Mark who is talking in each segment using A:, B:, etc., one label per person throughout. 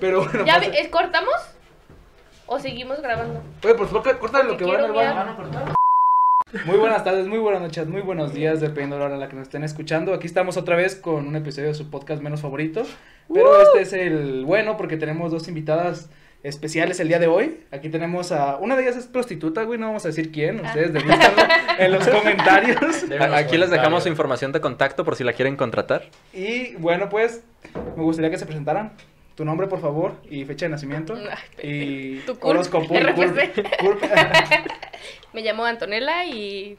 A: Pero bueno, pues,
B: ¿Ya
A: pasa-
B: ve- es- cortamos? ¿O seguimos grabando?
A: Oye, por favor, corta lo
B: Porque
A: que van al
B: quiero
A: baño.
B: mirar.
A: Muy buenas tardes, muy buenas noches, muy buenos días, dependiendo de la hora a la que nos estén escuchando. Aquí estamos otra vez con un episodio de su podcast menos favorito. Pero
B: ¡Uh!
A: este es el bueno porque tenemos dos invitadas especiales el día de hoy. Aquí tenemos a. Una de ellas es prostituta, güey, no vamos a decir quién.
B: Ah.
A: Ustedes dedícanlo en los comentarios.
C: A- Aquí les dejamos su información de contacto por si la quieren contratar.
A: Y bueno, pues me gustaría que se presentaran. Tu nombre, por favor, y fecha de nacimiento. y
B: Tu curp,
A: horóscopo,
B: RFC.
A: curp, curp.
B: Me llamo Antonella y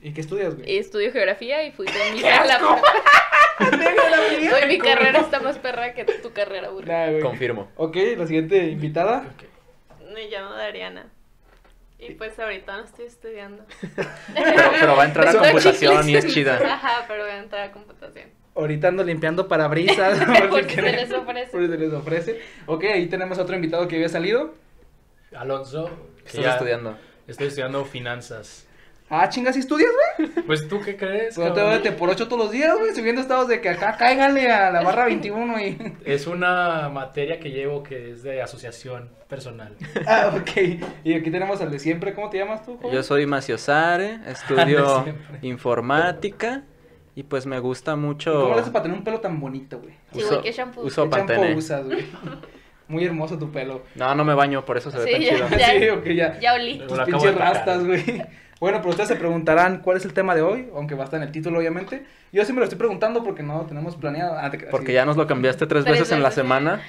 A: ¿Y qué estudias, güey?
B: estudio geografía y fui con mi a la Hoy mi carrera está más perra que tu carrera, burra.
A: Nah, güey.
C: Confirmo.
A: Ok, la siguiente invitada.
D: Me llamo Dariana. Y pues ahorita no estoy estudiando.
C: Pero, pero va a entrar a
B: Está
C: computación y
B: chicles.
C: es chida.
D: Ajá, pero voy a entrar a computación.
A: Ahorita ando limpiando parabrisas. por
B: Por
A: si
B: si se
A: quieren-
B: les ofrece.
A: por si se les ofrece. Ok, ahí tenemos a otro invitado que había salido.
E: Alonso, que
C: Estás
E: ya
C: estudiando.
E: Estoy estudiando finanzas.
A: Ah, chingas, ¿y estudias, güey?
E: Pues tú qué crees?
A: No te
E: cabrón?
A: vete por ocho todos los días, güey, subiendo estados de que acá cáigale a la barra 21 y...
E: Es una materia que llevo que es de asociación personal.
A: Ah, ok. Y aquí tenemos al de siempre. ¿Cómo te llamas tú, joven?
C: Yo soy Macio Sare,
A: Ah,
C: estudio
E: siempre.
C: informática y pues me gusta
A: ¿Y ¿Cómo
C: mucho.
A: le haces para tener un pelo tan bonito, güey?
B: Sí, güey, ¿qué shampoo?
C: uso
A: ¿Qué champú
C: Pantene.
A: usas, güey? Muy hermoso tu pelo.
C: No, no me baño, por eso se ve
B: Sí,
C: tan
B: ya.
C: chido.
A: sí, ok, ya.
B: Ya olí.
A: Tus
E: Lo acabo
A: pinches
E: de tocar.
A: rastas, güey. Bueno, pero ustedes se preguntarán cuál es el tema de hoy, aunque va a estar en el título, obviamente. Yo sí me lo estoy preguntando porque no lo tenemos planeado. Ah, te creas,
C: Porque
A: sí.
C: ya nos lo cambiaste tres
B: Tres
C: veces en la
B: veces.
C: semana.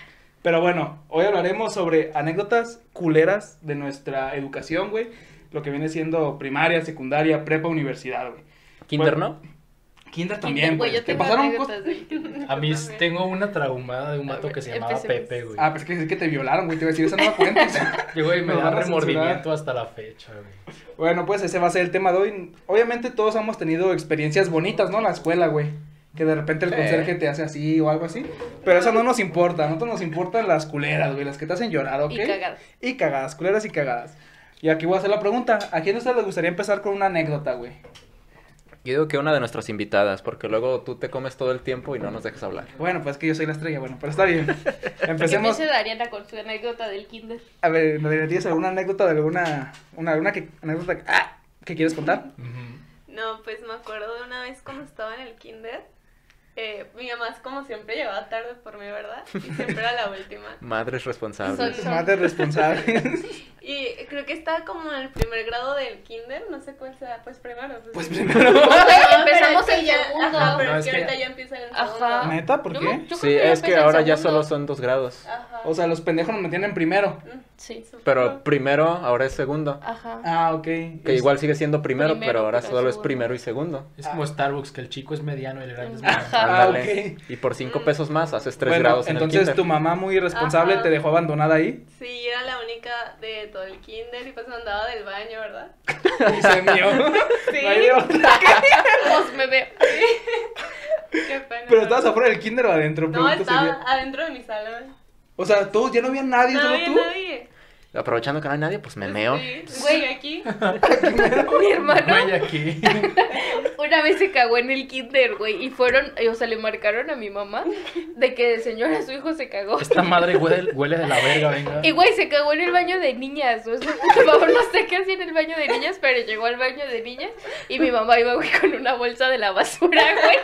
A: Pero bueno, hoy hablaremos sobre anécdotas culeras de nuestra educación, güey. Lo que viene siendo primaria, secundaria, prepa, universidad, güey.
C: Kinder,
A: Bueno.
C: ¿no?
A: Kinder
B: Kinder,
A: también, güey.
C: pues,
B: yo
A: Te
B: tengo
A: pasaron
B: anécdotas
A: cosas.
B: de-
E: A mí
D: Yo también.
E: tengo una traumada de un mato que se llamaba
B: Empecemos.
E: Pepe, güey.
A: Ah, pero es que, es que te violaron, güey. Te iba a decir, eso no la cuentes.
E: Llegó y me
A: nos
E: da
A: van a censurar.
E: remordimiento hasta la fecha, güey.
A: Bueno, pues ese va a ser el tema de hoy. Obviamente todos hemos tenido experiencias bonitas, ¿no? En la escuela, güey. Que de repente el
C: Sí.
A: conserje te hace así o algo así. Pero eso no nos importa. A nosotros nos importan las culeras, güey. Las que te hacen llorar, ¿ok?
B: Y cagadas.
A: Y cagadas, culeras y cagadas. Y aquí voy a hacer la pregunta. ¿A quién de ustedes les gustaría empezar con una anécdota, güey?
C: Yo digo que una de nuestras invitadas, porque luego tú te comes todo el tiempo y no nos dejas hablar.
A: Bueno, pues que yo soy la estrella, bueno, pero está bien.
B: Empecemos.
A: Empecemos.
B: Empiece Dariana con su anécdota del kinder.
A: A ver, ¿no tienes alguna anécdota de alguna. Una, una que, anécdota que- ah, que quieres contar?
E: Ujú.
D: No, pues me acuerdo de una vez cuando estaba en el kinder. eh, mi mamá, como siempre, llegaba tarde por mí, ¿verdad? Y siempre era la última.
C: Madres responsables.
B: Soy-
A: Madres responsables.
D: Y creo que estaba como en el primer grado del kinder, no sé cuál sea, pues primero.
A: Pues
D: primero.
B: Empezamos en segundo.
D: pero
E: No,
D: es
E: es
D: que
E: que-
D: ahorita ya empieza en
B: Ajá.
D: segundo.
A: ¿Neta? ¿Por
B: Yo
A: qué?
B: me- yo
C: Sí,
B: creo yo
C: es que
B: empecé en
C: ahora ya
B: segundo. Ah,
C: solo son dos grados.
D: Ajá.
A: O sea, los pendejos nos metían en primero.
D: Mm,
B: Sí.
C: Pero primero, ahora es segundo.
B: Ajá.
A: Ah, ok.
C: Que igual sigue siendo primero,
B: Primero,
C: pero ahora
B: pero
C: solo es
B: segundo.
C: primero y segundo.
E: Es como Starbucks, que el chico es mediano y el grande es
B: Ajá.
E: grande.
B: Ah,
C: Ándale.
A: ok.
C: Y por cinco pesos más haces tres
A: Bueno,
C: grados en
A: entonces
C: el
A: tu
C: kinder.
A: mamá muy irresponsable
D: Ajá.
A: te dejó abandonada ahí.
D: Sí, era la única de todo el kinder y pues me andaba del baño, ¿verdad?
A: Y se mió.
D: Sí.
A: No hay de otra.
B: Pues me veo.
D: Qué pena.
A: Pero estabas afuera del kinder o adentro.
D: No,
A: Pregunto
D: estaba
A: seria.
D: adentro de mi salón.
A: O sea, todos ya no había nadie,
D: no
A: solo
D: había
A: tú.
D: nadie.
C: Aprovechando que no hay nadie, pues me meo.
D: Sí,
B: Güey.
D: güey, aquí.
B: Mi hermano
E: Güey, aquí.
B: una vez se cagó en el kinder, güey. Y fueron, eh, o sea, le marcaron a mi mamá de que señora, su hijo se cagó.
E: Esta madre huele, huele de la verga, venga.
B: Y güey, se cagó en el baño de niñas. O sea, por favor, no sé qué hacía en el baño de niñas, pero llegó al baño de niñas y mi mamá iba, güey, con una bolsa de la basura, güey.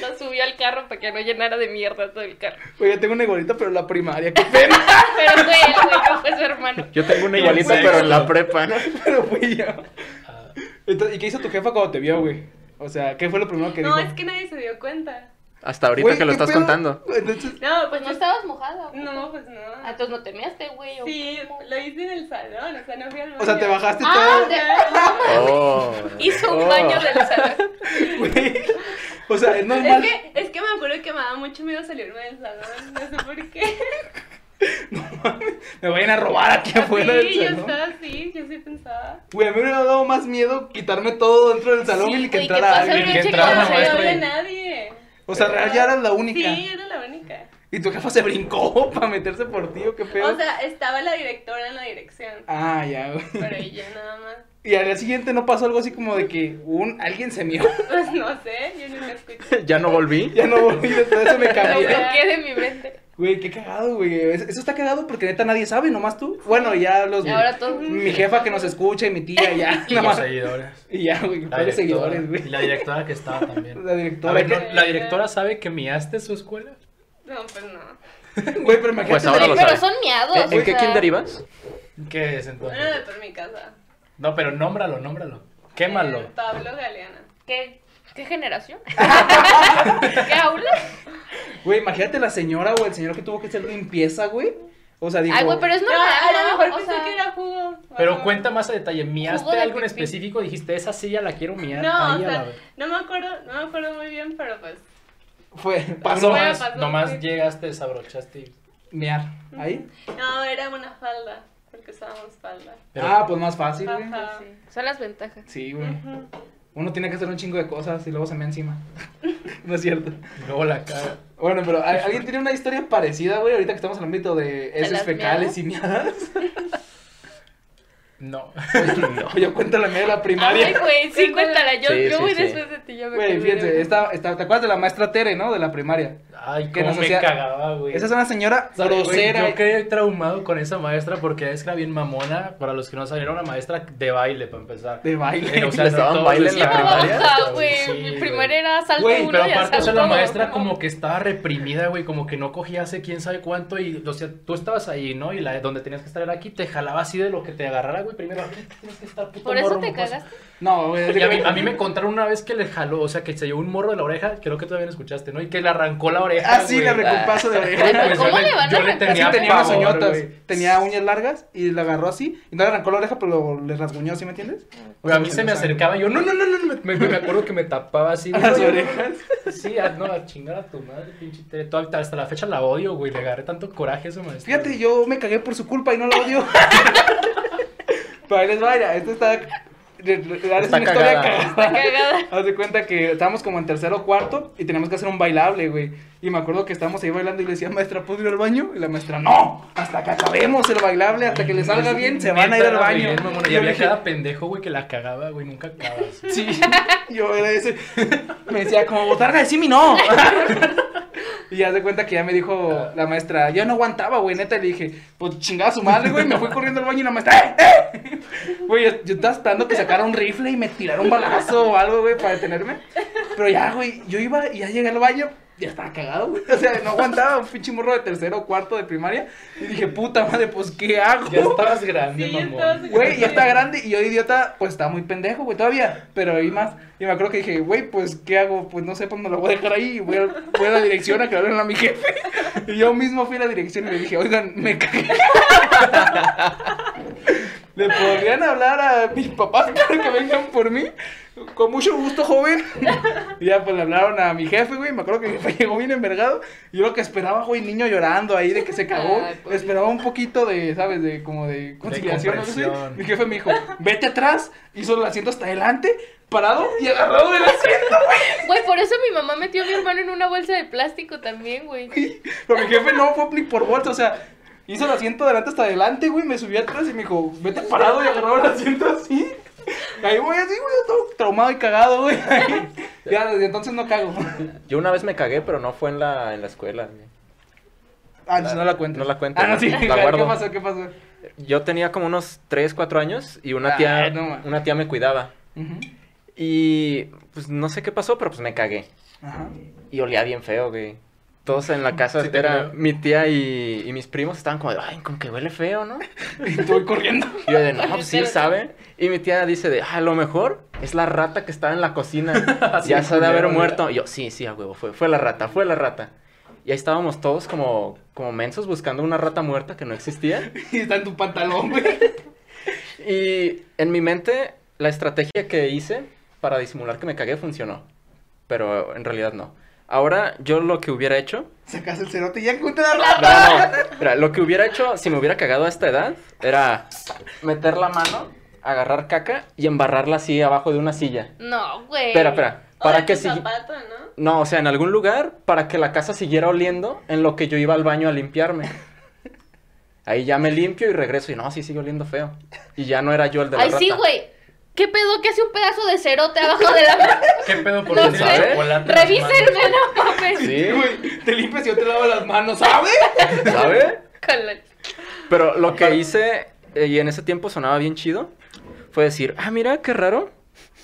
B: Lo subió al carro para que no llenara de mierda todo el carro.
A: Oye, tengo una igualita, pero la primaria. Qué pena,
B: Pero fue él, güey, no fue su hermano.
C: Yo tengo una
E: Ya
C: igualita,
E: sé.
C: pero en la prepa, ¿no?
A: pero fui yo.
E: Ah,
A: Entonces, ¿Y qué hizo tu jefa cuando te vio, güey? O sea, ¿qué fue lo primero que
D: No,
A: dijo?
D: es que nadie se dio cuenta.
C: Hasta ahorita
A: Güey,
C: que
A: ¿qué
C: lo estás
A: pedo?
C: contando.
A: Entonces,
D: No, pues
B: Pues no
D: no
B: estabas mojada. güey.
D: No, pues no.
B: Ah, entonces no te measte, güey. o-
D: Sí, lo hice en el salón, o sea, no fui al baño.
A: o sea, te bajaste
B: Ah,
A: todo.
B: de-
C: Oh.
B: Hizo un
C: Oh.
B: baño del salón.
A: güey. O sea, es
D: Es
A: normal.
D: que, es que me acuerdo que me daba mucho miedo salirme del salón, no sé por qué.
A: Me vayan a robar aquí afuera
D: sí,
A: del
D: yo
A: salón.
D: estaba así, yo sí pensaba.
A: Güey, a mí me hubiera dado más miedo quitarme todo dentro del salón
B: Sí,
A: y que
B: güey, que
A: entrara
B: pase
A: alguien.
B: una
E: que
B: chica
E: entrara
B: del
E: una
D: no
B: salón.
E: maestra
D: había
E: y-
D: nadie.
A: O sea, real ya eras la única.
D: Sí, era la única.
A: Y tu jefa se brincó para meterse por ti, ¿o qué pedo?
D: O sea, estaba la directora en la dirección,
A: ah, ya, güey.
D: pero ella nada más.
A: Y al día siguiente no pasó algo así como de que un alguien se mió.
D: Pues no sé, yo nunca escuché.
C: Ya no volví.
A: Ya no volví, después se me
B: Lo
A: cambié.
B: bloqueé de mi mente.
A: Güey, qué cagado, güey. Es- Eso está cagado porque neta nadie sabe, nomás tú. Bueno, ya los.
B: Y ahora todo.
A: Mi jefa que nos escucha y mi tía, ya. nada
E: Y los
A: más.
E: seguidores.
A: Y ya, güey,
E: La
A: varios
E: directora,
A: seguidores,
E: y
A: güey.
E: la directora que estaba también.
A: La
E: A
A: directora.
E: ver,
A: que-
E: ¿no- ¿la directora sabe que miaste su escuela?
D: No, pues no.
A: Güey, pero imagínate.
C: Pues ahora lo
B: pero
C: sabe.
B: son miados.
C: ¿En, en
B: o
C: qué
B: sea.
C: kinder ibas?
E: ¿Qué es
D: Bueno, de
E: entonces?
D: por mi casa.
E: No, pero nómbralo, nómbralo. Quémalo.
D: Eh, Pablo Galeana.
B: ¿Qué, qué generación? ¿Qué aula?
A: Güey, imagínate la señora o el señor que tuvo que hacer limpieza, güey. O sea, digo.
B: Ay, güey, pero es
D: No,
B: normal.
D: a lo
B: ¿no?
D: mejor
B: O
D: pensé
B: sea,
D: que era jugo.
E: Pero
D: Ajá.
E: cuenta más a detalle. ¿Miaste
B: Jugo de
E: algo en
B: pipí.
E: específico? Dijiste, esa silla la quiero miar.
D: No, o
E: ahí a la
D: sea,
E: vez.
D: no me acuerdo, no me acuerdo muy bien, pero pues.
A: Fue. Pasó.
D: Bueno,
E: Nomás,
D: pasó,
E: nomás
D: sí.
E: llegaste, desabrochaste y...
A: Mear. Ahí.
D: No, era una falda, porque usábamos falda.
E: Pero-
A: Ah, pues más fácil, güey.
D: Ajá.
B: Son las ventajas.
A: Sí, güey. Uno tiene que hacer un chingo de cosas y luego se me encima. no es cierto.
E: y Luego la cara.
A: Bueno, pero ¿al- ¿alguien tiene una historia parecida, güey? Ahorita que estamos en el ámbito de heces
B: las
A: fecales y miadas.
E: No.
A: Yo cuento la mía de la
B: Ay,
A: primaria.
B: güey, sí, cuéntala. Yo,
C: Sí,
B: yo
C: sí,
B: voy
C: sí.
B: después de ti. ya me
A: Güey,
B: acordé
A: fíjense, este
B: de-
A: esta, esta- ¿te acuerdas de la maestra Tere, no? De la primaria.
E: Ay,
A: Que
E: cómo
A: nos
E: me
A: hacía-
E: cagaba, güey.
A: Esa es una señora
E: Sabe, güey,
A: grosera. eh.
E: Yo quedé traumado con esa maestra porque es que era bien mamona. Para los que no saben, era una maestra de baile, para empezar.
A: De baile.
E: Eh, o sea,
C: ¿Le
E: no
C: daban
E: todos
C: baile en
E: estaban-
C: la primaria?
B: Baja, güey.
E: Sí,
B: Mi
E: güey.
B: primaria era salto
A: Güey,
B: uno
E: Pero
B: y
E: aparte, o sea,
B: asalto
E: la
B: dos,
E: maestra
B: ¿no?
E: como que estaba reprimida, güey, como que no cogía hace quién sabe cuánto y, o sea, tú estabas ahí, ¿no? Y la donde tenías que estar era aquí, te jalaba así de lo que te agarrara, güey, primero aquí tienes que estar, puto
B: Por eso
E: morro,
B: te
E: mocoso.
B: cagaste.
A: No, güey.
E: Y a mí, a mí me contaron una vez que le jaló, o sea, que se llevó un morro de la oreja, creo que todavía no escuchaste, ¿no? Y que le arrancó la oreja,
A: Ah, sí,
E: güey.
A: le arrancó un paso de
E: Güey,
A: oreja.
E: pues, yo
B: ¿Cómo le van a
E: yo
B: arrancar?
A: Tenía,
E: tenía,
A: sí, tenía unas
E: pavor,
A: uñotas,
E: güey.
A: tenía uñas largas y la agarró así. Y no la arrancó la oreja, pero le rasguñó, ¿sí me entiendes?
E: Güey, a mí se me
A: sangre.
E: acercaba y yo, no, no, no, no, no, me, me- me acuerdo que me tapaba así.
A: Las
E: güey.
A: orejas.
E: Sí, a- no, a chingar a tu madre, pinche Tere. Toda- Hasta la fecha la odio, güey, le agarré tanto coraje a esa maestra.
A: Fíjate, yo me cagué por su culpa y no la odio. Pero ahí les vaya, esto está. Es
C: Está
A: una historia
C: cagada.
A: cagada.
B: Cagada.
A: Haz de cuenta que estábamos como en tercero o cuarto y teníamos que hacer un bailable, güey. Y me acuerdo que estábamos ahí bailando y le decía, maestra, ¿puedo ir al baño? Y la maestra, no, hasta que acabemos el bailable, hasta
E: Mm,
A: que le
E: Pues,
A: salga bien, se van a ir al baño.
E: Y había cada pendejo, güey, que la cagaba, güey, nunca acabas.
A: Sí, yo era ese. Me decía, como botarga de Simi, no. Y ya se cuenta que ya me dijo la maestra, yo no aguantaba, güey, neta. Y le dije, pues chingada su madre, güey. Me fui corriendo al baño y la maestra, ¡eh, eh! Güey, yo, yo estaba esperando que sacara un rifle y me tirara un balazo o algo, güey, para detenerme. Pero ya, güey, yo iba y ya llegué al baño. Ya estaba cagado, güey. O sea, no aguantaba un pinche morro de tercero o cuarto de primaria. Y dije, puta madre, pues, ¿qué hago?
E: Ya estabas grande,
D: Sí, estabas
E: mamón.
D: grande.
A: Güey, ya está grande y yo idiota, pues está muy pendejo, güey, todavía. Pero ahí más. Y me acuerdo que dije, güey, pues, ¿qué hago? Pues no sé, pues me lo voy a dejar ahí y voy a, voy a la dirección a que le hablen a mi jefe. Y yo mismo fui a la dirección y le dije, oigan, me cagué. ¿Le podrían hablar a mis papás para que vengan por mí? Con mucho gusto, joven. Y ya pues le hablaron a mi jefe, güey. Me acuerdo que mi jefe llegó bien envergado. Y yo lo que esperaba, güey, niño llorando ahí de que se cagó.
B: Ay, pobrecito.
A: esperaba un poquito de, ¿sabes? De como de conciliación. no sé.
E: comprensión.
A: Mi jefe me dijo, vete atrás. Hizo el asiento hasta adelante, parado y agarrado del asiento.
B: Güey, por eso mi mamá metió a mi hermano en una bolsa de plástico también, güey.
A: Pero mi jefe no fue ni por bolsa, o sea, hizo el asiento adelante hasta adelante, güey, me subí atrás y me dijo, vete parado y agarraba el asiento así. Y ahí voy así, güey, todo traumado y cagado, güey. Ya, desde entonces no cago.
C: Yo una vez me cagué, pero no fue en la, en la escuela. güey.
A: Ah, entonces no la cuento.
C: No la cuento,
A: Ah, no,
C: no.
A: sí,
C: La
A: ¿qué
C: guardo.
A: pasó? ¿Qué pasó?
C: Yo tenía como unos 3, 4 años y una
A: Ah,
C: tía,
A: no mames.
C: una tía me cuidaba.
A: Ujú.
C: Y pues no sé qué pasó, pero pues me cagué.
A: Ajá.
C: Y olía bien feo, güey. Todos en la casa,
E: Sí te
C: era
E: creo.
C: mi tía y, y mis primos estaban como, de, ay, con que huele feo, ¿no?
A: Y estoy corriendo.
C: Y yo de, no, pues sí, ¿sabe? Y mi tía dice de, "Ah, a lo mejor es la rata que estaba en la cocina.
E: Así
C: ya
E: de
C: se ha de haber
E: culero,
C: muerto. Y yo, sí, sí, a huevo, fue, fue la rata, fue la rata. Y ahí estábamos todos como, como mensos buscando una rata muerta que no existía.
A: Y está en tu pantalón, güey.
C: Y en mi mente, la estrategia que hice para disimular que me cagué funcionó. Pero en realidad no. Ahora, yo lo que hubiera hecho
A: Sacas el cerote y ya encontré la rata.
C: No, no. Mira, lo que hubiera hecho si me hubiera cagado a esta edad era meter la mano, agarrar caca y embarrarla así abajo de una silla.
B: No, güey.
C: Espera, espera. Para que
D: sí?
C: sigui-
D: zapato, ¿no?
C: No, o sea, en algún lugar para que la casa siguiera oliendo en lo que yo iba al baño a limpiarme. Ahí ya me limpio y regreso y no, sí sigue oliendo feo. Y ya no era yo el de la
B: Ay, sí,
C: rata.
B: güey. ¿Qué pedo? ¿Qué hace un pedazo de cerote abajo de la mano?
E: ¿Qué pedo por
B: No
E: el
B: sé.
E: chocolate? en las
B: Revísenme,
E: manos?
B: no mames.
C: Sí,
A: Güey, te limpias y yo te lavo las manos, ¿sabes?
C: ¿sabe?
B: Con la-
C: Pero lo que hice, eh, y en ese tiempo sonaba bien chido, fue decir, ah, mira, qué raro.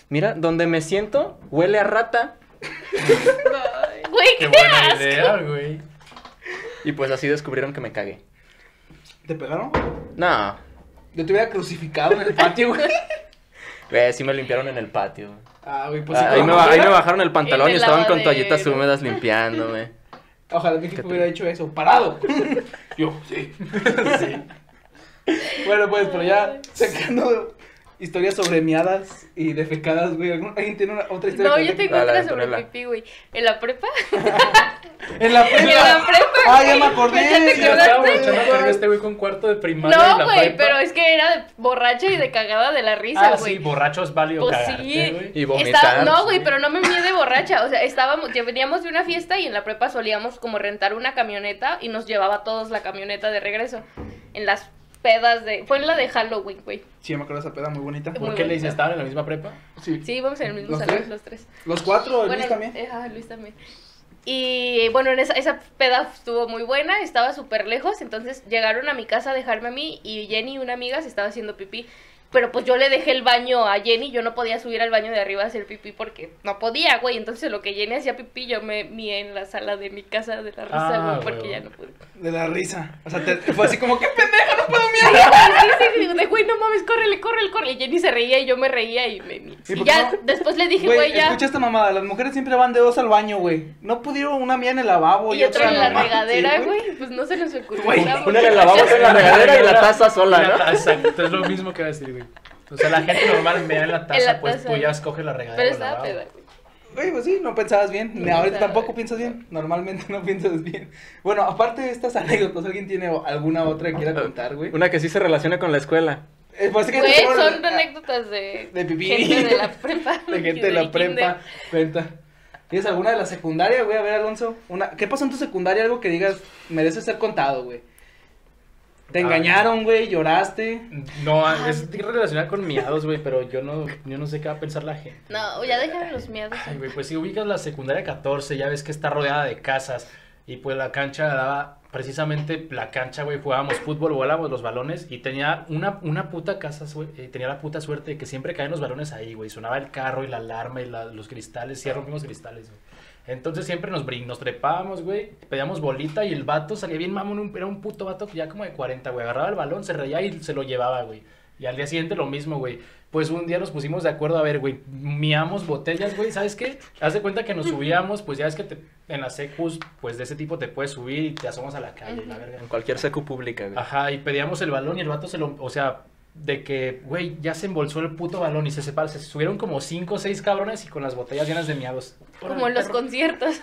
C: Mira, donde me siento, huele a rata.
D: Ay.
B: Güey,
E: Qué
B: qué,
E: buena
B: asco.
E: idea, güey.
C: Y pues así descubrieron que me cagué.
A: ¿Te pegaron?
C: No,
A: Yo te hubiera crucificado en el patio, güey.
C: güey, sí me limpiaron en el patio.
A: Ah, güey, pues sí,
C: Ah, ahí, me,
A: como
C: ba- ahí me
A: fuera.
C: bajaron el pantalón
B: En
C: y
B: el
C: estaban con
B: lavadero.
C: toallitas húmedas limpiándome.
A: Ojalá mi
C: Qué
A: jefe hubiera hecho eso, parado. Yo, sí. Bueno, pues, pero ya sacando historias sobre miadas y defecadas, güey. ¿algún- ¿Alguien tiene una- otra historia?
B: No,
A: que
B: yo
A: te-
B: tengo
C: Dale,
B: otra
C: dale,
B: sobre
C: Antonella.
B: pipí, güey. ¿En la prepa?
A: En la
B: En la
A: prepa.
B: prepa,
A: Ah, ya me
B: güey.
A: acordé.
B: ¿Ya te
A: sí,
E: Y estaba
A: güey.
E: echando a cargar este güey con cuarto de primaria en
B: No,
E: la
B: güey,
E: prepa.
B: pero es que era de borracha y de cagada de la risa,
E: Ah, sí,
B: güey.
E: borracho es válido
B: Pues
E: cagarte,
B: sí.
E: güey.
C: Y vomitar.
B: Estaba- no, güey,
E: sí.
B: pero no me mié de borracha. O sea, estábamos, ya veníamos de una fiesta y en la prepa solíamos como rentar una camioneta y nos llevaba a todos la camioneta de regreso. En las pedas de. Fue en la de Halloween, güey.
A: Sí, me acuerdo de esa peda muy bonita.
E: ¿Por
B: Muy
E: qué le
B: bonito.
E: dices? ¿Estaban en la misma prepa?
A: Sí.
B: Sí, íbamos en el mismo
A: ¿Los
B: salón,
A: tres?
B: los tres.
A: Los cuatro, el Luis
B: Bueno,
A: también.
B: eh, ah, Luis también. Y eh, bueno, en esa, esa peda estuvo muy buena, estaba súper lejos, entonces llegaron a mi casa a dejarme a mí y Jenny, una amiga, se estaba haciendo pipí. Pero pues yo le dejé el baño a Jenny, yo no podía subir al baño de arriba a hacer pipí porque no podía, güey. Entonces lo que Jenny hacía pipí, yo me mié en la sala de mi casa de la risa,
E: Ah,
B: güey, porque
E: huevo.
B: ya no pude.
A: De la risa. O sea, te- fue así como, ¡qué pendeja! No puedo
B: Sí,
A: mirar.
B: sí, sí, sí, digo, de, güey, no mames, córrele, córrele, córrele. Y Jenny se reía y yo me reía y me mié.
A: ¿Y
B: Y
A: por qué
B: ya
A: no?
B: después le dije, güey, ya.
A: escucha esta mamada. Las mujeres siempre van de dos al baño, güey. No pudieron una mía en el lavabo y,
B: Y otra en la
A: mamá.
B: regadera,
A: Sí,
B: güey. Pues no se nos ocurrió.
A: Güey,
B: nada,
C: Una en el lavabo, otra en la regadera y la taza
E: Y la
C: sola,
E: taza,
C: ¿no?
E: Exacto, es lo mismo que va a decir, güey. O sea, la gente normal mea en la taza,
B: En la
E: pues
B: taza.
E: tú ya escoges la regadera.
B: Pero
E: o la
B: estaba
E: lavabo.
B: peda, güey.
A: Güey, pues sí, no pensabas bien. Ni
B: No
A: ahorita
B: pensaba.
A: tampoco piensas bien. Normalmente no piensas bien. Bueno, aparte de estas anécdotas, ¿alguien tiene alguna otra que quiera contar, güey?
C: Una que sí se relaciona con la escuela.
A: Eh, parece que
B: Güey,
A: te-
B: son
A: de-
B: anécdotas de,
A: De pipí.
B: gente de la prepa.
A: de
B: y
A: gente de la
B: del kinder.
A: prepa. Cuenta. ¿Tienes alguna de la secundaria, güey? A ver, Alonso. Una... ¿Qué pasó en tu secundaria? Algo que digas, merece ser contado, güey. Te
E: Ah.
A: engañaron, güey, lloraste.
E: No, es relacionada con miados, güey, pero yo no, yo no sé qué va a pensar la gente.
B: No, ya déjame los miedos.
E: Ay, güey, pues si ubicas la secundaria 14, ya ves que está rodeada de casas. Y pues la cancha daba, precisamente la cancha, güey, jugábamos fútbol, volábamos los balones. Y tenía una, una puta casa, güey, eh, tenía la puta suerte de que siempre caían los balones ahí, güey. Sonaba el carro y la alarma y la- los cristales, sí rompimos cristales, güey. Entonces siempre nos, brin nos trepábamos, güey, pedíamos bolita y el vato salía bien mamón, un- era un puto vato ya como de 40, güey. Agarraba el balón, se reía y se lo llevaba, güey. Y al día siguiente lo mismo, güey. Pues un día nos pusimos de acuerdo, a ver, güey, miamos botellas, güey, ¿sabes qué? Haz de cuenta que nos subíamos, pues ya es que te- en las secus, pues de ese tipo te puedes subir y te asomas a la calle, la verga.
C: En cualquier secu pública, güey.
E: Ajá, y pedíamos el balón y el vato se lo, o sea, de que, güey, ya se embolsó el puto balón y se separaron, se subieron como cinco o seis cabrones y con las botellas llenas de miados.
B: Como en los conciertos.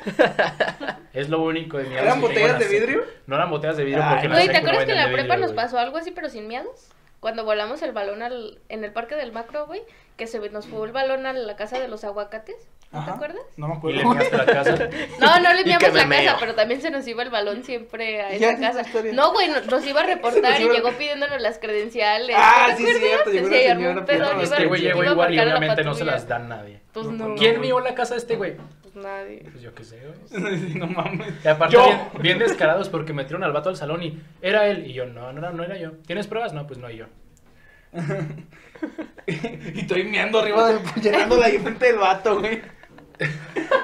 E: Es lo único de miados.
A: ¿Eran
E: que tengo en
A: botellas de
E: la secu.
A: vidrio?
E: No eran botellas de vidrio
C: Ah,
A: Ay,
E: porque en la
B: Güey, ¿te
E: secu no
B: acuerdas que en la
E: vendían de
B: prepa nos
E: vidrio, güey.
B: pasó algo así, pero sin miedos? Cuando volamos el balón al, en el parque del macro, güey, que se nos fue el balón a la casa de los aguacates. ¿No te
A: Ajá.
B: acuerdas?
A: No me
E: Y le
A: acuerdo.
E: fuimos a la casa.
B: No, no le
C: Y que
B: enviamos
C: me
B: la
C: meo.
B: casa, pero también se nos iba el balón siempre a
A: Ya,
B: esa
A: esa
B: casa.
A: historia.
B: No, güey, no- nos iba a reportar y
A: iba-
B: llegó pidiéndonos las credenciales.
A: Ah,
B: ¿No te
A: sí, es cierto,
B: acuerdas?
A: llegó
B: Sí,
A: una
B: armó
A: señora
B: un pedón,
A: pidiéndonos
B: iba-
E: Este güey llegó
B: iba a
E: igual y
B: marcar a la
E: obviamente no se
B: patrulla.
E: las da nadie.
B: Pues no.
E: ¿Quién vio la casa de este güey?
B: Pues nadie.
E: Pues yo qué sé, güey.
A: no mames.
E: Y aparte,
A: Yo.
E: bien, bien descarados porque metieron al vato al salón y era él. Y yo, no, no, era- no era yo. ¿Tienes pruebas? No, pues no, y yo.
A: Y estoy meando arriba del llenándola ahí frente del vato, güey.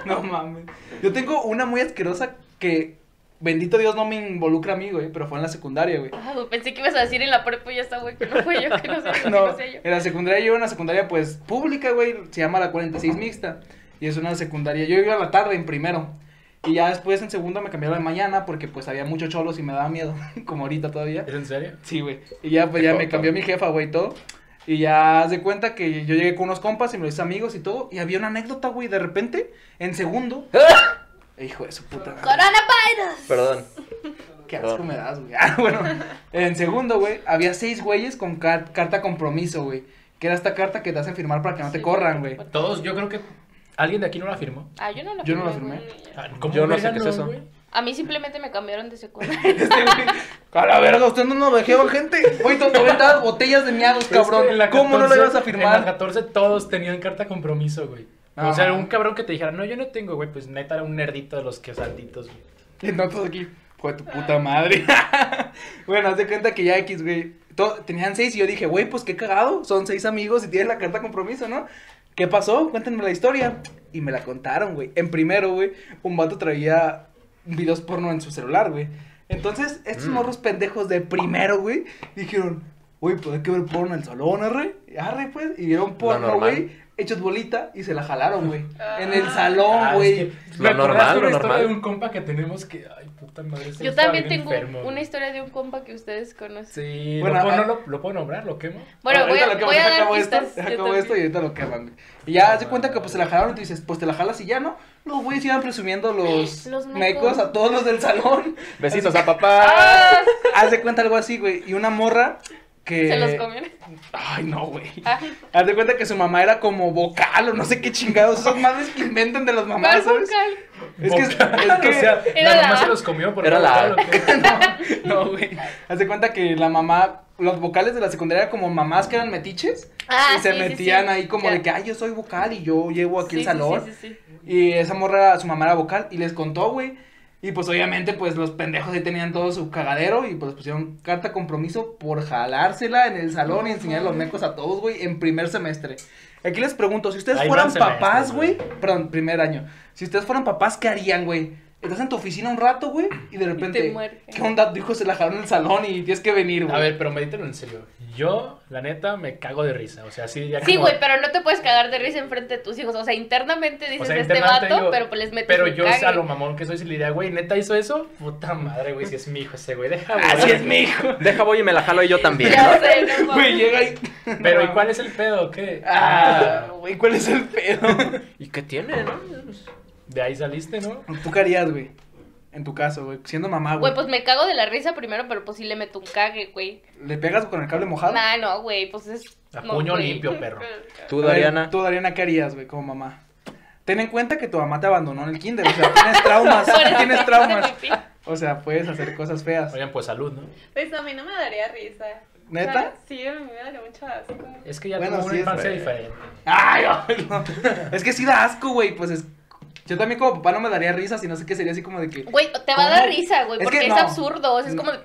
A: No mames. Yo tengo una muy asquerosa que bendito Dios no me involucra a mí, güey, pero fue en la secundaria, güey.
B: Ah, güey, pensé que ibas a decir en la prepa y ya está, güey, que no fue yo, que no sé, yo, que
A: No,
B: no sé yo.
A: en la secundaria yo iba a una secundaria pues pública, güey, se llama la 46 mixta y es una secundaria. Yo iba a la tarde en primero y ya después en segundo me cambié a la mañana porque pues había muchos cholos y me daba miedo, como ahorita todavía.
E: ¿Es en serio?
A: Sí, güey. Y ya, pues ya me cambió mi jefa, güey, y todo. Y ya haz de cuenta que yo llegué con unos compas y me lo hice amigos y todo. Y había una anécdota, güey, de repente, en segundo. Hijo de su puta madre.
B: ¡Coronavirus!
C: Perdón.
A: Qué asco me das, güey. Ah, bueno, en segundo, güey, había seis güeyes con car- carta compromiso, güey. Que era esta carta que te hacen firmar para que no te
B: Sí.
A: corran, güey.
E: Todos, yo creo que alguien de aquí no la firmó.
B: Ah, yo no la
A: Yo no la
B: güey.
A: firmé.
E: Ah, ¿Cómo
C: Yo no sé
E: verga
C: qué es eso.
E: güey?
B: A mí simplemente me cambiaron de secundaria.
A: Este güey, A la verga, usted no nos dejaban gente. Güey, te aventadas botellas de miados, cabrón.
E: Es que en la
A: ¿Cómo no lo
E: 14,
A: ibas a
E: En la
A: firmar?
E: 14 todos tenían carta compromiso, güey. O
A: Ah.
E: sea, un cabrón que te dijera, no, yo no tengo, güey, pues neta era un nerdito de los que santitos, güey.
A: Y nosotros aquí, hijo de tu puta madre. bueno, haz de cuenta que ya X, güey. to- Tenían seis y yo dije, güey, pues qué cagado. Son seis amigos y tienen la carta compromiso, ¿no? ¿Qué pasó? Cuéntenme la historia. Y me la contaron, güey. En primero, güey, un vato traía videos porno en su celular, güey. Entonces, estos
C: Mm.
A: morros pendejos de primero, güey, dijeron, uy, pues hay que ver porno en el salón, arre. Arre, pues. Y vieron porno,
C: normal.
A: güey, hechos bolita y se la jalaron, güey. En el
D: Ah.
A: salón,
E: Ah,
A: güey.
E: es que
C: Lo
E: me acordaste
C: normal,
E: una
C: lo
E: historia
C: normal.
E: de un compa que tenemos que, ay, puta madre. ese
B: Yo
E: estaba
B: también
E: bien
B: tengo
E: enfermo,
B: una
E: güey.
B: historia de un compa que ustedes conocen.
E: Sí,
A: Bueno,
E: ¿lo, puedo,
A: ah-
E: no lo, lo puedo nombrar? ¿Lo quemo?
B: Bueno, voy,
A: Ahorita
B: a-
A: lo que
B: voy a
A: pasa,
B: dar
A: acabo
B: pistas.
A: Esto,
B: yo
A: acabo esto y
B: también.
A: ahorita lo queman. güey. Y ya haz de cuenta que pues se la jalaron y tú dices, pues te la jalas y ya, ¿no? No, güey, se iban presumiendo los,
B: Los mecos.
A: mecos a todos los del salón.
C: Besitos a papá.
B: Ah,
A: haz de cuenta algo así, güey. Y una morra que...
B: se los comieron.
A: Ay, no, güey.
B: Ah,
A: Haz de cuenta que su mamá era como vocal o no sé qué chingados. Esas madres que inventan de las mamás,
B: ¿cuál fue
A: ¿sabes?
B: el cal?
A: Es que, es
E: Vocal,
A: que
E: o sea,
B: Era
E: la mamá
B: la-
E: se los comió por
C: Era
E: el
C: la-
E: vocal, ¿o qué?
A: no, güey. Haz de cuenta que la mamá, los vocales de la secundaria eran como mamás que eran metiches.
B: Ah,
A: y se
B: sí, sí,
A: metían
B: sí.
A: ahí como
B: Ya.
A: de que, "Ah, ay, yo soy vocal y yo llevo aquí
B: Sí,
A: el
B: sí,
A: salón.
B: sí, sí, sí.
A: Y esa morra, su mamá era vocal y les contó, güey. Y pues obviamente, pues los pendejos ahí tenían todo su cagadero y pues pusieron carta compromiso por jalársela en el salón y enseñar los mecos a todos, güey, en primer semestre. Aquí les pregunto, si ustedes
E: Ahí
A: fueran
E: van semestres,
A: papás, güey,
E: güey.
A: perdón, primer año, si ustedes fueran papás, ¿qué harían, güey? Estás en tu oficina un rato, güey, y de repente,
B: muerde.
A: ¿qué onda? Tu hijo se la jaló en el salón y tienes que venir, güey.
E: A ver, pero medítelo en serio. Yo, la neta, me cago de risa. O sea, sí, ya
B: Sí,
E: como-
B: güey, pero no te puedes cagar de risa enfrente de tus hijos. O sea, internamente dices
E: O sea,
B: este
E: internamente
B: vato,
E: yo-
B: pero pues les metes
E: Pero
B: un
E: yo,
B: cague.
E: a lo mamón que soy, si le diría, güey, ¿neta hizo eso? Puta madre, güey, si es mi hijo ese, güey, déjame.
A: Así
E: güey.
A: es, mi hijo.
C: Deja voy y me la jalo yo también.
B: Ya sé, no mames.
A: Güey, llega y...
E: Pero, ¿y cuál es el pedo? o ¿Qué?
A: Ah, güey, ¿cuál es el pedo?
C: ¿Y qué tiene, no?
E: De ahí saliste, ¿no?
A: ¿Tú qué harías, güey? En tu caso, güey. Siendo mamá, güey.
B: Güey, pues me cago de la risa primero, pero pues sí le meto un cague, güey.
A: ¿Le pegas con el cable mojado?
B: Nah, no, güey, pues es.
E: A
B: no,
E: puño
B: güey.
E: limpio, perro.
C: Tú,
A: A ver,
C: Dariana.
A: Tú, Dariana, ¿qué harías, güey, como mamá? Ten en cuenta que tu mamá te abandonó en el kinder. O sea, tienes traumas.
B: Por eso
A: tienes
B: me
A: traumas.
B: hice pipí.
A: O sea, puedes hacer cosas feas.
E: Oigan, pues salud, ¿no?
D: Pues a mí no me daría risa.
A: ¿Neta?
D: ¿Sabes? Sí, a mí me daría mucho asco.
E: Es que ya
A: Bueno, sí
E: tengo una
A: es,
E: infancia
C: güey.
E: diferente.
A: Ay, ay, no. Es que sí da asco, güey. Pues es. Yo también, como papá, no me daría risas y no sé qué sería así como de que.
B: Güey, te va a dar
A: ¿Cómo?
B: risa, güey,
A: Es
B: porque
A: que
B: es
A: no.
B: absurdo. o sea, es
A: No.
B: como. de-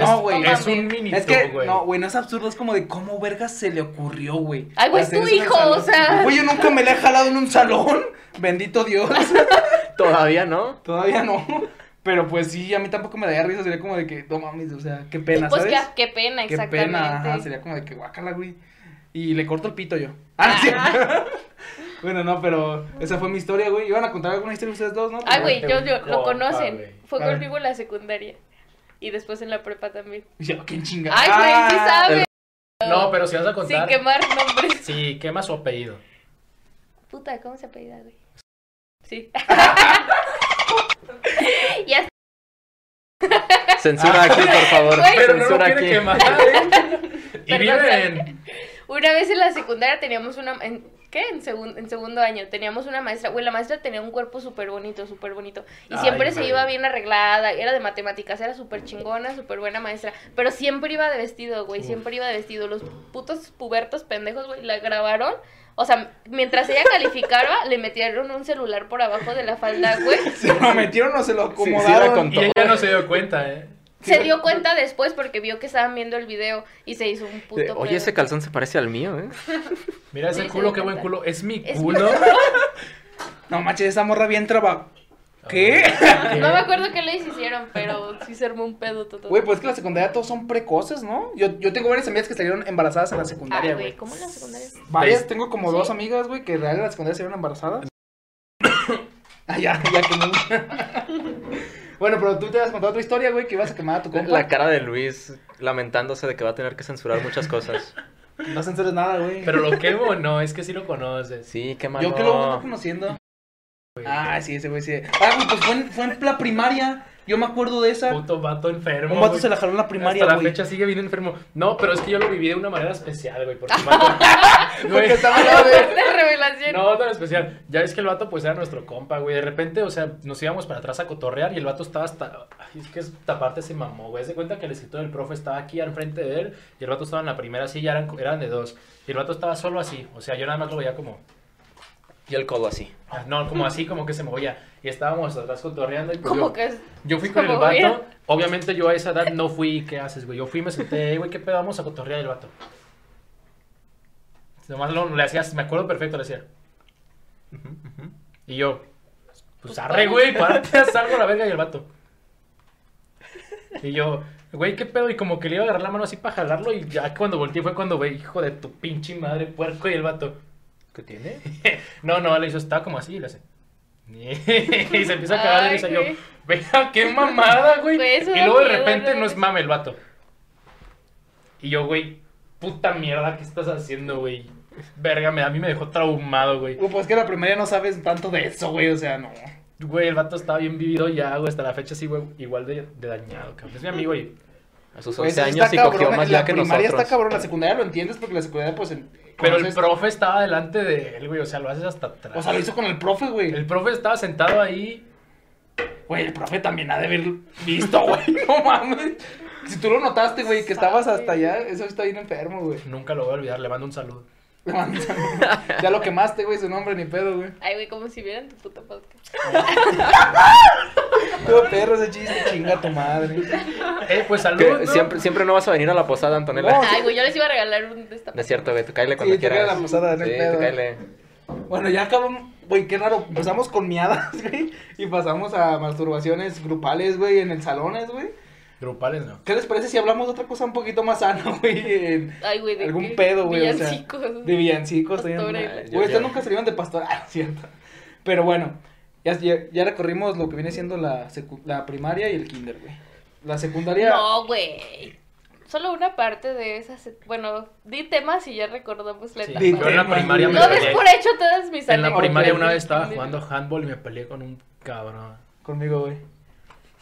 A: No, güey,
E: Es
B: mames.
E: un mini
A: Es que,
E: güey.
A: no, güey, no es absurdo, es como de cómo vergas se le ocurrió, güey.
B: Ay, güey, es
A: hacer
B: tu
A: eso en el
B: hijo,
A: salón.
B: o sea.
A: Güey, yo nunca me le he jalado en un salón. Bendito Dios.
C: Todavía no.
A: Todavía no. Pero pues sí, a mí tampoco me daría risa. Sería como de que, no mames, o sea, qué pena,
B: Pues
A: ¿sabes?
B: ya, qué pena,
A: qué
B: exactamente.
A: pena. ajá, sería como de que guácala, güey. Y le corto el pito yo. Ah, sí. bueno, no, pero esa fue mi historia, güey. Iban a contar alguna historia ustedes dos, ¿no?
B: Ay,
A: Pero-
B: güey, yo, yo-
E: Compa,
B: lo conocen.
E: güey.
B: Fue
A: A ver.
B: conmigo en la secundaria. Y después en la prepa también.
A: Ya, ¿Quién chinga?
B: Ay, güey, sí
A: Ah,
B: sabe.
E: No, pero si vas a
B: Sin
E: contar.
B: quemar nombres.
E: Sí, quema su apellido.
B: Puta, ¿cómo se apellida, güey? Sí. ya está,
A: Ah.
C: Censura aquí, por favor.
B: Güey.
E: Pero no lo
C: Censura
E: quiere
C: aquí.
E: quemar. ¿eh? y
B: Perdón,
E: vive en.
B: Una vez en la secundaria teníamos una... En, ¿Qué? En, segun- en segundo año teníamos una maestra. Güey, la maestra tenía un cuerpo súper bonito, súper bonito. Y
E: Ay,
B: siempre se
E: güey.
B: iba bien arreglada. Era de matemáticas, era súper chingona, súper buena maestra. Pero siempre iba de vestido, güey.
E: Uf.
B: Siempre iba de vestido. Los putos pubertos pendejos, güey, la grabaron. O sea, mientras ella calificaba, le metieron un celular por abajo de la falda, güey.
A: ¿Se lo metieron o se lo
C: Sí, sí la
A: acomodaron?
E: Y
C: contó.
E: ella no se dio cuenta, ¿eh?
B: Se dio cuenta después porque vio que estaban viendo el video y se hizo un puto.
C: Eh, Oye,
B: pedo.
C: ese calzón se parece al mío, ¿eh?
E: Mira ese
B: Sí, se
E: culo,
B: dio
E: qué buen
B: cuenta.
E: culo. Es mi
B: Es mi
E: culo.
A: no manches, esa morra bien traba. ¿Qué?
B: No me acuerdo qué les hicieron, pero sí se armó un pedo todo.
A: Güey, pues es que la secundaria todos son precoces, ¿no? Yo, yo tengo varias amigas que salieron embarazadas en la
B: Ay,
A: secundaria,
B: güey,
A: güey.
B: ¿cómo en la secundaria?
A: Varias,
E: Ve-
A: tengo como dos amigas, güey, que real en la secundaria se vieron embarazadas. ah, ya, ya que bueno, pero tú te has contado otra historia, güey, que ibas a quemar a tu compa.
C: La cara de Luis lamentándose de que va a tener que censurar muchas cosas.
A: No censures nada, güey.
E: Pero lo quemo o no, es que sí lo conoces.
C: Sí, qué malo.
A: Yo que lo ando conociendo. Ah, sí, ese güey sí. Ah, güey, pues fue en, fue en la primaria. Yo me acuerdo de esa.
E: Puto vato enfermo.
A: Un vato
E: güey.
A: se la jaló en la
E: Hasta
A: primaria,
E: la
A: güey.
E: fecha sigue bien enfermo. No, pero es que yo lo viví de una manera especial, güey. Porque el vato,
A: Porque estaba al lado de-
B: Fuerte revelación.
E: No, tan especial. Ya ves que el vato pues era nuestro compa, güey. De repente, o sea, nos íbamos para atrás a cotorrear y el vato estaba hasta... Ay, es que esta parte se mamó, güey. Se cuenta que el escritor del profe estaba aquí al frente de él y el vato estaba en la primera silla, eran, eran de dos. Y el vato estaba solo así, o sea, yo nada más lo veía como...
C: Y el codo así.
E: ah, No, como así, como que se movía. Y estábamos atrás cotorreando y pues,
B: Como
E: yo,
B: que es-
E: yo fui con el
B: como
E: vato.
B: bien.
E: Obviamente yo a esa edad no fui, ¿qué haces, güey? Yo fui, me senté, "Ey, güey, ¿qué pedo? Vamos a cotorrear el vato. Nomás lo, le hacías, me acuerdo perfecto, le hacía...
C: Ujú, ujú.
E: Y yo, pues arre, güey, párate, salgo a la verga y el vato. Y yo, güey, qué pedo. Y como que le iba a agarrar la mano así para jalarlo. Y ya cuando volteé fue cuando, güey, hijo de tu pinche madre, puerco. Y el vato,
C: ¿Qué tiene?
E: no, no, le hizo, estaba como así. Y le hace, y se empieza a cagar. Y
B: Ay,
E: le dice yo,
B: güey.
E: vea, qué mamada, güey.
B: Güey, eso
E: y
B: da
E: luego de
B: miedo,
E: repente
B: ¿no?
E: no es mame el vato. Y yo, güey, puta mierda, ¿qué estás haciendo, güey? Verga, me, a mí me dejó traumado, güey.
A: Güey, Pues que la primaria no sabes tanto de eso, güey. O sea, no.
E: Güey, el vato estaba bien vivido ya, güey. Hasta la fecha sí, güey, igual de, de dañado, cabrón. Es mi amigo y...
C: A sus
A: Güey, Pues, eso
C: 11
A: sí
C: años
A: está
C: sí cogió
A: cabrón,
C: más
A: la
C: ya que
A: primaria
C: nosotros.
A: está cabrón, la secundaria lo entiendes porque la secundaria, pues. en-
E: Pero el
A: conoces-
E: profe estaba delante de él, güey. O sea, lo haces hasta atrás.
A: O sea, lo hizo con el profe, güey.
E: El profe estaba sentado ahí.
A: Güey, el profe también ha de haber visto, güey. No mames. Si tú lo notaste, güey, que estabas hasta allá, eso está bien enfermo, güey.
E: Nunca lo voy a olvidar. Le mando un saludo.
A: Ya lo quemaste, güey, su nombre, ni pedo, güey.
B: Ay, güey, como si vieran tu puta podcast.
A: Todo perro ese chiste, chinga tu madre.
E: Eh, pues saludos.
C: Que
E: ¿no?
C: Siempre, siempre no vas a venir a la posada, Antonella.
A: No.
B: Ay, güey, yo les iba a regalar un
C: No es
B: destapador.
C: cierto, güey. Tú cáele cuando
A: Sí, tú cáele
C: quieras.
A: a la posada, no hay
C: Sí, tú
A: pedo.
C: cáele.
A: Bueno, ya acabamos, güey, qué raro. Empezamos con miadas, güey, y pasamos a masturbaciones grupales, güey, en el salones, güey.
E: Grupales, no.
A: ¿Qué les parece si hablamos de otra cosa un poquito más sana, güey? en-
B: Ay, güey, de
A: Algún
B: qué?
A: pedo, güey, o sea,
B: Villancicos.
A: De villancicos, también.
B: Pastores.
A: Güey,
C: Yo-
A: estos
C: yo-
A: nunca salieron de pastor, ah, cierto. Pero bueno, ya, ya, ya recorrimos lo que viene siendo la, secu- la primaria y el kinder, güey. La secundaria.
B: No, güey. Solo una parte de esas. Bueno, di temas y ya recordamos la
E: Sí,
B: etapa.
A: Di
E: yo en la
A: tema,
E: primaria me
A: güey.
B: No des
E: peleé.
B: por hecho todas mis
E: En la
B: anécdotas.
E: primaria una
B: del
E: vez estaba
B: kinder.
E: jugando handball y me peleé con un cabrón.
A: Conmigo, güey.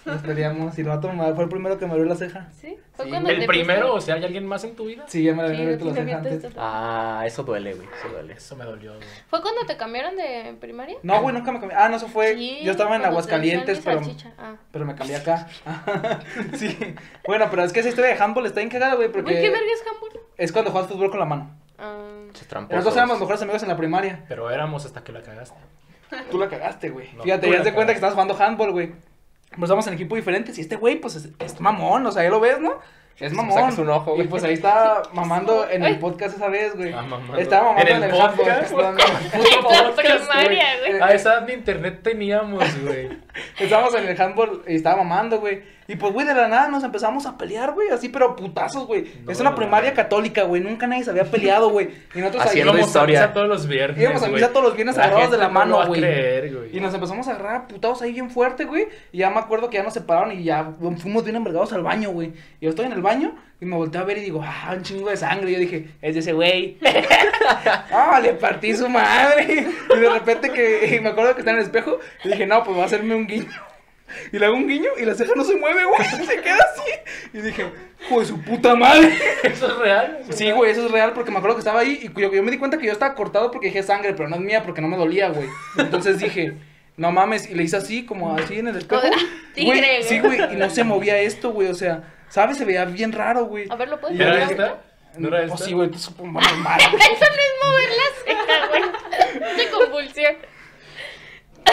A: Nos peleamos y el vato me- fue el primero que me abrió la ceja.
B: ¿Sí? ¿Fue
A: Sí.
B: cuando
E: ¿El
B: te
E: primero? O sea, ¿hay alguien más en tu vida?
A: Sí, ya me la
B: pusieron-
A: habían abierto
B: Sí, tú
A: la
B: te
A: ceja antes.
B: avientas todo.
C: Ah, eso duele, güey. Eso duele.
E: Eso me dolió, güey.
B: ¿Fue cuando te cambiaron de primaria?
A: No, güey, nunca me cambié. Ah, no, eso fue.
B: Sí,
A: yo estaba en
B: cuando te
A: Aguascalientes,
B: hicieron
A: pero,
B: mi salchicha. Ah.
A: pero me cambié acá. sí. Bueno, pero es que esa historia de handball está bien cagada, güey, porque
B: Güey, ¿qué verga es Hamburgo?
A: es cuando juegas fútbol con la mano.
B: Ah,
C: Se trampó.
A: Nosotros éramos mejores amigos en la primaria.
E: Pero éramos hasta que la cagaste.
A: Tú la cagaste, güey.
E: No,
A: Fíjate,
E: tú
A: ya
E: la
A: te cuenta
E: cagaste.
A: que estás jugando handball, güey. Nos vamos en equipos diferentes y este güey, pues, es, es mamón, o sea, ya lo ves, ¿no? Es
C: me
A: mamón.
C: sacas un ojo,
A: y
C: güey.
A: pues ahí estaba mamando en el
B: Ay.
A: podcast esa vez, güey.
E: Ah, mamando.
A: Estaba mamando en
E: ¿En
A: el,
E: el
A: handball.
E: podcast?
A: Estaba-
B: la primaria,
E: güey.
B: güey.
E: A esa edad ni internet teníamos, güey.
A: Estábamos en el handball y estaba mamando, güey. Y pues, güey, de la nada nos empezamos a pelear, güey. Así, pero putazos, güey.
E: No,
A: es una
E: no,
A: primaria
E: no.
A: católica, güey. Nunca nadie se había peleado, güey. Y nosotros ahí
C: Haciendo
E: Íbamos a
C: historia.
E: misa todos los viernes.
A: íbamos a misa
E: güey.
A: todos los viernes
E: La
A: agarrados de
E: gente
A: la
E: no
A: mano,
E: lo va a
A: güey.
E: creer, güey.
A: Y nos empezamos a agarrar a putados ahí bien fuerte, güey. Y ya me acuerdo que ya nos separaron y ya fuimos bien envergados al baño, güey. Y yo estoy en el baño y me volteo a ver y digo, ah, un chingo de sangre. Y yo dije, es de ese güey. ah, le partí su madre. Y de repente que y me acuerdo que está en el espejo y dije, no, pues va a hacerme un guiño. Y le hago un guiño y la ceja no se mueve, güey. Se queda así. Y dije, pues su puta madre.
E: Eso es real.
A: Sí, güey, eso es real porque me acuerdo que estaba ahí y yo, yo me di cuenta que yo estaba cortado porque dije sangre, pero no es mía porque no me dolía, güey. Entonces dije, no mames, y le hice así, como así en el espejo.
B: Como de,
A: Güey,
B: tigre,
A: sí,
B: güey.
A: güey, y no se movía esto, güey, o sea, ¿sabes? Se veía bien raro, güey.
B: A ver, ¿lo puedes
E: ¿Y era
B: poner?
E: esta? ¿No era esta?
A: Pues sí, güey, tú supongo normal.
B: Eso no es mover la ceja, güey. De convulsión.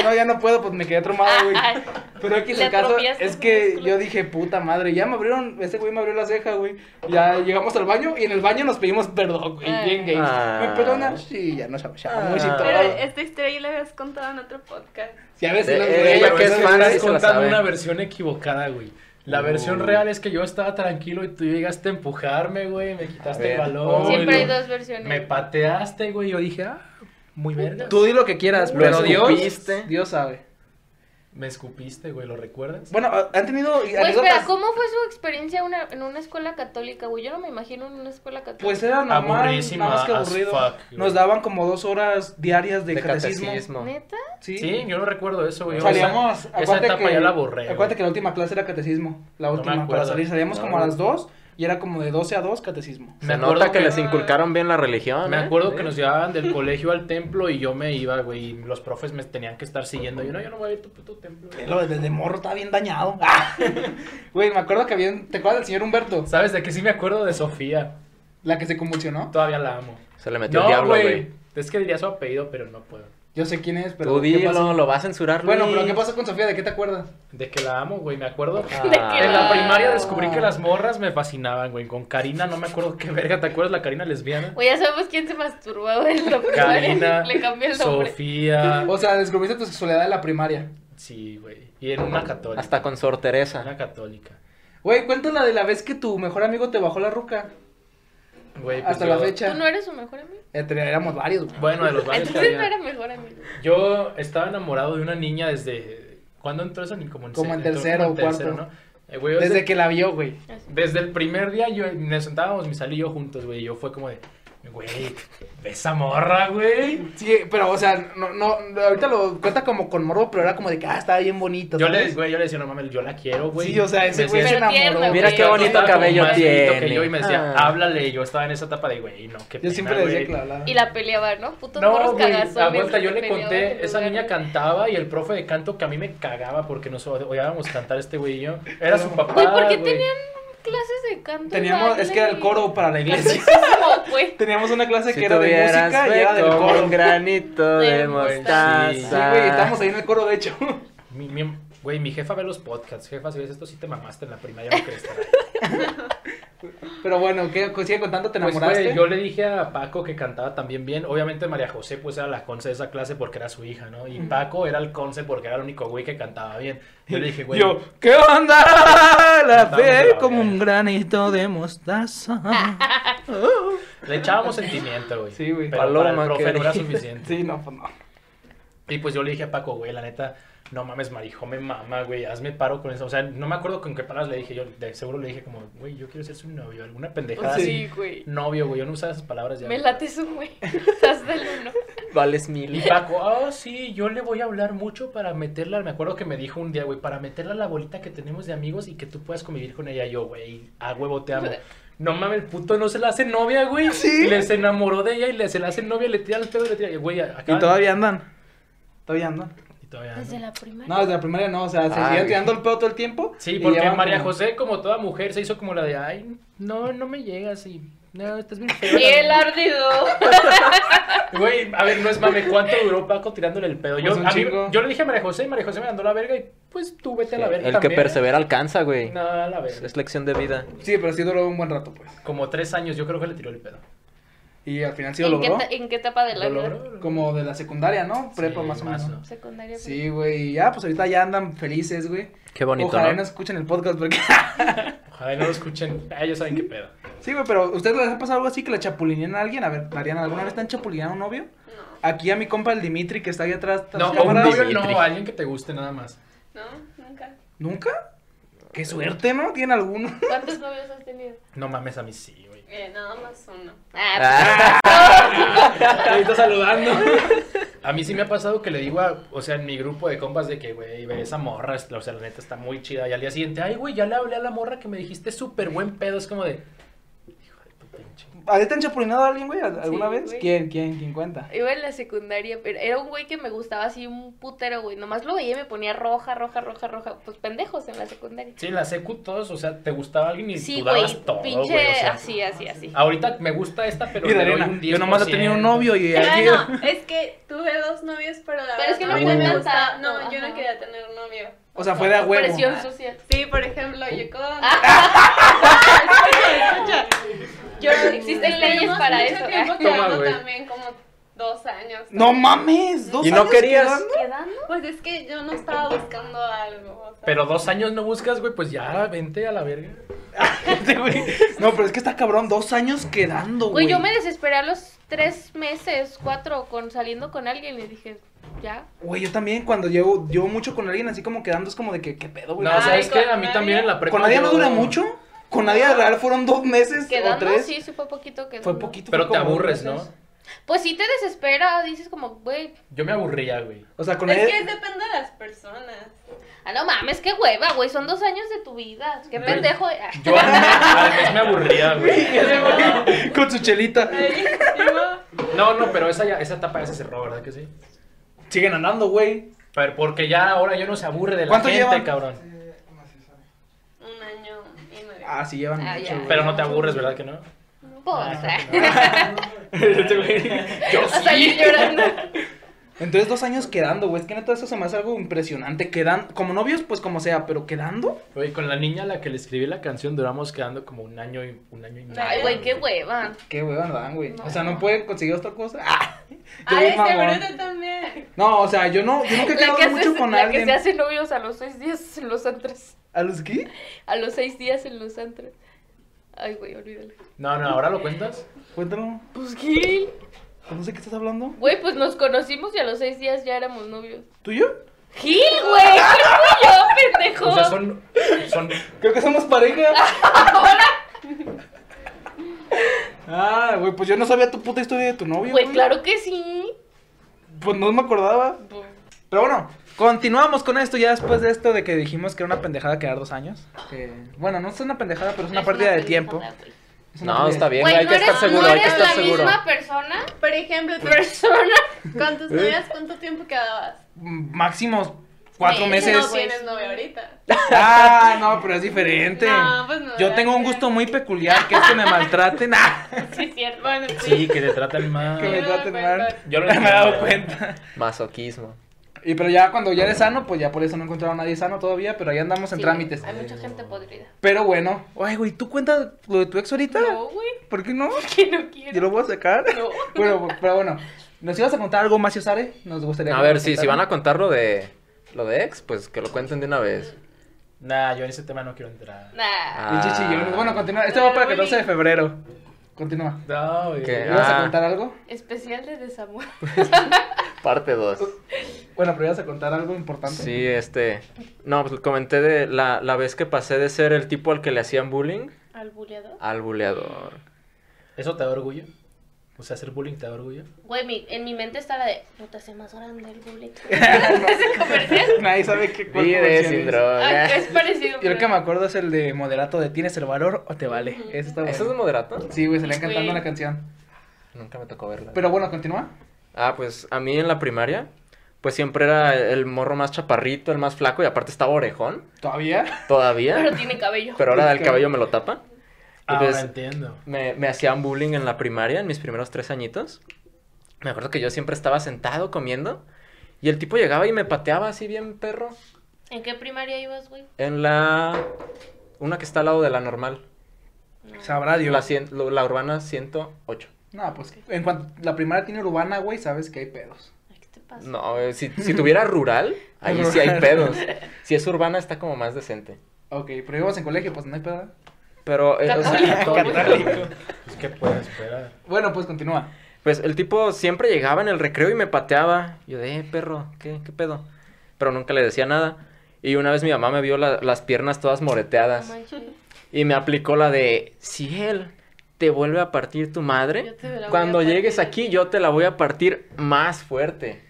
A: No, ya no puedo, pues me quedé tromado, güey.
B: Ay.
A: Pero aquí
B: Le
A: el caso
B: atrofiaste
A: es
B: su
A: que
B: músculo.
A: yo dije, puta madre, ya me abrieron, ese güey me abrió la ceja, güey. Ya llegamos al baño y en el baño nos pedimos perdón, güey,
B: Ah.
A: bien gays.
C: Ah.
A: Me perdonan, sí, ya nos abrazamos y
C: Ah.
A: todo.
D: Pero esta historia ya la habías contado en otro podcast.
A: Ya ves,
C: Eh,
A: los
C: eh,
A: güeyes,
C: ella
A: güey,
C: que es
A: esos
C: fan,
E: Estás
A: güeyes.
C: sí se la
E: contando
C: sabe.
E: una versión equivocada, güey. La versión
C: Uh.
E: real es que yo estaba tranquilo y tú llegaste a empujarme, güey. Me quitaste el
C: A ver.
E: balón.
B: Siempre hay
E: lo-
B: dos versiones.
E: Me pateaste, güey. Yo dije, ah, muy verga.
A: Tú di lo que quieras,
C: Lo
A: pero Dios,
C: escupiste.
A: Dios sabe.
E: Me escupiste, güey. ¿Lo recuerdas?
A: Bueno, ah, han tenido
B: Güey, espera,
A: anécdotas?
B: Pues, ¿cómo fue su experiencia una- en una escuela católica, güey? Yo no me imagino en una escuela católica.
A: Pues era normal,
E: Aburrísima
A: nada más que
E: as
A: aburrido.
E: fuck, güey.
A: Nos daban como dos horas diarias de,
C: de
A: catecismo.
C: catecismo.
B: ¿Neta?
A: Sí.
E: Sí, yo no recuerdo eso, güey. Yo
A: Salíamos,
E: esa, esa
A: acuérdate
E: etapa
A: que,
E: ya la borré.
A: acuérdate
E: güey.
A: que la última clase era catecismo, la
E: No me
A: última para
E: acuerdo.
A: salir. Salíamos
C: No,
A: como a las dos y era como de 12 a 2 catecismo.
E: Me
C: Se
E: acuerdo
C: nota que,
E: que-
C: les inculcaron bien la religión.
E: Me
C: ¿eh?
E: acuerdo
C: Sí.
E: que nos llevaban del colegio al templo y yo me iba, güey, y los profes me tenían que estar siguiendo. Yo no, yo no voy a ir a tu puto templo. güey".
A: Lo desde morro estaba bien dañado. Güey, me acuerdo que había. un- ¿Te acuerdas del señor Humberto?
E: ¿Sabes de qué sí me acuerdo de Sofía?
A: La que se convulsionó.
E: Todavía la amo.
C: Se le metió el
E: No,
C: diablo, güey.
E: güey. Es que diría su apellido, pero no puedo.
A: Yo sé quién es, pero.
C: Tú
A: ¿qué pasó?
C: dilo, lo va a censurar,
A: Bueno, pero
C: Luis.
A: ¿qué pasó con Sofía? ¿De qué te acuerdas?
E: De que la amo, güey, me acuerdo.
C: Ah.
E: En la
B: Ah.
E: primaria descubrí que las morras me fascinaban, güey. Con Karina, no me acuerdo qué verga, ¿te acuerdas la Karina lesbiana?
B: Güey, ya sabemos quién se masturbaba en la primaria.
E: Karina,
B: Le cambié el nombre.
E: Sofía.
A: O sea, descubriste tu sexualidad en la primaria.
E: Sí, güey. Y era una católica.
C: Hasta con Sor
E: Una
C: Teresa.
E: católica.
A: Güey, cuéntala de la vez que tu mejor amigo te bajó la ruca.
E: Güey, pues
A: Hasta
E: yo-
A: la fecha.
B: ¿Tú no eres su mejor amigo?
A: Eh, te- éramos varios, güey.
E: Bueno, de los varios que
B: Entonces no
E: había.
B: era mejor amigo.
E: Yo estaba enamorado de una niña desde. ¿Cuándo entró esa niña? Como en,
A: Como
E: se-
A: en
E: entró
A: tercero o cuarto.
E: ¿no? Eh, güey,
A: Desde
E: desde,
A: que la vio, güey.
B: Así.
E: desde el primer día yo, nos sentábamos, mi sal y yo juntos, güey. y Yo fue como de. Güey, esa morra, güey.
A: Sí, pero, o sea, no, no, no, ahorita lo cuenta como con morbo, pero era como de que, ah, estaba bien bonito.
E: Yo le,
A: ¿sabes?
E: güey, yo le decía, no mames, yo la quiero, güey.
A: Sí, o sea, ese
E: Me
A: güey se
E: decía-
B: Pero tierno,
A: enamoró.
B: güey.
C: Mira qué bonito
E: Estaba como
C: cabello
E: más viejito
C: tiene.
E: que yo y me decía,
C: Ah.
E: háblale. Yo estaba en esa etapa de, güey, no, qué
A: Yo
E: pena,
A: siempre decía
E: güey.
A: que la hablaba.
B: Y la peleaba, ¿no? Putos
E: No,
B: morros
E: güey,
B: cagazones.
E: la vuelta
B: que
E: yo
B: se
E: le
B: peleaban en
E: conté, esa
B: lugar
E: niña
B: de-
E: cantaba y el profe de canto que a mí me cagaba porque nos odiábamos cantar este güey y yo. Era su papá,
B: Güey, ¿por qué
E: Ah, güey.
B: tenían clases de canto? y
A: Teníamos, es que era el
B: baile?
A: coro para la iglesia.
B: No, güey.
A: Teníamos una clase que
C: Si
A: era de
C: tuvieras
A: música y
C: fe
A: era del
C: como
A: coro.
C: un granito
B: De
C: de
B: mostaza.
C: mostaza.
E: Sí,
A: Sí, güey, estamos ahí en el coro, de hecho.
E: Mi, mi- güey, mi jefa ve los podcasts. Jefa, si ves esto, sí te mamaste en la primaria, no crees. caray.
A: Pero bueno, ¿qué? Sigue contando, ¿te
E: Pues,
A: enamoraste?
E: güey, yo le dije a Paco que cantaba también bien. Obviamente María José pues era la conce de esa clase porque era su hija, ¿no? Y Paco era el conce porque era el único güey que cantaba bien. Yo le dije, güey,
A: Yo, ¿qué onda? La
E: Estamos de
A: fe
E: la
A: como
E: verga.
A: un granito de mostaza.
E: le echábamos sentimiento, güey.
A: Sí, güey.
E: Pero para el
C: Paloma,
E: profe
C: que-
E: no era suficiente.
A: Sí, no, pues no.
E: Y pues yo le dije a Paco, güey, la neta, no mames, marijo, me mama, güey, hazme paro con eso. O sea, no me acuerdo con qué palabras le dije. Yo de seguro le dije como, güey, yo quiero ser su novio, alguna pendejada
B: Sí,
E: así.
B: güey.
E: Novio, güey, yo no usaba esas palabras Ah, ya.
B: Me
E: güey.
B: late su güey. Estás del uno.
C: Vales
E: Y
C: mil.
E: Paco, ah, sí, yo le voy a hablar mucho para meterla. Me acuerdo que me dijo un día, güey, para meterla a la bolita que tenemos de amigos y que tú puedas convivir con ella. Yo, güey, a huevo te amo. No mames, el puto no se la hace novia, güey.
A: Sí.
E: Les enamoró de ella y le, se la hace novia, le tira el pedo, le tira. y, Güey, acá.
A: Y todavía andan. Todavía andan.
E: Y todavía,
B: Desde
E: ¿no?
B: Pues la primaria.
A: No, desde la primaria no, o sea, se
C: Ay.
A: siguen tirando el pedo todo el tiempo.
E: Sí,
A: y ya
E: porque
A: van
E: María
A: como-
E: José, como toda mujer, se hizo como la de, ay, no, no me llegas y. No, estás bien feo.
B: Y el ardido.
E: Güey, a ver, no es mame, ¿cuánto duró Paco tirándole el pedo? Yo,
A: Pues un
E: a mí-
A: chingo.
E: yo le dije a María José, María José me mandó la verga y pues tú vete a la verga.
C: El que
A: ¿eh?
E: también. ¿eh?
C: persevera alcanza, güey.
E: No, a la verga.
C: Es lección de vida.
A: Sí, pero sí duró un buen rato, pues.
E: Como tres años, yo creo que le tiró el pedo.
A: Y al final sí lo
B: ¿En qué,
A: logró.
B: ta- en qué etapa de la
E: ¿Lo
B: vida?
E: logró?
A: Como de la secundaria, ¿no?
E: Sí,
A: Prepa más o menos.
E: ¿no?
B: Secundaria.
A: Sí, güey, y ya, pues ahorita ya andan felices, güey.
C: Qué bonito,
A: Ojalá
C: ¿no?
A: no escuchen el podcast porque...
E: Ojalá y no lo escuchen. Ah, Ellos saben qué pedo.
A: sí, güey, pero ¿ustedes les ha pasado algo así que le chapulinean a alguien? A ver, Mariana, ¿alguna vez te han chapulineado a un novio?
D: No,
A: Aquí a mi compa el Dimitri que está ahí atrás. tras
E: No,
A: cámaras.
E: o un novio
C: Dimitri.
E: no, alguien que te guste nada más.
D: no, nunca.
A: ¿Nunca? Qué suerte, ¿no? ¿Tiene alguno?
B: ¿Cuántos novios has tenido?
E: No mames, a mí sí, güey.
D: Eh, nada más uno.
B: Ah,
C: Ah,
E: Ahorita saludando. A mí sí me ha pasado que le digo a, o sea, en mi grupo de compas de que, güey, ve esa morra, es- o sea, la neta está muy chida. Y al día siguiente, ay, güey, ya le hablé a la morra que me dijiste súper buen pedo. Es como de, hijo de tu pinche.
A: ¿A ti te han chapulineado a alguien, güey? ¿Al- ¿Alguna
B: Sí,
A: vez?
B: güey.
A: ¿Quién? ¿Quién? ¿Quién cuenta?
B: pues, Iba en la secundaria, pero era un güey que me gustaba así un putero, güey. Nomás lo veía y me ponía roja, roja, roja, roja. Pues pendejos en la secundaria.
E: Sí, en la secu todos, o sea, te gustaba alguien y
B: Sí,
E: tú
B: güey.
E: dabas todo, güey. O
B: pinche
E: sea,
B: así, así, así.
E: ahorita me gusta esta, pero
A: Mira,
E: le doy
A: Elena,
E: un 10%.
A: yo nomás he tenido un novio y aquí...
D: Pero no, es que tuve dos novios, pero la
B: Pero
D: verdad
B: es que no
D: me
B: cuentan
D: gustaba-
B: tanto,
D: No, yo
B: ajá.
D: no quería tener novio.
A: O sea, fue de a Ah, huevo.
B: Presión social.
D: Sí, por ejemplo, yo con... Yo,
B: Existen leyes
D: tenemos
B: para
D: mucho
B: eso.
D: tiempo
B: Ah.
D: quedando
E: Toma, güey.
D: también como dos años.
A: ¡No mames! ¿Dos
C: Y no
A: años
C: querías.
A: quedando?
B: ¿Quedando?
D: Pues es que yo no estaba buscando algo. o sea,
E: Pero dos años no buscas, güey, pues ya, vente a la verga.
A: Sí, Este güey. No, pero es que está cabrón. Dos años quedando, güey.
B: Güey, yo me desesperé a los tres meses, cuatro, con saliendo con alguien y dije, ya.
A: Güey, yo también cuando llevo, llevo mucho con alguien así como quedando es como de que, ¿qué pedo, güey? Ah,
E: No, ¿sabes
D: con
E: qué? A mí
D: nadie.
E: también en la prepa.
A: ¿Con nadie no
E: yo-
A: dura mucho? ¿Con nadie de real fueron dos meses o
B: Quedando,
A: tres?
B: sí, sí fue poquito quedando.
A: Fue poquito.
E: Pero
A: fue
E: te
A: como dos
E: aburres, ¿no?
A: meses.
B: Pues sí te desespera, dices como, güey.
E: Yo me aburría, güey.
A: O sea, con
D: Es
A: nadie...
D: que depende de las personas.
B: Ah, no mames, qué hueva, güey. Son dos años de tu vida. Qué
E: Güey,
B: pendejo. ah, era.
E: Yo además me aburría, güey.
A: Con su chelita.
B: Eh.
E: No, no, pero esa, ya, esa etapa ya se cerró, ¿verdad que sí?
A: Siguen andando, güey.
E: Pero porque ya ahora yo no se aburre de la
A: ¿Cuánto
E: gente,
A: llevan?
E: cabrón.
D: Un año y medio.
A: Ah, sí, llevan
B: Ah,
A: mucho,
B: ya.
A: güey.
E: Pero no te aburres, ¿verdad que no?
B: Pues,
A: Este güey.
E: Yo
B: o sea,
E: sí.
B: ir llorando.
A: Entonces, dos años quedando, güey. Es que neta, eso se me hace algo impresionante. Quedan, como novios, pues como sea, pero quedando.
E: Güey, con la niña a la que le escribí la canción duramos quedando como un año y un año y medio.
B: Ay, güey, qué hueva.
A: Qué hueva dan, güey. O sea, no pueden conseguir otra cosa. ¡Ah! Yo
D: Ay,
A: bien mamón.
D: seguro tú también.
A: No, o sea, yo no, yo nunca he
B: La
A: quedado
B: que,
A: mucho
B: se,
A: con
B: la que
A: alguien.
B: se hace novios a los seis días en los antros.
A: ¿A los qué?
B: A los seis días en los antros. Ay, güey, olvídalo.
E: No, no, ¿ahora lo cuentas?
A: Cuéntalo.
B: Pues, Gil.
A: No sé qué estás hablando.
B: Güey, pues nos conocimos y a los seis días ya éramos novios.
A: ¿Tú y yo?
B: Gil, güey, ¿qué pues, fui yo, pendejo?
E: O sea, son, son
A: Creo que somos pareja. Ah, güey, pues yo no sabía tu puta historia de tu novio.
B: Güey, claro que sí.
A: Pues no me acordaba. Pero bueno, continuamos con esto ya después de esto de que dijimos que era una pendejada quedar dos años. Que, bueno, no es una pendejada, pero es una pérdida de tiempo. Es una
C: No,
A: pérdida
C: está
A: de-
C: bien,
B: Güey,
C: hay
B: no
C: que
B: eres,
C: estar seguro,
B: no
C: hay que
B: eres
C: estar
B: la
C: seguro.
B: misma persona.
D: Por ejemplo, tú-
B: Persona.
D: con
A: ¿Eh?
D: tus novias, ¿cuánto tiempo quedabas?
A: Mm, Máximo cuatro
B: Güey,
A: meses.
D: No
B: güey.
D: tienes novia ahorita.
A: Ah, no, pero es diferente.
D: No, pues no,
A: Yo tengo un gusto muy peculiar que es que me maltraten. Ah,
B: Sí, cierto.
D: Bueno,
C: Eh,
D: sí.
E: Sí, que te tratan mal.
A: que me
D: me he dado
A: traten
D: cuenta.
A: mal.
E: Yo lo
A: me he dado
E: entiendo.
A: cuenta.
C: Masoquismo.
A: Y pero ya cuando ya eres sano, pues ya por eso no he encontrado a nadie sano todavía, pero ahí andamos en
B: Sí,
A: trámites.
B: Hay mucha gente podrida.
A: Pero bueno, ay, güey, ¿tú cuentas lo de tu ex ahorita?
B: No, güey,
A: ¿Por qué no?
B: que no
A: Yo
B: quiero.
A: lo voy a sacar.
B: No.
A: Bueno, pero bueno, ¿nos ibas a contar algo más, Yosare? Nos gustaría.
C: A ver, sí, si van a contar lo de lo de ex, pues que lo cuenten de una vez.
E: Nah, yo en ese tema no quiero entrar.
B: Nah.
A: El chichillones. Bueno, continúa. Este va para el 14 de febrero. Continúa.
E: No, güey.
C: ¿Qué?
A: ¿Ibas a
C: Ah.
A: contar algo?
B: Especial de desamor.
C: Parte 2.
A: Bueno, pero ibas a contar algo importante.
C: Sí, este. No, pues comenté de la, la vez que pasé de ser el tipo al que le hacían bullying
B: ¿Al buleador?
C: al buleador.
A: Ah.
E: ¿Eso te da orgullo? O sea, hacer bullying te da orgullo.
B: Güey, mi- en mi mente está la de, no te hace más grande el bullying.
A: Nadie sabe qué cuál
C: Vive
A: comercial
C: sin
A: es.
C: droga.
B: Ay, es
C: ¿Eso
B: parecido.
A: Yo lo que me acuerdo es el de moderato de ¿Tienes el valor o te vale? Eso está
C: es
A: bueno.
C: moderato?
A: Sí, güey, se le encantando
B: Güey.
A: la canción.
C: Nunca me tocó verla.
A: Pero bueno, continúa.
C: Ah, pues a mí en la primaria, pues siempre era el morro más chaparrito, el más flaco y aparte estaba orejón
A: ¿Todavía?
C: todavía.
B: Pero tiene cabello.
C: Pero ahora el cabello me lo tapa.
A: Ah,
E: Ahora
A: pues
C: Entonces,
E: entiendo.
C: me, me hacían bullying en la primaria, en mis primeros tres añitos. Me acuerdo que yo siempre estaba sentado comiendo y el tipo llegaba y me pateaba así bien perro
B: ¿En qué primaria ibas, güey?
C: en la... Una que está al lado de la normal,
A: Sabrá
C: la,
A: Dios.
C: cien- lo- la urbana 108.
A: No, pues en cuanto la primera tiene urbana, güey, sabes que hay pedos.
B: Ay, ¿Qué te pasa?
C: No, eh, si, si tuviera rural, ahí sí hay pedos. Si es urbana está como más decente.
A: Ok, pero íbamos en colegio, pues no hay pedo.
C: Pero, eh, o sea,
E: Católico. Pues, ¿Qué puedes esperar?
A: Bueno, pues continúa.
C: Pues el tipo siempre llegaba en el recreo y me pateaba. Yo de, eh, perro, ¿qué, qué pedo? Pero nunca le decía nada. Y una vez mi mamá me vio la- las piernas todas
B: No
C: moreteadas
B: manches.
C: y me aplicó la de, si él te vuelve a partir tu
B: Yo
C: madre,
B: te la voy a
C: cuando llegues
B: partir".
C: aquí yo te la voy a partir más fuerte.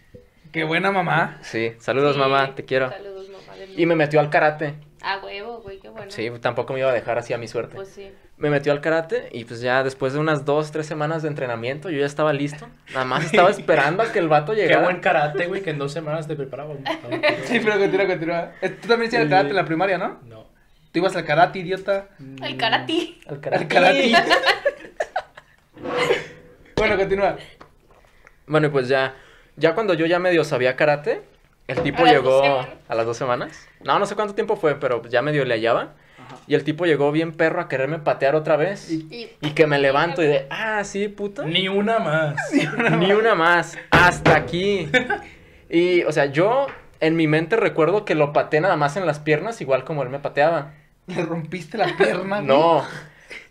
A: Qué buena mamá.
C: Sí, saludos
B: Sí.
C: mamá, te quiero.
B: Saludos, mamá. de
C: Y me metió al karate.
B: A huevo, güey, qué bueno.
C: Sí, tampoco me iba a dejar así a mi suerte.
B: Pues sí.
C: Me metió al karate y pues ya después de unas dos, tres semanas de entrenamiento yo ya estaba listo. Nada más estaba esperando a que el vato
E: Qué
C: llegara.
E: buen karate, güey, que en dos semanas te preparaba. un- para un tiro.
A: Sí, pero continúa, continúa. Eh, Tú también hiciste el
E: Sí.
A: karate en la primaria, ¿no?
E: No.
A: Tú ibas al karate, idiota.
B: El karate.
C: Al
A: Al karate. bueno, continúa.
C: Bueno, y pues ya, ya cuando yo ya medio sabía karate, el tipo
B: A las dos
C: llegó
B: semanas.
C: a las dos semanas. No, no sé cuánto tiempo fue, pero pues, ya medio le hallaba. Y el tipo llegó bien perro a quererme patear otra vez. Y,
B: Y
C: que me levanto y de, ah, sí, puto.
E: Ni una más.
C: Ni una más. Hasta aquí. Y, o sea, yo en mi mente recuerdo que lo pateé nada más en las piernas, igual como él me pateaba.
A: Le rompiste la pierna. güey.
C: No.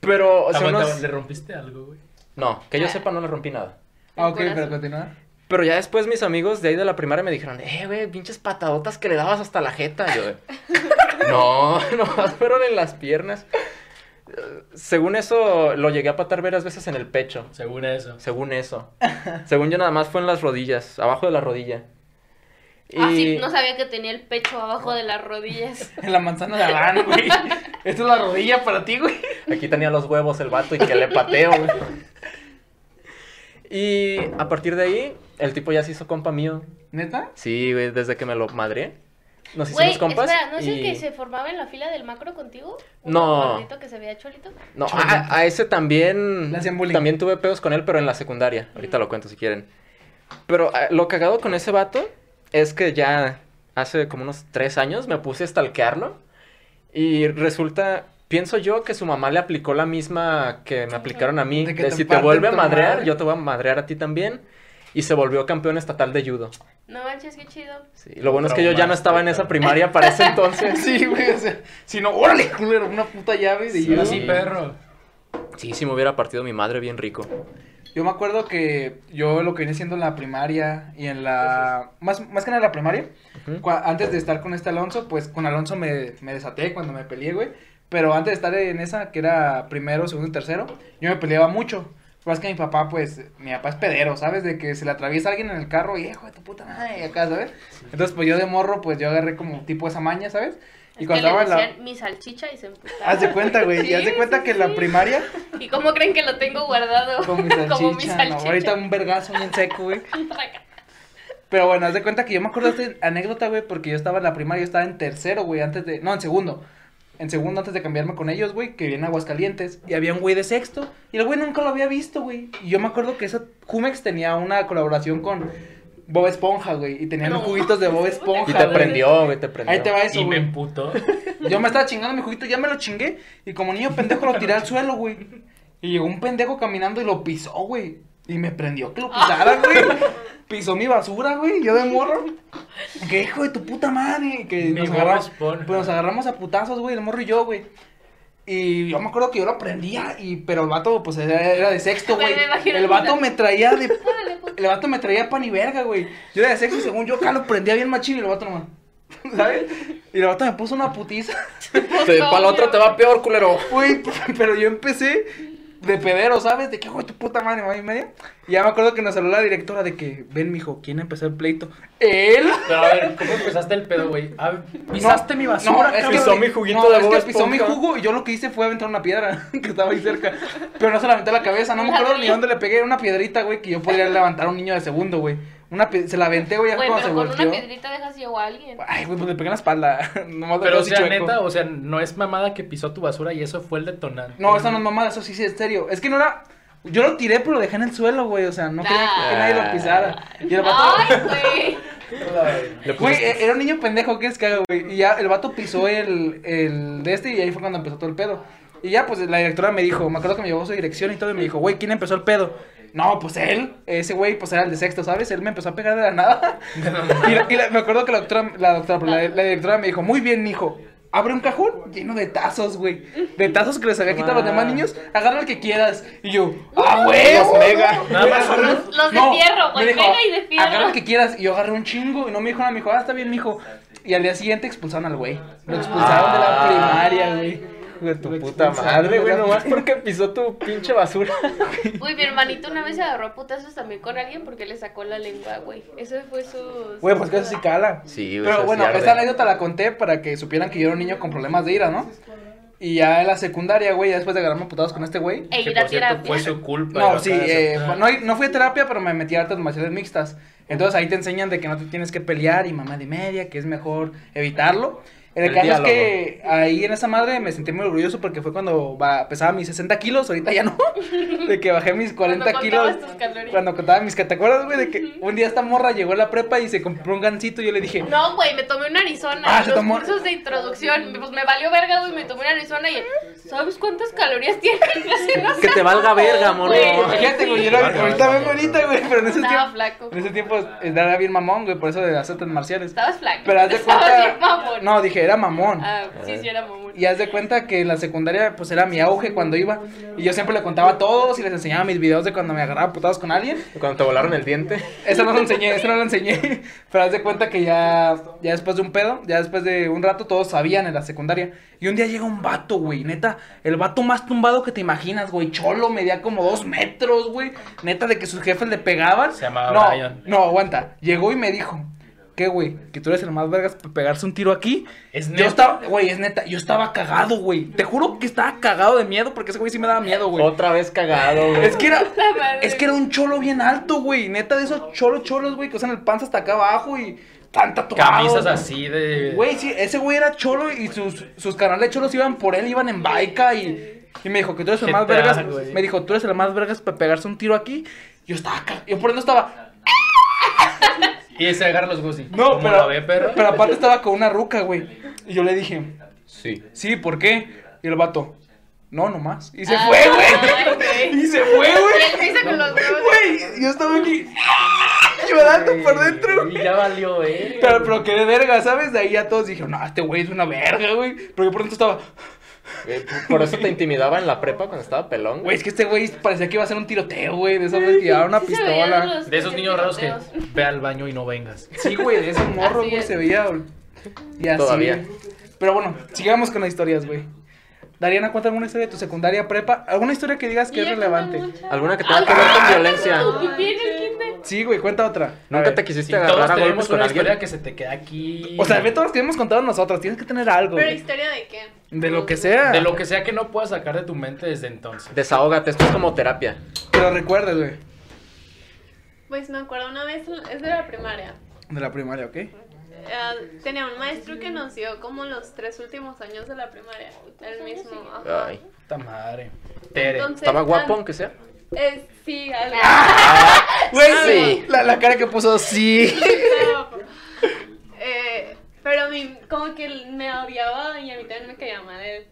C: Pero, o sea,
E: Aguanta,
C: unos-
E: ¿Le rompiste algo, güey?
C: No, que yo sepa, no le rompí nada.
A: Ah, ok,
B: Corazón.
A: pero continúa.
C: Pero ya después mis amigos de ahí de la primaria me dijeron, eh, güey, pinches patadotas que le dabas hasta la jeta. Yo, de, no, nomás fueron en las piernas. Eh, Según eso, lo llegué a patar varias veces en el pecho.
E: Según eso.
C: Según eso. Según yo, nada más fue en las rodillas, abajo de la rodilla. Y...
B: Ah, sí, no sabía que tenía el pecho abajo de las rodillas.
A: En la manzana de Adán, güey. Esta es la rodilla para ti, güey.
C: Aquí tenía los huevos el vato y que le pateo, güey. Y a partir de ahí, el tipo ya se hizo compa mío.
A: ¿Neta?
C: Sí, güey, desde que me lo madré. Nos hicimos
B: Güey,
C: compas.
B: espera, ¿no es el
C: y-
B: que se formaba en la fila del macro contigo? ¿Un
C: No.
B: gordito que se veía cholito?
C: No, a, a ese también.
A: Le hacían bullying.
C: También tuve pedos con él, pero en la secundaria. Ahorita lo cuento si quieren. Pero ah, lo cagado con ese vato es que ya hace como unos tres años me puse a stalkearlo. Y resulta. Pienso yo que su mamá le aplicó la misma que me aplicaron a mí.
A: De que
C: de
A: te
C: si te
A: parten
C: vuelve a
A: tu
C: madrear,
A: madre.
C: yo te voy a madrear a ti también. Y se volvió campeón estatal de judo.
B: No manches, qué chido.
C: Sí, lo bueno es que yo ya no estaba en esa primaria para ese entonces.
A: Sí, güey. O sea, si no, órale, culero, una puta llave de
E: Sí,
A: yo.
E: sí, perro.
C: Sí, sí me hubiera partido mi madre bien rico.
A: Yo me acuerdo que yo lo que vine siendo en la primaria y en la... Más, más que nada en la primaria,
C: Ujú.
A: cua- antes de estar con este Alonso, pues con Alonso me, me desaté cuando me peleé, güey. Pero antes de estar en esa, que era primero, segundo y tercero, yo me peleaba mucho. Más que mi papá, pues, mi papá es pedero, ¿sabes? De que se le atraviesa alguien en el carro y, hijo de tu puta madre, y acá, ¿sabes? Entonces, pues yo de morro, pues yo agarré como tipo esa maña, ¿sabes? Y
B: Es
A: cuando
B: que
A: estaba
B: le
A: en la...
B: decían mi salchicha y se emputaba.
A: Haz de cuenta, güey,
B: Sí,
A: haz de cuenta
B: sí,
A: que en la
B: sí.
A: primaria...
B: ¿Y cómo creen que lo tengo guardado?
A: Con mi
B: Como mi
A: salchicha, no,
B: salchicha.
A: ahorita un vergazo bien seco, güey. Pero bueno, haz de cuenta que yo me acuerdo de esta anécdota, güey, porque yo estaba en la primaria, yo estaba en tercero, güey, antes de... No, en segundo. En segundo, antes de cambiarme con ellos, güey, que vienen a Aguascalientes. Y había un güey de sexto. Y el güey nunca lo había visto, güey. Y yo me acuerdo que esa Jumex tenía una colaboración con Bob Esponja, güey. Y tenían
B: No.
A: juguitos de Bob Esponja.
C: Y te
A: güey.
C: prendió, güey, te prendió.
A: Ahí te va eso,
E: y me
A: güey.
E: emputó.
A: Yo me estaba chingando mi juguito, ya me lo chingué. Y como niño pendejo lo tiré al suelo, güey. Y llegó un pendejo caminando y lo pisó, güey. Y me prendió que lo pisara,
B: Ah.
A: güey. Pisó mi basura, güey. Yo de morro. Que hijo de tu puta madre. Que
E: Mi
A: nos
E: Bob
A: agarramos,
E: Esponja.
A: pues nos agarramos a putazos, güey. El morro y yo, güey. Y yo me acuerdo que yo lo prendía. Y, pero el vato, pues era era de sexto,
B: Güey,
A: güey.
B: me imagino
A: El
B: el
A: vato
B: puta-
A: me traía de.
B: Órale, pues. puta.
A: El vato me traía pan y verga, güey. Yo era de sexto, según yo, acá lo prendía bien machín y el vato nomás. ¿Sabes? Y el vato me puso una putiza.
C: Te- para la otra te va peor, culero.
A: Güey, pero yo empecé de pedero, ¿sabes? De que, güey, tu puta madre, madre y media. Y ya me acuerdo que nos habló la directora de que, ven, mijo, ¿quién empezó el pleito? ¿Él?
E: Pero a ver, ¿cómo empezaste el pedo, güey? Ah, pisaste
A: No, eh,
E: mi basura,
A: no, es que-
C: Pisó mi juguito
A: no,
C: de
A: es
C: Bob
A: que pisó mi
C: Esponja.
A: jugo y yo lo que hice fue aventar una piedra que estaba ahí cerca. Pero no se la aventé a la cabeza, no me acuerdo ni dónde le pegué. Era una piedrita, güey, que yo podría levantar a un niño de segundo, güey. Una pie- se la aventé, güey, ya
B: Güey,
A: cuando
B: pero
A: se
B: con
A: volteó.
B: una piedrita dejas ciego a alguien.
A: Ay, güey, pues le pegué en la espalda. Nomás le
E: Pero,
A: quedó
E: o
A: así
E: sea,
A: chueco.
E: neta, o sea, no es mamada que pisó tu basura y eso fue el detonante.
A: No, esa no es mamada, eso sí, sí, es serio. Es que no era. Yo lo tiré, pero lo dejé en el suelo, güey. O sea, no quería que- que nadie lo pisara. Y el vato.
B: Ay, güey.
C: Le
A: Güey,
C: pusiste-
A: e- era un niño pendejo, ¿qué es que haga, güey? Y ya el vato pisó el, el de este y ahí fue cuando empezó todo el pedo. Y ya, pues la directora me dijo, me acuerdo que me llevó a su dirección y todo, y me dijo, güey, ¿quién empezó el pedo? No, pues él, ese güey, pues era el de sexto, ¿sabes? Él me empezó a pegar de la nada. Y, la- y la- me acuerdo que la doctora, la, doctora pero
B: Ah.
A: la, la directora me dijo, muy bien, mijo. Abre un cajón lleno de tazos, güey. De tazos que les había quitado a los
E: Ah.
A: demás niños. Agarra el que quieras. Y yo, ¡ah, güey!
C: Los mega.
E: Nada más uno.
B: Uh, Los, los de fierro, güey.
A: me dijo,
B: Mega y de fierro.
A: Agarra lo que quieras. Y yo agarré un chingo. Y no me dijo nada. Me dijo, ah, está bien, mijo. Y al día siguiente expulsaron al güey. Lo expulsaron de la
C: Ah.
A: primaria, güey.
C: Hijo de tu
A: Lo
C: puta
A: expulsaron,
C: madre, güey,
A: güey.
C: nomás porque pisó tu pinche basura.
B: Güey, mi hermanito una vez se agarró a putazos también con alguien porque le sacó la lengua, güey. Eso fue su.
A: Güey, pues que eso sí cala.
C: Sí, güey.
A: Pero bueno, esta anécdota la conté para que supieran que yo era un niño con problemas de ira, ¿no? Y ya en la secundaria, güey, ya después de agarrarme a putados con este güey.
B: Ey,
E: Que,
B: ir a
E: por cierto,
B: terapia.
E: fue su culpa.
A: No,
E: acá
A: sí,
E: de
A: eh,
E: aceptar.
A: no, hay- no fui a terapia, pero me metí a artes marciales mixtas. Entonces ahí te enseñan de que no te tienes que pelear y mamá de media, que es mejor evitarlo. El,
C: El
A: caso es que ahí en esa madre me sentí muy orgulloso porque fue cuando ba- pesaba mis 60 kilos, ahorita ya no, de que bajé mis 40
B: Cuando
A: kilos.
B: contabas tus calorías.
A: Cuando contaba mis que te acuerdas, güey, de que un día esta morra llegó a la prepa y se compró un gancito y yo le dije,
B: No, güey, me tomé una Arizona.
A: Ah,
B: en
A: se
B: los
A: tomó-
B: cursos de introducción. Pues me valió verga, güey. Me tomé una Arizona y. ¿Sabes cuántas calorías tienes? Así no
C: Que
B: sé.
C: te valga verga, morro.
B: güey.
A: imagínate, güey, yo era-
E: Vale,
A: ahorita
E: vale,
A: vengo
E: vale.
A: ahorita, güey, pero en ese
B: Estaba
A: tiempo,
B: flaco.
A: en ese tiempo era bien mamón, güey, por eso de las artes marciales.
B: Estabas flaco.
A: Pero haz de
B: Estabas bien
A: cuenta.
B: mamón.
A: No, dije, era mamón.
B: Ah, sí, sí, era mamón.
A: Y haz de cuenta que la secundaria, pues era mi auge cuando iba. Y yo siempre le contaba a todos y les enseñaba mis videos de cuando me agarraba a putados con alguien.
C: Cuando te volaron el diente.
A: Eso no lo enseñé, eso no lo enseñé. Pero haz de cuenta que ya, ya después de un pedo, ya después de un rato, todos sabían en la secundaria. Y un día llega un vato, güey, neta. El vato más tumbado que te imaginas, güey. Cholo, medía como dos metros, güey. Neta, de que sus jefes le pegaban.
E: Se llamaba
A: no,
E: Brian.
A: No, aguanta. Llegó y me dijo. ¿Qué, güey? Que tú eres el más vergas para pegarse un tiro aquí.
E: Es
A: Yo
E: neta.
A: estaba, güey, es neta, yo estaba cagado, güey. Te juro que estaba cagado de miedo porque ese güey sí me daba miedo, güey.
C: Otra vez cagado, güey.
A: Es que era,
B: Puta madre.
A: es que era un cholo bien alto, güey. Neta de esos cholos cholos, güey, que usan el panza hasta acá abajo y tan tatuados.
E: Camisas así de.
A: Güey, sí, ese güey era cholo y sus, sus canales cholos iban por él, iban en baica y, y me dijo que tú eres el
E: Qué
A: más
E: tal,
A: vergas.
E: güey.
A: Me dijo, tú eres el más vergas para pegarse un tiro aquí. Yo estaba, ca- yo por dentro estaba,
E: Y se agarra los huevos y,
A: no,
E: ¿cómo
A: pero,
E: la ve, perro?
A: pero aparte estaba con una ruca, güey. Y yo le dije,
C: Sí.
A: sí, ¿por qué? Y el vato, no, nomás. Y se
B: Ah,
A: fue, güey.
B: ok.
A: Y se fue,
D: Y
A: güey.
D: él dice con los huevos.
A: Güey, yo estaba aquí ¡ah! llorando por dentro,
E: Y
A: güey.
E: ya valió, eh.
A: Pero, pero qué de verga, ¿sabes? De ahí ya todos dijeron, no, este güey es una verga, güey. Pero yo por dentro estaba,
C: Eh, Por eso te intimidaba en la prepa cuando estaba pelón.
A: Güey, es que este güey parecía que iba a ser un tiroteo, güey. De esos güeyes que llevaban una
B: Sí se veían
A: pistola.
B: los-
E: De esos niños raros que
B: tiroteos.
E: ve al baño y no vengas.
A: Sí, güey, de esos morros,
B: Así
A: güey,
B: es.
A: se veía. güey. Y así.
C: Todavía.
A: Pero bueno, sigamos con las historias, güey. Dariana, cuéntame una historia de tu secundaria prepa. ¿Alguna historia que digas que es
B: Y ya
A: relevante?
B: con mucha-
C: Alguna que tenga que ver con violencia.
B: Tu pipí en el kinder.
A: Sí, güey, cuenta otra. A
C: Nunca
A: ver.
C: te
E: Si
C: quisiste
E: todos
C: agarrar a golpes
E: tenemos
C: con
E: una
C: alguien.
E: historia que se te queda aquí.
A: O sea, ve todas las que hemos contado nosotros. Tienes que tener algo.
D: Pero
A: güey.
D: historia de qué?
A: De lo que sea.
E: De lo que sea que no puedas sacar de tu mente desde entonces.
C: Desahógate, esto es como terapia.
A: Pero recuerdes, güey.
D: Pues me acuerdo una vez, es de la primaria.
A: De la primaria, ¿ok?
D: Eh, tenía un maestro que nos dio como los tres últimos años de la primaria. El mismo. ajá.
C: Ay.
E: Puta madre. Tere.
D: Entonces,
C: Estaba guapo,
D: an-
C: aunque sea.
D: eh, sí, algo.
A: ¡Ah! Güey,
C: Sí.
A: la, la cara que puso, sí.
D: Estaba guapo. Eh, pero a mí, como que me odiaba y a mí también me caía mal él.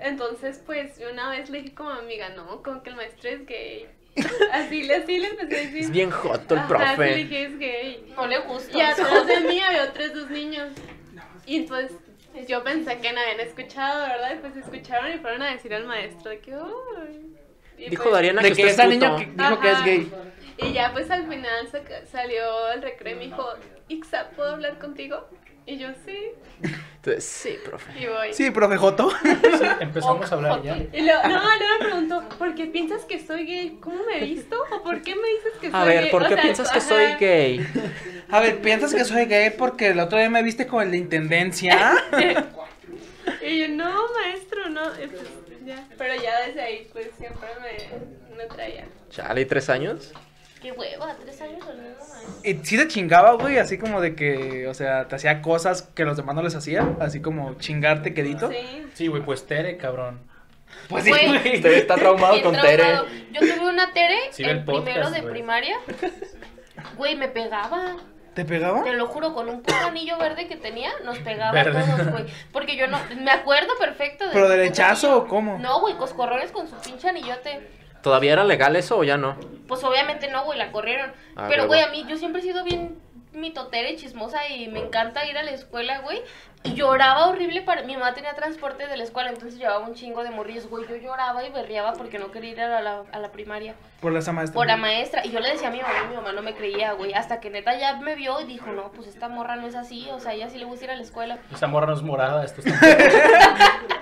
D: Entonces, pues, una vez le dije como amiga, no, como que el maestro es gay. Así, le- así le empecé a decir.
C: Es bien joto el
D: Ajá, sí, le
C: profe.
D: dije, es gay.
B: No le gusta.
D: Y atrás de mí había otros dos niños. Y entonces yo pensé que no habían escuchado, ¿verdad? Después escucharon y fueron a decir al maestro de que, "Uy". Y
C: Dijo
D: pues-
C: Dariana que
A: De que
C: usted es
A: esa niña
C: puto.
A: Este que dijo que es
D: Ajá.
A: gay.
D: Y ya pues al final saca- salió el recreo y me dijo, Ixa, ¿puedo hablar contigo? Y yo sí,
C: Entonces, Sí, profe.
D: y voy.
A: Sí, profe Joto.
E: Empezamos a hablar ya.
D: Y luego, no, no me preguntó, ¿por qué piensas que soy gay? ¿Cómo me he visto? ¿O por qué me dices que soy gay?
C: A ver, ¿por
D: Pues O
C: qué
D: sea,
C: piensas que
D: ajá.
C: soy gay?
A: A ver, ¿piensas que soy gay porque el otro día me viste con el de intendencia?
D: Y yo, no, maestro, no. Y pues, ya. Pero ya desde ahí, pues siempre me, me traía.
C: Chale, ¿y tres años?
B: Qué hueva, tres años o no, man.
A: Y sí te chingaba, güey, así como de que, o sea, te hacía cosas que los demás no les hacían, así como chingarte quedito.
D: Sí.
E: Sí, güey, pues Tere, cabrón.
A: Pues
B: Güey.
C: Usted está traumado
B: Bien
C: con
B: traumado.
C: Tere.
B: Yo tuve una Tere
E: Sí, ve
B: en
E: el podcast,
B: primero de
E: güey.
B: primaria. Güey, me pegaba.
A: ¿Te pegaba?
B: Te lo juro, con un puto anillo verde que tenía, nos pegaba
E: Verde.
B: a todos, güey. Porque yo no. Me acuerdo perfecto de.
A: ¿Pero derechazo o cómo?
B: No, güey, coscorrones con su pinche anillote.
C: ¿Todavía era legal eso o ya no?
B: Pues obviamente no, güey, la corrieron.
C: Ah,
B: Pero,
C: huevo.
B: güey, a mí yo siempre he sido bien mitotera y chismosa y me encanta ir a la escuela, güey. Y lloraba horrible para... Mi mamá tenía transporte de la escuela, entonces llevaba un chingo de morrillos, güey. Yo lloraba y berreaba porque no quería ir a la, a la primaria.
A: Por esa maestra.
B: Por la maestra. Y yo le decía a mi mamá y mi mamá no me creía, güey. Hasta que neta ya me vio y dijo, no, pues esta morra no es así. O sea, ella sí le gusta ir a la escuela.
E: Esa morra no es morada, esto está...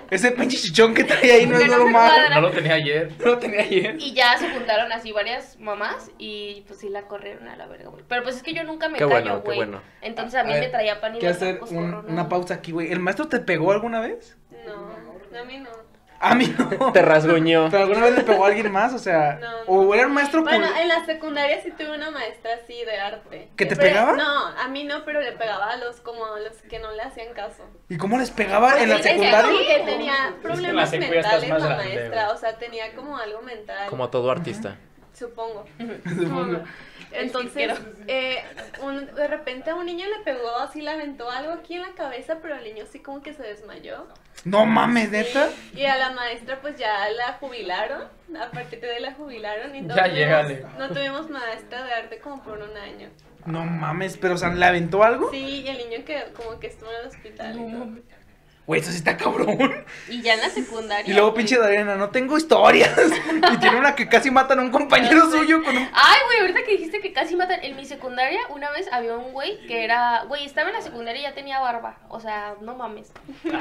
A: Ese pinche chichón que trae ahí no es
B: Pero no me
A: normal.
B: cuadra.
E: No lo tenía ayer.
A: No lo tenía ¿eh? ayer.
B: Y ya se juntaron así varias mamás y pues sí la corrieron a la verga, güey. Pero pues es que yo nunca me
C: Qué
B: callo,
C: bueno, qué
B: güey.
C: bueno.
B: Entonces a mí
A: A ver,
B: me traía pan y
A: Quiero hacer
B: tacos
A: un-
B: corrones.
A: una pausa aquí, güey. ¿El maestro te pegó alguna vez?
D: No, a mí no.
A: A mí no.
C: Te rasguñó.
A: ¿Pero alguna vez le pegó a alguien más? O sea,
D: No, no.
A: o era un maestro cul-
D: Bueno, eh, en la secundaria sí tuve una maestra así de arte.
A: ¿Que te
D: Pero-
A: pegaba?
D: No, a mí no, pero le pegaba a los como a los que no le hacían caso.
A: ¿Y cómo les pegaba en la
D: Sí, decía como
A: secundaria?
D: Pues que tenía problemas
E: secu ya estás
D: mentales
E: más
D: la
E: grande,
D: maestra,
E: güey.
D: o sea, tenía como algo mental,
C: Como todo artista.
D: supongo.
A: Supongo.
D: Entonces, eh, un- de repente a un niño le pegó, así le aventó algo aquí en la cabeza, pero el niño sí como que se desmayó.
A: No mames, neta.
D: Y a la maestra pues ya la jubilaron, a partir de ahí la jubilaron y no,
E: Ya llégale.
D: tuvimos, no tuvimos maestra de arte como por un año.
A: No mames, pero o sea, ¿le aventó algo?
D: Sí, y el niño que como que estuvo en el hospital. y todo.
A: Güey, eso sí está cabrón.
B: Y ya en la secundaria.
A: Y luego
B: güey.
A: pinche Darena, no tengo historias. y tiene una que casi matan a un compañero suyo con un...
B: Ay, güey, ahorita que dijiste que casi matan. En mi secundaria, una vez había un güey que era. Güey, estaba en la secundaria y ya tenía barba. O sea, no mames.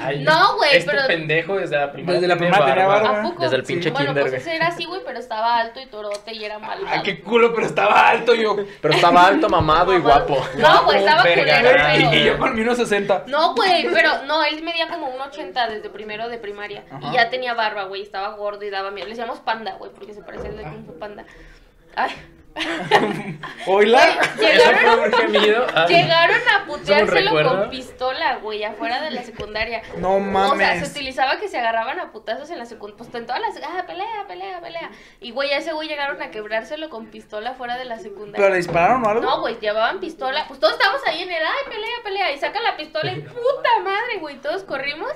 E: Ay,
B: No, güey,
E: este
B: pero-
E: pendejo desde la primera.
A: Desde la
E: tiene
A: primaria tenía barba.
B: ¿A poco?
C: Desde el pinche
B: bueno,
C: kinder,
B: pues
C: güey.
B: ese era así, güey, pero estaba alto y torote y era malvado.
A: Ah, qué culo, pero estaba alto yo.
C: Pero estaba alto, mamado y
B: Mamado.
C: guapo.
B: No, güey, estaba
E: Verga,
B: culero,
E: güey.
B: pero-
A: Y, y yo con mi 1.60.
B: No, güey, pero no, él medía como 1,80 desde primero de primaria.
A: Ajá.
B: Y ya tenía barba, güey, estaba gordo y daba miedo. Le decíamos panda, güey, porque se parece al de Kung Fu Panda. Ay,
A: Oila.
B: güey,
E: Eso
B: Ah, llegaron,
E: fue un gemido. Ay.
B: llegaron a puteárselo
E: recuerdo.
B: con pistola, güey, afuera de la secundaria.
A: No
B: O sea, se
A: mames.
B: utilizaba que se agarraban a putazos en la secundaria. Pues en todas las. Ah, pelea, pelea, pelea. Y, güey, a ese güey llegaron a quebrárselo con pistola fuera de la
A: ¿Pero le
B: secundaria.
A: dispararon o algo?
B: No, güey, llevaban pistola. Pues todos estábamos ahí en el. Ay, pelea, pelea. Y saca la pistola y puta madre, güey. Todos corrimos.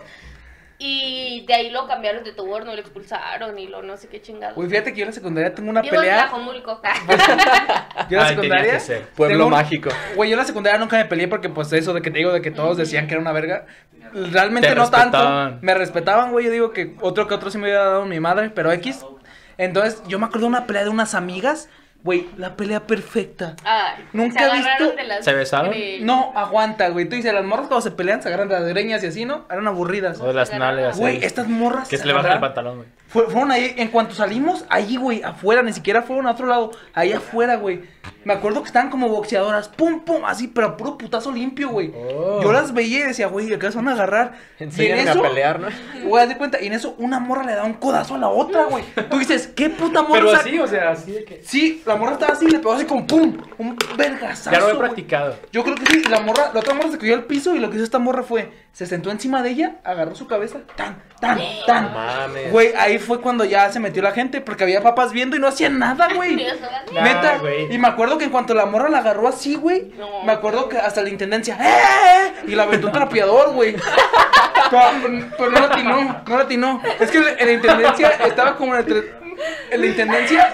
B: Y de ahí lo cambiaron de turno, lo expulsaron y lo no sé qué chingado.
A: Güey, fíjate que yo en la secundaria tengo una
B: Vivo en
A: pelea.
B: Tlajomulco.
C: Pues,
A: Yo en la
E: Ay, tenía
A: secundaria.
E: Ah, que ser.
C: Pueblo
A: Tengo un-
C: mágico.
A: Güey, yo en la secundaria nunca me peleé porque pues eso de que te digo de que todos decían que era una verga. Realmente
E: Te
A: no
E: respetaban.
A: tanto. Me respetaban, güey. Yo digo que otro que otro sí me hubiera dado mi madre, pero X. Entonces, yo me acuerdo de una pelea de unas amigas. Güey, la pelea perfecta.
B: Ay,
A: Nunca
B: se
A: he
B: agarraron
A: visto-
B: de las
E: ¿Se besaron?
B: greñas.
A: No, aguanta, güey. Tú dices, las morras cuando se pelean se agarran de las greñas y así, ¿no? Eran aburridas.
E: O de las nalgas.
A: Güey,
E: ahí.
A: estas morras.
E: Que se le baja el
A: agarraron-
E: pantalón, güey.
A: Fue- Fueron ahí, en cuanto salimos, ahí, güey, afuera, ni siquiera fueron a otro lado, ahí afuera, güey. Me acuerdo que estaban como boxeadoras, pum, pum, así, pero puro putazo limpio, güey.
E: Oh.
A: Yo las veía y decía, güey, acá se van a agarrar. Y en
C: Enséñame a
A: eso,
C: pelear, ¿no?
A: güey, haz de cuenta, y en eso una morra le da un codazo a la otra, güey. Tú dices, ¿qué puta morra?
E: Pero
A: O sea,
E: así, o sea, así de que.
A: Sí, la morra estaba así, le pegó así con pum, un vergazazo.
E: Ya lo he
A: güey.
E: practicado.
A: Yo creo que sí, y la morra, la otra morra se cayó al piso y lo que hizo esta morra fue, se sentó encima de ella, agarró su cabeza, tan, tan, tan.
C: Mames.
A: Güey, ahí fue cuando ya se metió la gente, porque había papás viendo y no hacían nada, güey.
B: Dios, no,
E: Nah,
A: Neta,
E: güey.
A: y me acuerdo que en cuanto la morra la agarró así, güey,
B: No.
A: me acuerdo que hasta la intendencia, ¡eh! Y la aventó un trapeador, güey. pero, pero no la atinó, no la atinó. Es que en la intendencia estaba como entre. En la intendencia.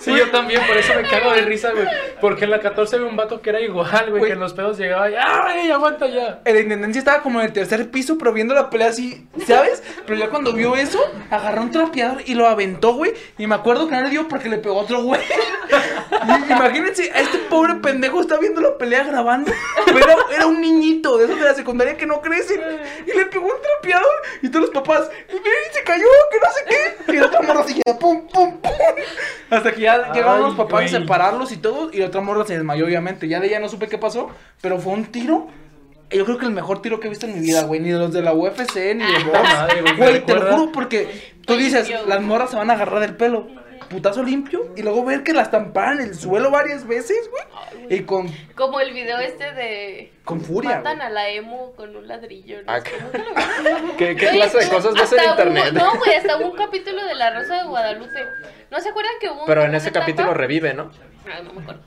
E: Sí, yo también, por eso me cago de risa, güey. Porque en la 14 había un vato que era igual, güey,
A: Güey.
E: que en los pedos llegaba y. ¡Ay, aguanta ya!
A: En la intendencia estaba como en el tercer piso, pero viendo la pelea así, ¿sabes? Pero ya cuando vio eso, agarró un trapeador y lo aventó, güey. Y me acuerdo que no le dio porque le pegó otro güey. Y imagínense, a este pobre pendejo está viendo la pelea grabando. Pero era, era un niñito de esos de la secundaria que no crecen. Y le pegó un trapeador y todos los papás, y mira, y se cayó, que no sé qué. Y la otra morra así, pum, pum, pum. Hasta que ya llegaron
E: Ay,
A: los papás a
E: güey.
A: separarlos y todo. Y la otra morra se desmayó, obviamente. Ya de ella no supe qué pasó, pero fue un tiro. Yo creo que el mejor tiro que he visto en mi vida, güey. Ni de los de la UFC, ni de
E: Puta
A: box.
E: madre, güey, me
A: Ah. Güey, te lo
E: recuerda.
A: juro, porque tú dices, las morras se van a agarrar del pelo. Putazo limpio. Y luego ver que las tamparan en el suelo varias veces, güey. Y con,
B: Como el video este de.
A: con furia.
B: Matan
A: güey.
B: a la emo con un ladrillo. ¿no?
C: Ah,
B: Es que
C: qué-
B: nunca lo vi.
C: ¿Qué, qué
B: Oye,
C: clase de cosas ves en
B: hasta
C: internet?
B: hubo- no, güey, hasta hubo un capítulo de La Rosa de Guadalupe. ¿No se acuerdan que hubo
C: Pero
B: una
C: en ese
B: etapa?
C: capítulo revive, ¿no?
B: Ay, Ah, no me acuerdo.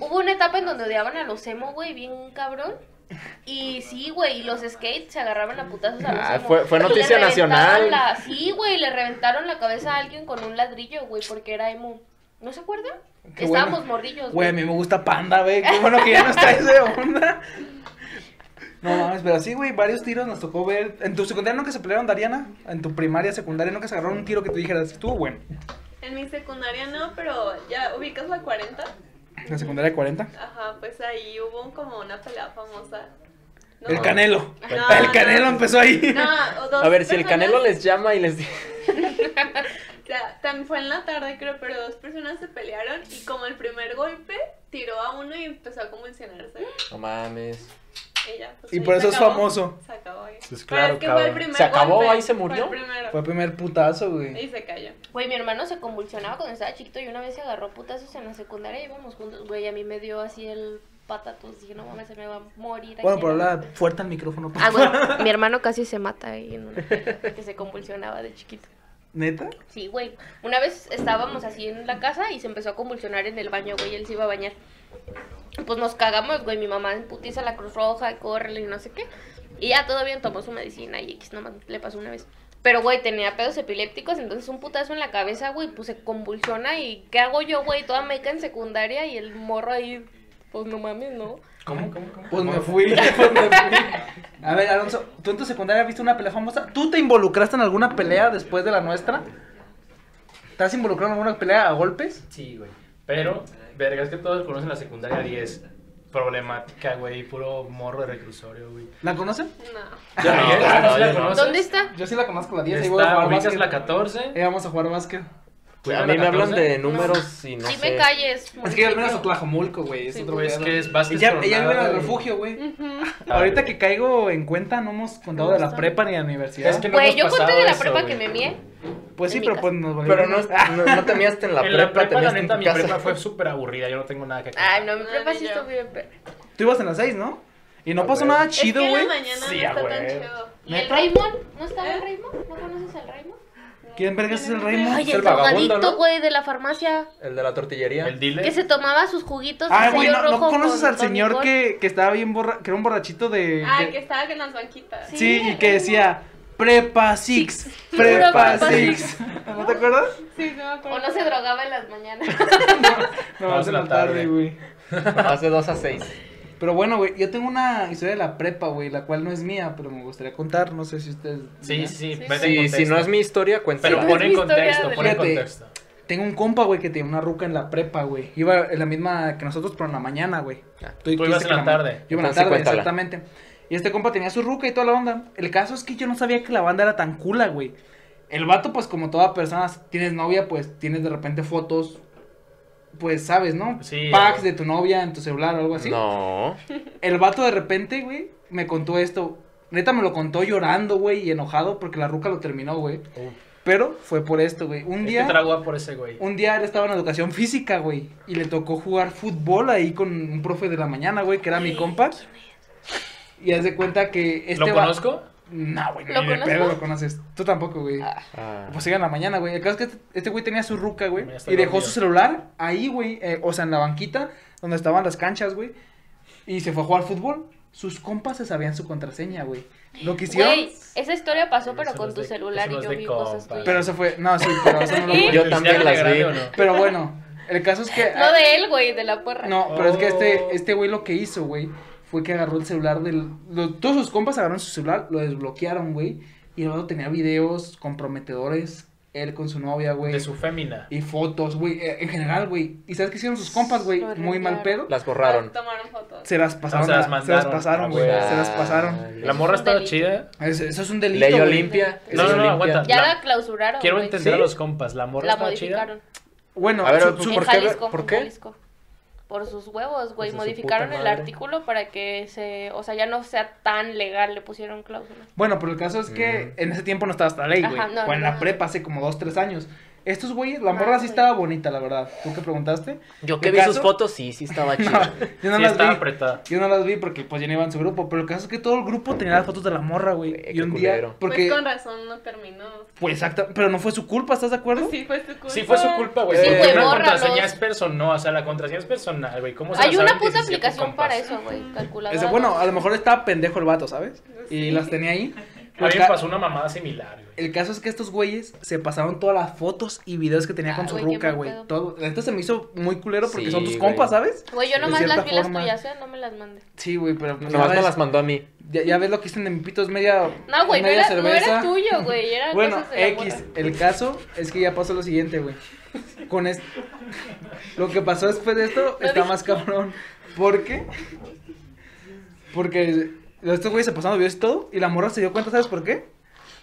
B: Hubo una etapa en donde odiaban a los emo, güey, bien cabrón. Y sí, güey, y los skates se agarraban a putazos a los
C: Ah,
B: emo.
C: fue- fue
B: Y le
C: noticia
B: reventaban
C: nacional.
B: la- Sí, güey, le reventaron la cabeza a alguien con un ladrillo, güey, porque era emo. ¿No se acuerdan?
A: Qué
B: Estábamos
A: bueno.
B: morrillos,
A: Güey, a mí me gusta panda, güey. Qué bueno que ya no está ese onda. No mames, pero sí, güey, varios tiros nos tocó ver. ¿En tu secundaria nunca se pelearon, Dariana? ¿En tu primaria, secundaria nunca se agarraron un tiro que te dijeras, estuvo bueno?
D: En mi secundaria no, pero ya ubicas la 40.
A: ¿En la secundaria de 40?
D: Ajá, pues ahí hubo como una pelea famosa. ¿no?
A: El Canelo.
D: No,
A: el Canelo
D: no.
A: empezó ahí.
D: No, o dos
C: A ver, si el
D: personas-
C: Canelo les llama y les dice...
D: O sea, también fue en la tarde, creo, pero dos personas se pelearon y como el primer golpe tiró a uno y empezó a convulsionarse.
C: No mames.
D: Y, ya, pues,
A: Y
D: ahí
A: por
D: se
A: eso es
D: acabó.
A: famoso.
D: Se acabó ahí.
E: Pues claro,
D: pero es que fue el
E: cabrón.
D: primer
C: ¿Se acabó?
D: golpe,
C: ¿Ahí se
D: fue el
C: murió?
D: primero.
A: Fue el primer putazo, güey.
D: Y se cayó.
B: Güey, mi hermano se convulsionaba cuando estaba chiquito y una vez se agarró putazos en la secundaria y íbamos juntos, güey, a mí me dio así el patatus, dije, no mames, se me va a morir. aquí
A: Bueno, pero
B: en la-
A: habla fuerte al micrófono. por
B: Ah,
A: favor.
B: güey, mi hermano casi se mata ahí en una pelea que se convulsionaba de chiquito.
A: ¿Neta?
B: Sí, güey. Una vez estábamos así en la casa y se empezó a convulsionar en el baño, güey, él se iba a bañar. Pues nos cagamos, güey, mi mamá emputiza la Cruz Roja, y córrele y no sé qué. Y ya todo bien, tomó su medicina y X, nomás le pasó una vez. Pero, güey, tenía pedos epilépticos, entonces un putazo en la cabeza, güey, pues se convulsiona y ¿qué hago yo, güey? Toda meca en secundaria y el morro ahí Pues no mames, no.
E: ¿Cómo, cómo, cómo?
A: Pues me fui, pues me fui. A ver, Alonso, ¿tú en tu secundaria viste una pelea famosa? ¿Tú te involucraste en alguna pelea después de la nuestra? ¿Te has involucrado en alguna pelea a golpes?
E: Sí, güey. Pero, verga, es que todos conocen la secundaria 10. Problemática, güey. Puro morro de reclusorio, güey.
A: ¿La conocen?
D: No.
E: Yo no, yo no, yo no.
B: ¿Dónde está?
A: Yo sí la conozco, la 10. ahí voy a
E: Está,
A: jugar
E: ubicas
A: básquet.
E: la 14.
A: Eh, vamos a jugar básquet.
E: cuida
C: a
E: la
C: mí me hablan
E: 14.
C: de números y no
B: sí
C: sé.
B: me calles.
A: Es que yo al menos a
B: municipio.
A: Tlajomulco, güey. Es
B: Sí,
A: otro
E: Güey, Es
A: pedo.
E: que es Vázquez
A: Ella, ella vive en
E: Coronado,
A: el
E: güey.
A: refugio, güey.
D: Ujú.
A: Ahorita que caigo en cuenta, no hemos contado de la
B: gusta.
A: prepa ni de la universidad.
E: Es que no
B: Güey,
E: hemos
B: yo conté
E: pasado
B: de la
E: eso,
B: prepa
E: güey.
B: que me mié.
A: pues sí,
B: en mi
A: pero
B: casa.
A: pues nos valió.
C: Pero no, no, no te miaste en la
E: en
C: prepa,
E: la prepa,
C: te
E: la
C: miaste
E: neta,
C: en tu
E: mi
C: casa.
E: prepa fue súper aburrida. Yo no tengo nada que contar.
B: Ay, no, mi
D: No,
B: prepa
D: ni
B: sí
D: yo.
B: estuvo bien perra.
A: Tú ibas en las 6, ¿no? Y no
E: Ah,
A: pasó
E: güey.
A: nada
D: Es que en
A: chido,
D: la
A: güey.
D: mañana
E: Sí,
D: no está
E: güey.
D: tan chido.
B: ¿Y el
A: ¿Neta?
B: Raymond? ¿No estaba el
D: ¿Eh?
B: Raymond? ¿No conoces al Raymond?
A: ¿Quién vergas es el Raymond?
B: Ay,
C: Es
B: el
C: el vagabundo,
B: drogadicto,
C: ¿no?
B: güey, de la farmacia.
C: El de la tortillería.
E: El dile.
B: Que se tomaba sus juguitos de
A: Ah, ¿Eh? güey,
B: sello
A: no, ¿no
B: rojo
A: conoces
B: con
A: al señor
B: Tonicorn?
A: que, que estaba bien borra, que era un borrachito de.
D: Ah,
A: que-
D: que estaba en las banquitas.
A: sí,
B: Sí,
A: y que decía Prepa Six,
B: Puro
A: Prepa
B: Prepa
A: Six. ¿No te acuerdas?
D: Sí, no me acuerdo.
B: O no se drogaba en las mañanas.
A: No, hace la tarde, güey.
C: Hace 2 a 6.
A: Pero bueno, güey, yo tengo una historia de la prepa, güey, la cual no es mía, pero me gustaría contar, no sé si ustedes.
E: Sí, sí,
B: Sí,
E: vete en
C: Si, si
E: contexto.
C: no es mi historia,
E: Pero
C: cuéntala.
B: Sí, no es
E: pon en
B: mi historia
E: contexto,
B: de-
E: pon en
A: Fíjate.
E: contexto.
A: Tengo un compa, güey, que tenía una ruca en la prepa, güey. Iba en la misma que nosotros, pero en la mañana, güey.
C: Ah.
E: Tú ibas
A: dijiste
E: en
A: que
E: la
A: Yo
E: tarde.
A: iba en la
C: Entonces,
A: tarde,
C: cuéntala.
A: exactamente. Y este compa tenía su ruca y toda la onda. El caso es que yo no sabía que la banda era tan cula, güey. El vato, pues, como toda persona, si tienes novia, pues, tienes de repente fotos, pues, sabes, ¿no?
E: Sí, eh.
A: Packs
E: güey.
A: de tu novia en tu celular o algo así.
C: No.
A: El vato de repente, güey, me contó esto. Neta me lo contó llorando, güey, y enojado porque la ruca lo terminó, güey.
E: Uf.
A: Pero fue por esto, güey. Un
E: Es
A: día...
E: que tragó por ese güey.
A: Un día él estaba en educación física, güey, y le tocó jugar fútbol ahí con un profe de la mañana, güey, que era mi compa. Y haz de cuenta que este
E: ¿Lo
A: va-
E: conozco?
A: No, güey,
B: ¿Lo
A: ni de
B: conozco?
A: pedo lo conoces. Tú tampoco, güey.
C: Ah.
A: Pues sigue en la mañana, güey. El caso es que este- este güey tenía su ruca, güey,
E: Ya está
A: y dejó
E: dormido.
A: su celular ahí, güey, eh, o sea, en la banquita donde estaban las canchas, güey, y se fue a jugar fútbol. Sus compas se sabían su contraseña, güey. Lo que hicieron,
B: Güey, esa historia pasó, pero
E: Eso no
B: con
E: es
B: tu
E: de-
B: celular
E: eso no
B: y
E: es
B: yo
E: de
B: vi cosas
E: compas.
B: tuyas.
A: pero eso fue, no, sí, pero eso no lo
B: ¿Y?
A: fue.
C: Yo también las
E: ¿Cristiano de
C: vi.
E: grande o no?
A: Pero bueno, el caso es que
B: No de él, güey, de la porra.
A: No, pero es que
E: Oh.
A: este, este güey lo que hizo, güey, fue que agarró el celular del. lo- todos sus compas agarraron su celular, lo desbloquearon, güey. Y luego tenía videos comprometedores, él con su novia, güey.
E: De su fémina.
A: Y fotos, güey. eh, En general, güey. ¿Y sabes qué hicieron sus compas, güey?
B: Lo
A: Muy mal pedo.
B: arreglaron.
C: Las borraron.
D: Tomaron fotos.
A: Se las pasaron.
E: se las
A: a-
E: mandaron,
A: pasaron,
E: ah,
A: güey.
E: güey.
A: Se las pasaron.
E: La morra
B: Es un
E: estaba
B: delito.
E: chida.
A: Es- Eso es un delito.
C: Ley
A: güey.
C: Olimpia.
E: No,
C: Ley
E: no, no,
C: Olimpia.
E: aguanta.
B: Ya
E: La-
B: la, clausuraron.
E: Quiero
B: güey.
E: entender a
C: ¿Sí?
E: los compas. La morra
B: La
E: estaba chida.
B: modificaron.
A: Bueno,
C: A ver,
A: su-
C: ¿tú
A: su-
B: En
C: por qué?
B: Jalisco.
C: ¿Por
B: en
C: qué?
B: Jalisco. Por sus huevos, güey.
C: Pues de su
B: modificaron
C: puta
B: el
C: madre.
B: artículo para que se. O sea, ya no sea tan legal. Le pusieron cláusula.
A: Bueno, pero el caso es que
C: Mm.
A: en ese tiempo no estaba hasta ley,
B: Ajá,
A: güey.
B: no,
A: Fue en
B: no,
A: la
B: no.
A: prepa hace como dos, tres años. Estos güeyes, la
B: Más,
A: morra sí
B: güey.
A: estaba bonita, la verdad. ¿Tú qué preguntaste?
C: Yo
A: ¿El
C: que vi sus
A: caso?
C: fotos, sí, sí estaba chido.
A: Yo no
E: sí,
A: las
E: estaba
A: vi.
E: apretada.
A: Yo no las vi porque pues ya no iba en su grupo, pero el caso es que todo el grupo tenía las fotos de la morra, güey.
C: Güey,
A: Y
C: qué
A: un día,
C: culero.
A: porque
D: Pues con razón no terminó.
A: pues exacta, pero no fue su culpa, ¿estás de acuerdo?
D: Sí, fue su culpa.
E: Sí, fue su culpa, güey.
C: Sí,
E: Porque
C: güey,
E: una
B: bórralos.
E: contraseña es personal. O sea, la contraseña es personal, güey. ¿Cómo se la
B: Hay una
E: saben
B: puta
E: 17
B: aplicación
E: compas?
B: para eso, güey. Calculadora.
A: O sea, bueno, a lo mejor estaba pendejo el vato, ¿sabes? Y
D: Sí.
A: las tenía ahí.
E: A
A: Pero
E: mí
A: el,
E: me
A: ca-
E: pasó una mamada similar, güey.
A: el caso es que estos güeyes se pasaron todas las fotos y videos que tenía con
B: Ah,
A: su
B: güey, qué
A: ruca,
B: mal
A: güey.
B: pedo.
A: Todo. Esto se me hizo muy culero porque
C: Sí,
A: son tus
C: güey.
A: compas, ¿sabes?
B: Güey, yo
A: de
B: nomás las
A: cierta
B: vi
A: forma.
B: las tuyas, ¿eh? No me las mandé.
A: Sí, güey, pero pues, ya,
C: Nomás me
A: ves,
C: las mandó a mí.
A: ya, ya ves lo que dicen de mi pito es media
B: No, güey, no
A: media
B: era, no era
A: cerveza.
B: tuyo, güey. Era
A: Bueno,
B: cosas de la
A: X,
B: morra.
A: el caso es que ya pasó lo siguiente, güey. Con esto. Lo que pasó después de esto
B: No
A: está
B: dije-
A: más cabrón. ¿Por qué? Porque estos güeyes se pasaron videos y todo. Y la morra se dio cuenta, ¿sabes por qué?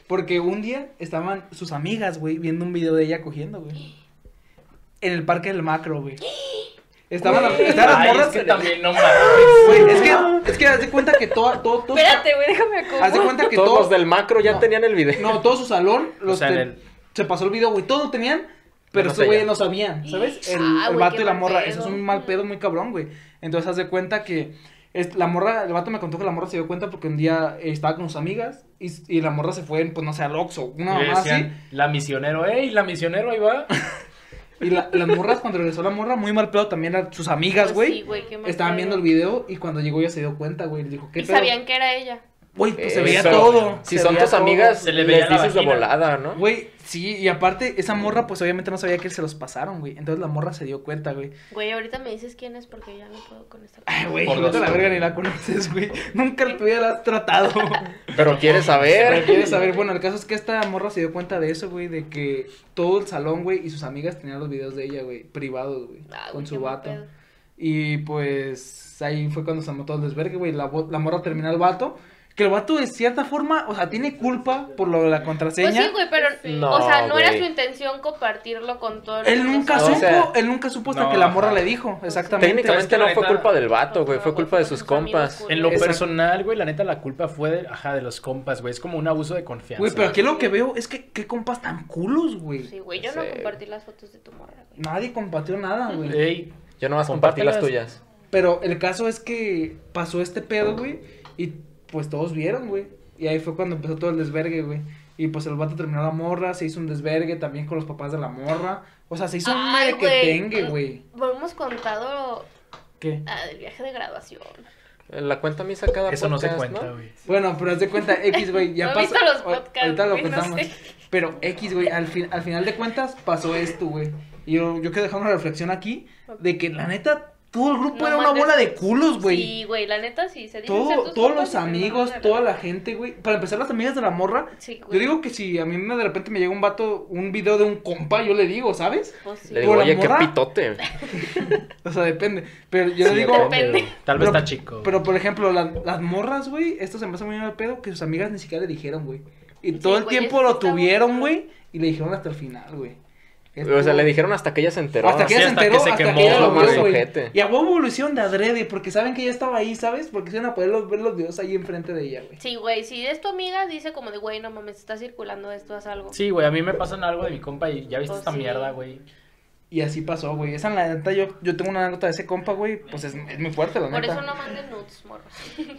A: Porque un día estaban sus amigas, güey, viendo un video de ella cogiendo, güey. En el parque del macro, güey. Estaban, las- estaban las
E: Ay,
A: morras.
E: es que también no mames.
A: Güey, es que, es que haz de cuenta que todo, todo, todo.
B: Espérate, güey, déjame acomodar.
A: Haz de cuenta que
C: Todos
A: todo-
C: los del macro ya
A: No.
C: tenían el video.
A: no, todo su salón los
E: O sea,
A: te-
E: en el-
A: se pasó el video, güey. Todos lo tenían, pero
C: Menos
A: estos güeyes
C: ella.
A: no sabían, ¿sabes? El,
B: Ah,
A: el
B: güey,
A: vato
B: qué
A: y la
B: mal
A: morra.
B: pedo.
A: Eso es un mal pedo muy cabrón, güey. Entonces, haz de cuenta que es- la morra, el vato me contó que la morra se dio cuenta porque un día eh, estaba con sus amigas y, y la morra se fue, pues no sé, al Oxxo, una
E: Y le
A: mamá así.
E: decían, la misionero, ey, la misionero, ahí va.
A: Y la- las morras, cuando regresó la morra, muy mal pedo también a sus amigas,
B: Pues
A: güey.
B: Sí, güey, qué mal
A: Estaban
B: pedo.
A: viendo el video y cuando llegó ella se dio cuenta, güey. Le dijo, ¿qué
B: Y
A: pedo?
B: sabían que era ella.
A: Güey, pues se
C: Eh,
A: veía
C: eso.
A: todo.
C: Si
A: se
C: son
A: veía
C: tus
A: todo.
C: amigas,
E: Se le veía
C: les
E: la
C: dices de
E: vagina.
C: volada, ¿no?
A: Güey, sí, y aparte, esa morra, pues obviamente no sabía que se los pasaron, güey. Entonces la morra se dio cuenta, güey.
B: Güey, ahorita me dices quién es porque ya no puedo con esta
A: Ay, güey,
E: Por
A: no te
E: dos.
A: la verga ni la conoces, güey. Nunca la hubieras tratado.
C: Pero
A: Pero
C: quieres saber.
A: quieres saber, bueno, el caso es que esta morra se dio cuenta de eso, güey, de que todo el salón, güey, y sus amigas tenían los videos de ella, güey, privados, güey,
B: Ah, güey,
A: con
B: qué
A: su
B: mal
A: vato.
B: pedo.
A: Y pues ahí fue cuando se mató el desvergue, güey, la, bo- la morra terminó al vato, que el vato de cierta forma, o sea, tiene culpa por lo de la
B: Pues
A: contraseña.
B: sí, güey, pero.
D: Sí.
C: No,
B: o sea, no era
C: güey.
B: su intención compartirlo con todo el
A: él
B: mundo,
A: nunca
B: ¿sabes?
C: O
A: supo,
C: sea,
A: él nunca supo hasta
E: no,
A: que la morra
E: ajá.
A: le dijo,
B: Pues
A: exactamente.
B: Técnicamente
C: Técnicamente
E: ¿Sabes qué,
C: no
E: la
C: fue
E: neta?
C: culpa del vato, güey.
B: No,
C: Fue
B: güey,
C: culpa de
B: fueron
C: sus
B: sus amigos,
C: compas.
B: güey.
E: En lo
A: Exacto.
E: personal, güey, la neta la culpa fue de, ajá, de los compas, güey. Es como un abuso de confianza.
A: Güey, pero aquí lo que veo es que, ¿qué compas tan culos, güey?
B: Sí, güey, yo
C: Sí.
B: no compartí las fotos de tu morra, güey.
A: Nadie compartió nada, güey.
E: Ey,
C: Yo nomás compartí las
E: Compártelas.
C: tuyas.
A: Pero el caso es que pasó este pedo, güey, y pues todos vieron, güey. Y ahí fue cuando empezó todo el desvergue, güey. Y pues el vato terminó la morra, se hizo un desvergue también con los papás de la morra. O sea, se hizo un
B: Ay,
A: merequetengue,
B: güey.
A: güey.
B: Lo hemos contado
A: ¿Qué?
B: ah, del viaje de graduación.
C: Eh, La cuenta misa cada
E: eso no se
C: podcast,
E: cuenta, güey.
A: Bueno, pero haz de cuenta, X, güey, ya
B: no he
A: pasó.
B: visto los
A: ahor-
B: podcasts,
A: Ahorita lo
B: güey, no
A: contamos.
B: sé.
A: Pero X, güey, al, fin, al final de cuentas pasó esto, güey. Y yo, yo quiero dejar una reflexión aquí de que la neta, todo el grupo
B: No
A: era una
B: mandes-
A: bola de culos, güey.
B: Sí, güey, la neta sí. Se dicen
A: Todo-
B: ciertos
A: todos
B: compas
A: los
B: y se mandan
A: amigos,
B: a la-
A: toda la gente, güey. Para empezar, las amigas de la morra.
B: Sí, güey.
A: Yo digo que si a mí me- de repente me llega un vato, un video de un compa, yo le digo, ¿sabes?
B: Pues sí.
C: Le digo,
A: Por la
C: oye, qué
A: morra.
C: pitote.
A: O sea, depende. Pero yo le
C: Sí,
A: digo,
B: depende.
E: Tal vez
A: Pero-
E: está chico.
A: pero por ejemplo, la- las morras, güey, esto se me hace muy mal pedo que sus amigas ni siquiera le dijeron, güey. Y
B: Sí,
A: todo el
B: güey,
A: tiempo
B: eso
A: lo
B: está muy
A: tuvieron,
B: mal.
A: güey, y le dijeron hasta el final, güey.
C: O sea,
A: Estuvo-
C: le dijeron hasta que ella se enteró.
A: Hasta que
E: Sí,
A: ella se
E: hasta que
A: enteró,
E: se
A: hasta
E: quemó,
A: que ella lo
E: lo más
A: vio, güey.
C: ojete.
A: Y a huevo lo hicieron de adrede, porque saben que ella estaba ahí, ¿sabes? Porque se iban a poder los- ver los videos ahí enfrente de ella, güey.
B: Sí, güey, si es tu amiga, dice como de, güey, no mames, está circulando esto, haz algo.
E: Sí, güey, a mí me pasan algo de mi compa y ya viste
B: Pues
E: esta
B: sí.
E: mierda, güey.
A: Y así pasó, güey. Esa la neta, yo, yo tengo una anécdota de ese compa, güey. Pues es, es muy fuerte, la
B: Por
A: neta.
B: eso no manden nudes, morros.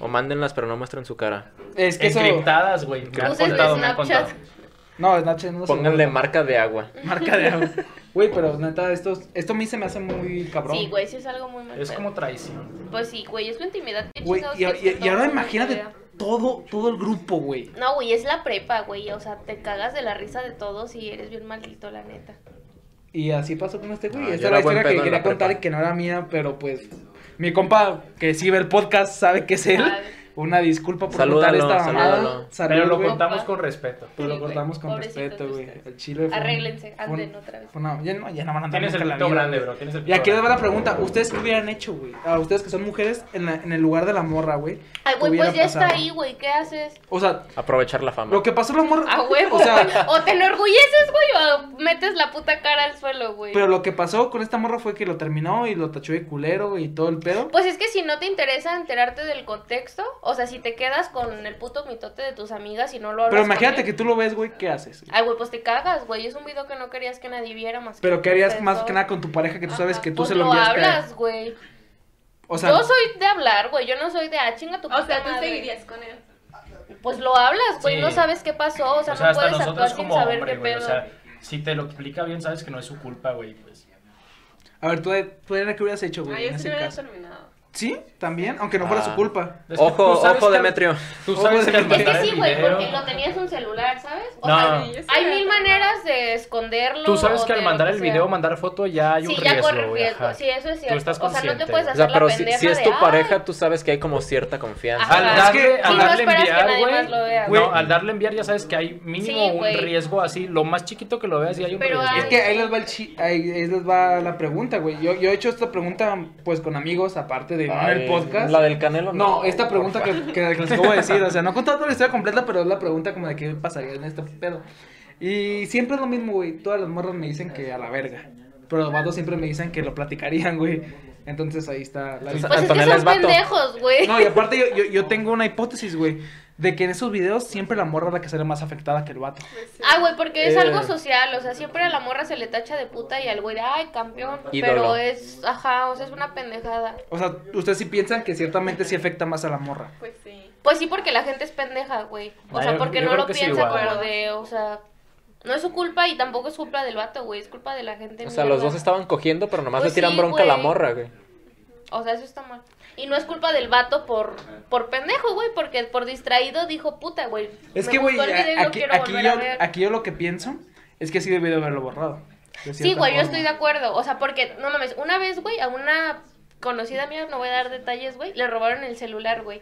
C: O mándenlas, pero no muestren su cara.
A: Es que eso.
E: Encriptadas, güey. Me han
B: Usen
E: contado, me han
B: este Snapchat.
E: contado.
A: No, Snapchat no se
C: Pónganle
A: marca.
C: marca de agua.
A: Marca de agua. Güey, pero neta, esto, esto a mí se me hace muy cabrón.
B: Sí, güey, sí es algo muy mal.
E: Es
B: pedo.
E: como traición.
B: Pues sí, güey, es tu intimidad. ¿Qué
A: Güey,
B: chingados
A: y,
B: quieres
A: y-
B: que
A: y ahora
B: todo
A: imagínate
B: vea?
A: todo, todo el grupo, güey.
B: No, güey, es la prepa, güey. O sea, te cagas de la risa de todos y eres bien maldito, la neta.
A: Y así pasó con este güey.
C: Ah, yo
A: Esta
C: era
A: era la
C: buen
A: historia
C: pedo
A: que
C: en
A: quería
C: la
A: contar y
C: prepa.
A: que no era mía, pero pues. Mi compa, que sí ve el podcast, sabe que es él.
B: Sabe.
A: Una disculpa por
C: Salúdalo,
A: contar esta mamada.
C: salúdalo.
E: Pero lo
A: güey.
E: contamos con respeto.
A: Pero
B: Sí,
A: lo
B: güey.
A: cortamos con
B: Pobrecitos
A: respeto,
B: de
A: güey.
B: ustedes.
A: El chile fue un-
B: pues, Arréglense,
A: fue un-
B: anden otra vez.
A: fue una- ya, Pues no, ya no van a andar
E: Tienes
A: nunca en
E: el
A: la
E: pito
A: vida,
E: grande,
A: güey.
E: bro. Tienes el
A: Y
E: pito
A: aquí les va
E: grande.
A: la pregunta, ¿ustedes qué hubieran hecho, güey? A ustedes que son mujeres, en, la- en el lugar de la morra, güey.
B: Ay,
A: ¿qué
B: güey,
A: hubiera
B: pues ya
A: pasado?
B: está ahí, güey, ¿qué haces?
A: O sea,
C: Aprovechar la fama.
A: lo que pasó la morra...
B: A huevo,
A: O sea,
B: güey. O te enorgulleces, güey, o metes la puta cara al suelo, güey.
A: pero lo que pasó con esta morra fue que lo terminó y lo tachó de culero, güey, y todo el pedo.
B: Pues es que si no te interesa enterarte del contexto, o sea, si te quedas con el puto mitote de tus amigas y no lo hablas.
A: Pero
B: con
A: imagínate
B: él-
A: que tú lo ves, güey, ¿qué haces?
B: Ay, güey, pues te cagas, güey. Es un video que no querías que nadie viera más que
A: Pero ¿qué harías
B: ustedes
A: más
B: dos.
A: que nada con tu pareja que tú sabes
B: Ajá.
A: que tú
B: Pues
A: se lo
B: lo
A: envías caer?
B: hablas, güey.
A: O sea,
B: yo soy de hablar, güey. Yo no soy de ah, chinga tu
D: O sea,
B: puta
D: tú
B: madre".
D: seguirías con él.
B: Pues lo hablas, güey.
E: Sí.
B: No sabes qué pasó. O sea,
E: O sea,
B: no
E: hasta
B: puedes actuar
E: nosotros
B: sin
E: como
B: saber
E: hombre,
B: qué
E: güey.
B: pedo.
E: O sea, si te lo explica bien, sabes que no es su culpa, güey. Pues.
A: a ver, tú, tú era que hubieras hecho,
D: Ah,
A: güey, en
D: yo
A: ese
D: sí lo hubiera
A: caso.
D: terminado.
A: ¿Sí? También, aunque no fuera
C: Ah.
A: su culpa.
E: Es que
C: Ojo,
E: tú sabes
C: ojo,
E: que-
C: Demetrio.
E: Tú
A: Ojo,
E: sabes que al
A: Demetrio.
B: es que
E: mandar el
B: sí, güey,
E: video-
B: porque lo tenías un celular, ¿sabes? O
E: No.
B: sea,
D: yo sí
B: hay
D: lo
B: mil
D: hubiera
B: maneras de esconderlo.
E: Tú sabes
B: o
E: que al
B: de
E: mandar
B: lo
E: el
B: sea.
E: video, mandar foto, ya hay un
B: Sí, ya
E: riesgo,
B: corre
E: güey,
B: riesgo.
E: ajá.
B: Sí, eso es cierto.
E: estás
B: o sea, no te
E: consciente,
B: puedes
E: güey.
B: hacer
C: O sea,
B: la
C: pero si,
B: pendeja
C: si es
B: de, "Ah,
C: tu
B: "Ay,
C: pareja, tú sabes que hay como cierta confianza.
A: Ah,
B: Ajá.
E: Al darle,
A: Es que-
B: Sí,
E: al
B: no
E: darle
B: esperas que
E: enviar,
B: nadie
E: güey.
B: más lo vea,
E: No,
A: güey.
E: al darle enviar ya sabes que hay mínimo
B: Sí,
E: un
B: güey.
E: riesgo así. Lo más chiquito que lo veas ya hay un
B: Pero
E: riesgo.
A: Es que ahí les va, el chi- ahí, ahí les va la pregunta, güey. Yo, yo he hecho esta pregunta, pues, con amigos, aparte de no en el
C: Ay,
A: podcast.
C: La del canelo.
A: No, esta pregunta que, que les acabo de decir, o sea, no he contado toda la historia completa, pero es la pregunta como de qué pasaría en este pedo. Y siempre es lo mismo, güey. Todas las morras me dicen que a la verga. Pero los vatos siempre me dicen que lo platicarían, güey. Entonces ahí está la
C: Entonces,
A: vista.
B: Pues es que
C: Antonella es
B: son
C: vato.
B: pendejos, güey.
A: No, y aparte yo, yo, yo tengo una hipótesis, güey, de que en esos videos siempre la morra es la que sale más afectada que el vato.
D: Pues sí.
B: Ah, güey, porque es
C: Eh.
B: algo social, o sea, siempre a la morra se le tacha de puta y al güey de, ay, campeón,
C: Ídolo.
B: pero es, ajá, o sea, es una pendejada.
A: O sea, ustedes sí piensan que ciertamente sí afecta más a la morra.
D: Pues sí.
B: Pues sí, porque la gente es pendeja, güey. O
E: Ah,
B: sea,
E: yo-
B: porque
E: yo
B: no
E: creo
B: lo
E: que sí,
B: piensa
E: igual.
B: como de, o sea, no es su culpa y tampoco es culpa del vato, güey, es culpa de la gente.
C: O sea, los
B: mierda.
C: dos estaban cogiendo, pero nomás
B: Pues
C: le tiran
B: sí,
C: bronca a la
B: güey.
C: morra, güey.
B: O sea, eso está mal. Y no es culpa del vato por, por pendejo, güey, porque por distraído dijo, puta, güey.
A: Es
B: me
A: que, güey,
B: gustó el video y lo
A: aquí,
B: quiero
A: aquí
B: volver
A: yo,
B: a ver".
A: aquí yo lo que pienso es que sí debió de haberlo borrado. de
B: Sí,
A: cierta
B: güey, yo
A: forma.
B: estoy de acuerdo. O sea, porque, no mames, una vez, güey, a una conocida mía, no voy a dar detalles, güey, le robaron el celular, güey.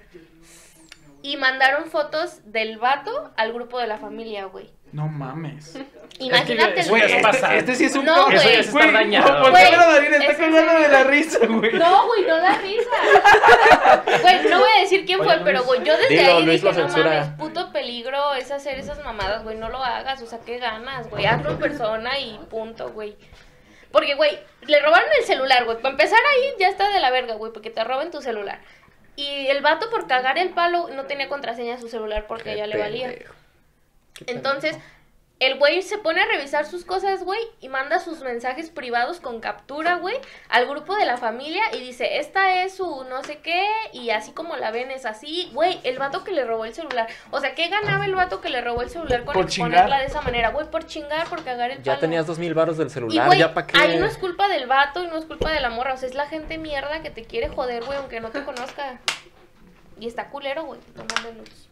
B: Y mandaron fotos del vato al grupo de la familia, güey.
A: No mames.
B: Imagínate,
E: eso
A: Güey,
E: ya
B: güey.
E: es
A: este,
E: pasar.
A: este sí es un
B: No,
A: cabrón.
B: Eso ya
E: es estar
A: Güey,
E: dañado.
A: no, porque
B: Güey,
A: ahora Darín está
B: es en
A: cagando de
B: serio.
A: la risa, güey.
B: No, güey, no da risa. Güey, no voy a decir quién fue,
E: Oye,
B: pero
E: Luis.
B: güey, yo desde
C: Dilo,
B: ahí
C: Luis,
B: dije,
C: lo
B: no
C: censura".
B: mames, puto peligro es hacer esas mamadas, güey, no lo hagas, o sea, qué ganas, güey, hazlo en persona y punto, güey. Porque, güey, le robaron el celular, güey, para empezar ahí ya está de la verga, güey, porque te roban tu celular. Y el vato por cagar el palo no tenía contraseña de su celular porque ya le valía.
C: Pendejo. Qué pendejo.
B: Entonces, el güey se pone a revisar sus cosas, güey, y manda sus mensajes privados con captura, güey, al grupo de la familia y dice, esta es su no sé qué, y así como la ven es así, güey, el vato que le robó el celular. O sea, ¿qué ganaba el vato que le robó el celular con
A: Por
B: exponerla
A: chingar.
B: de esa manera? Güey, por chingar, por cagar el
C: Ya
B: palo.
C: tenías dos mil varos del
B: Y
C: celular,
B: güey,
C: ya pa' qué.
B: ahí no es culpa del vato y no es culpa de la morra, o sea, es la gente mierda que te quiere joder, güey, aunque no te conozca. Y está culero, güey, no mándenlos.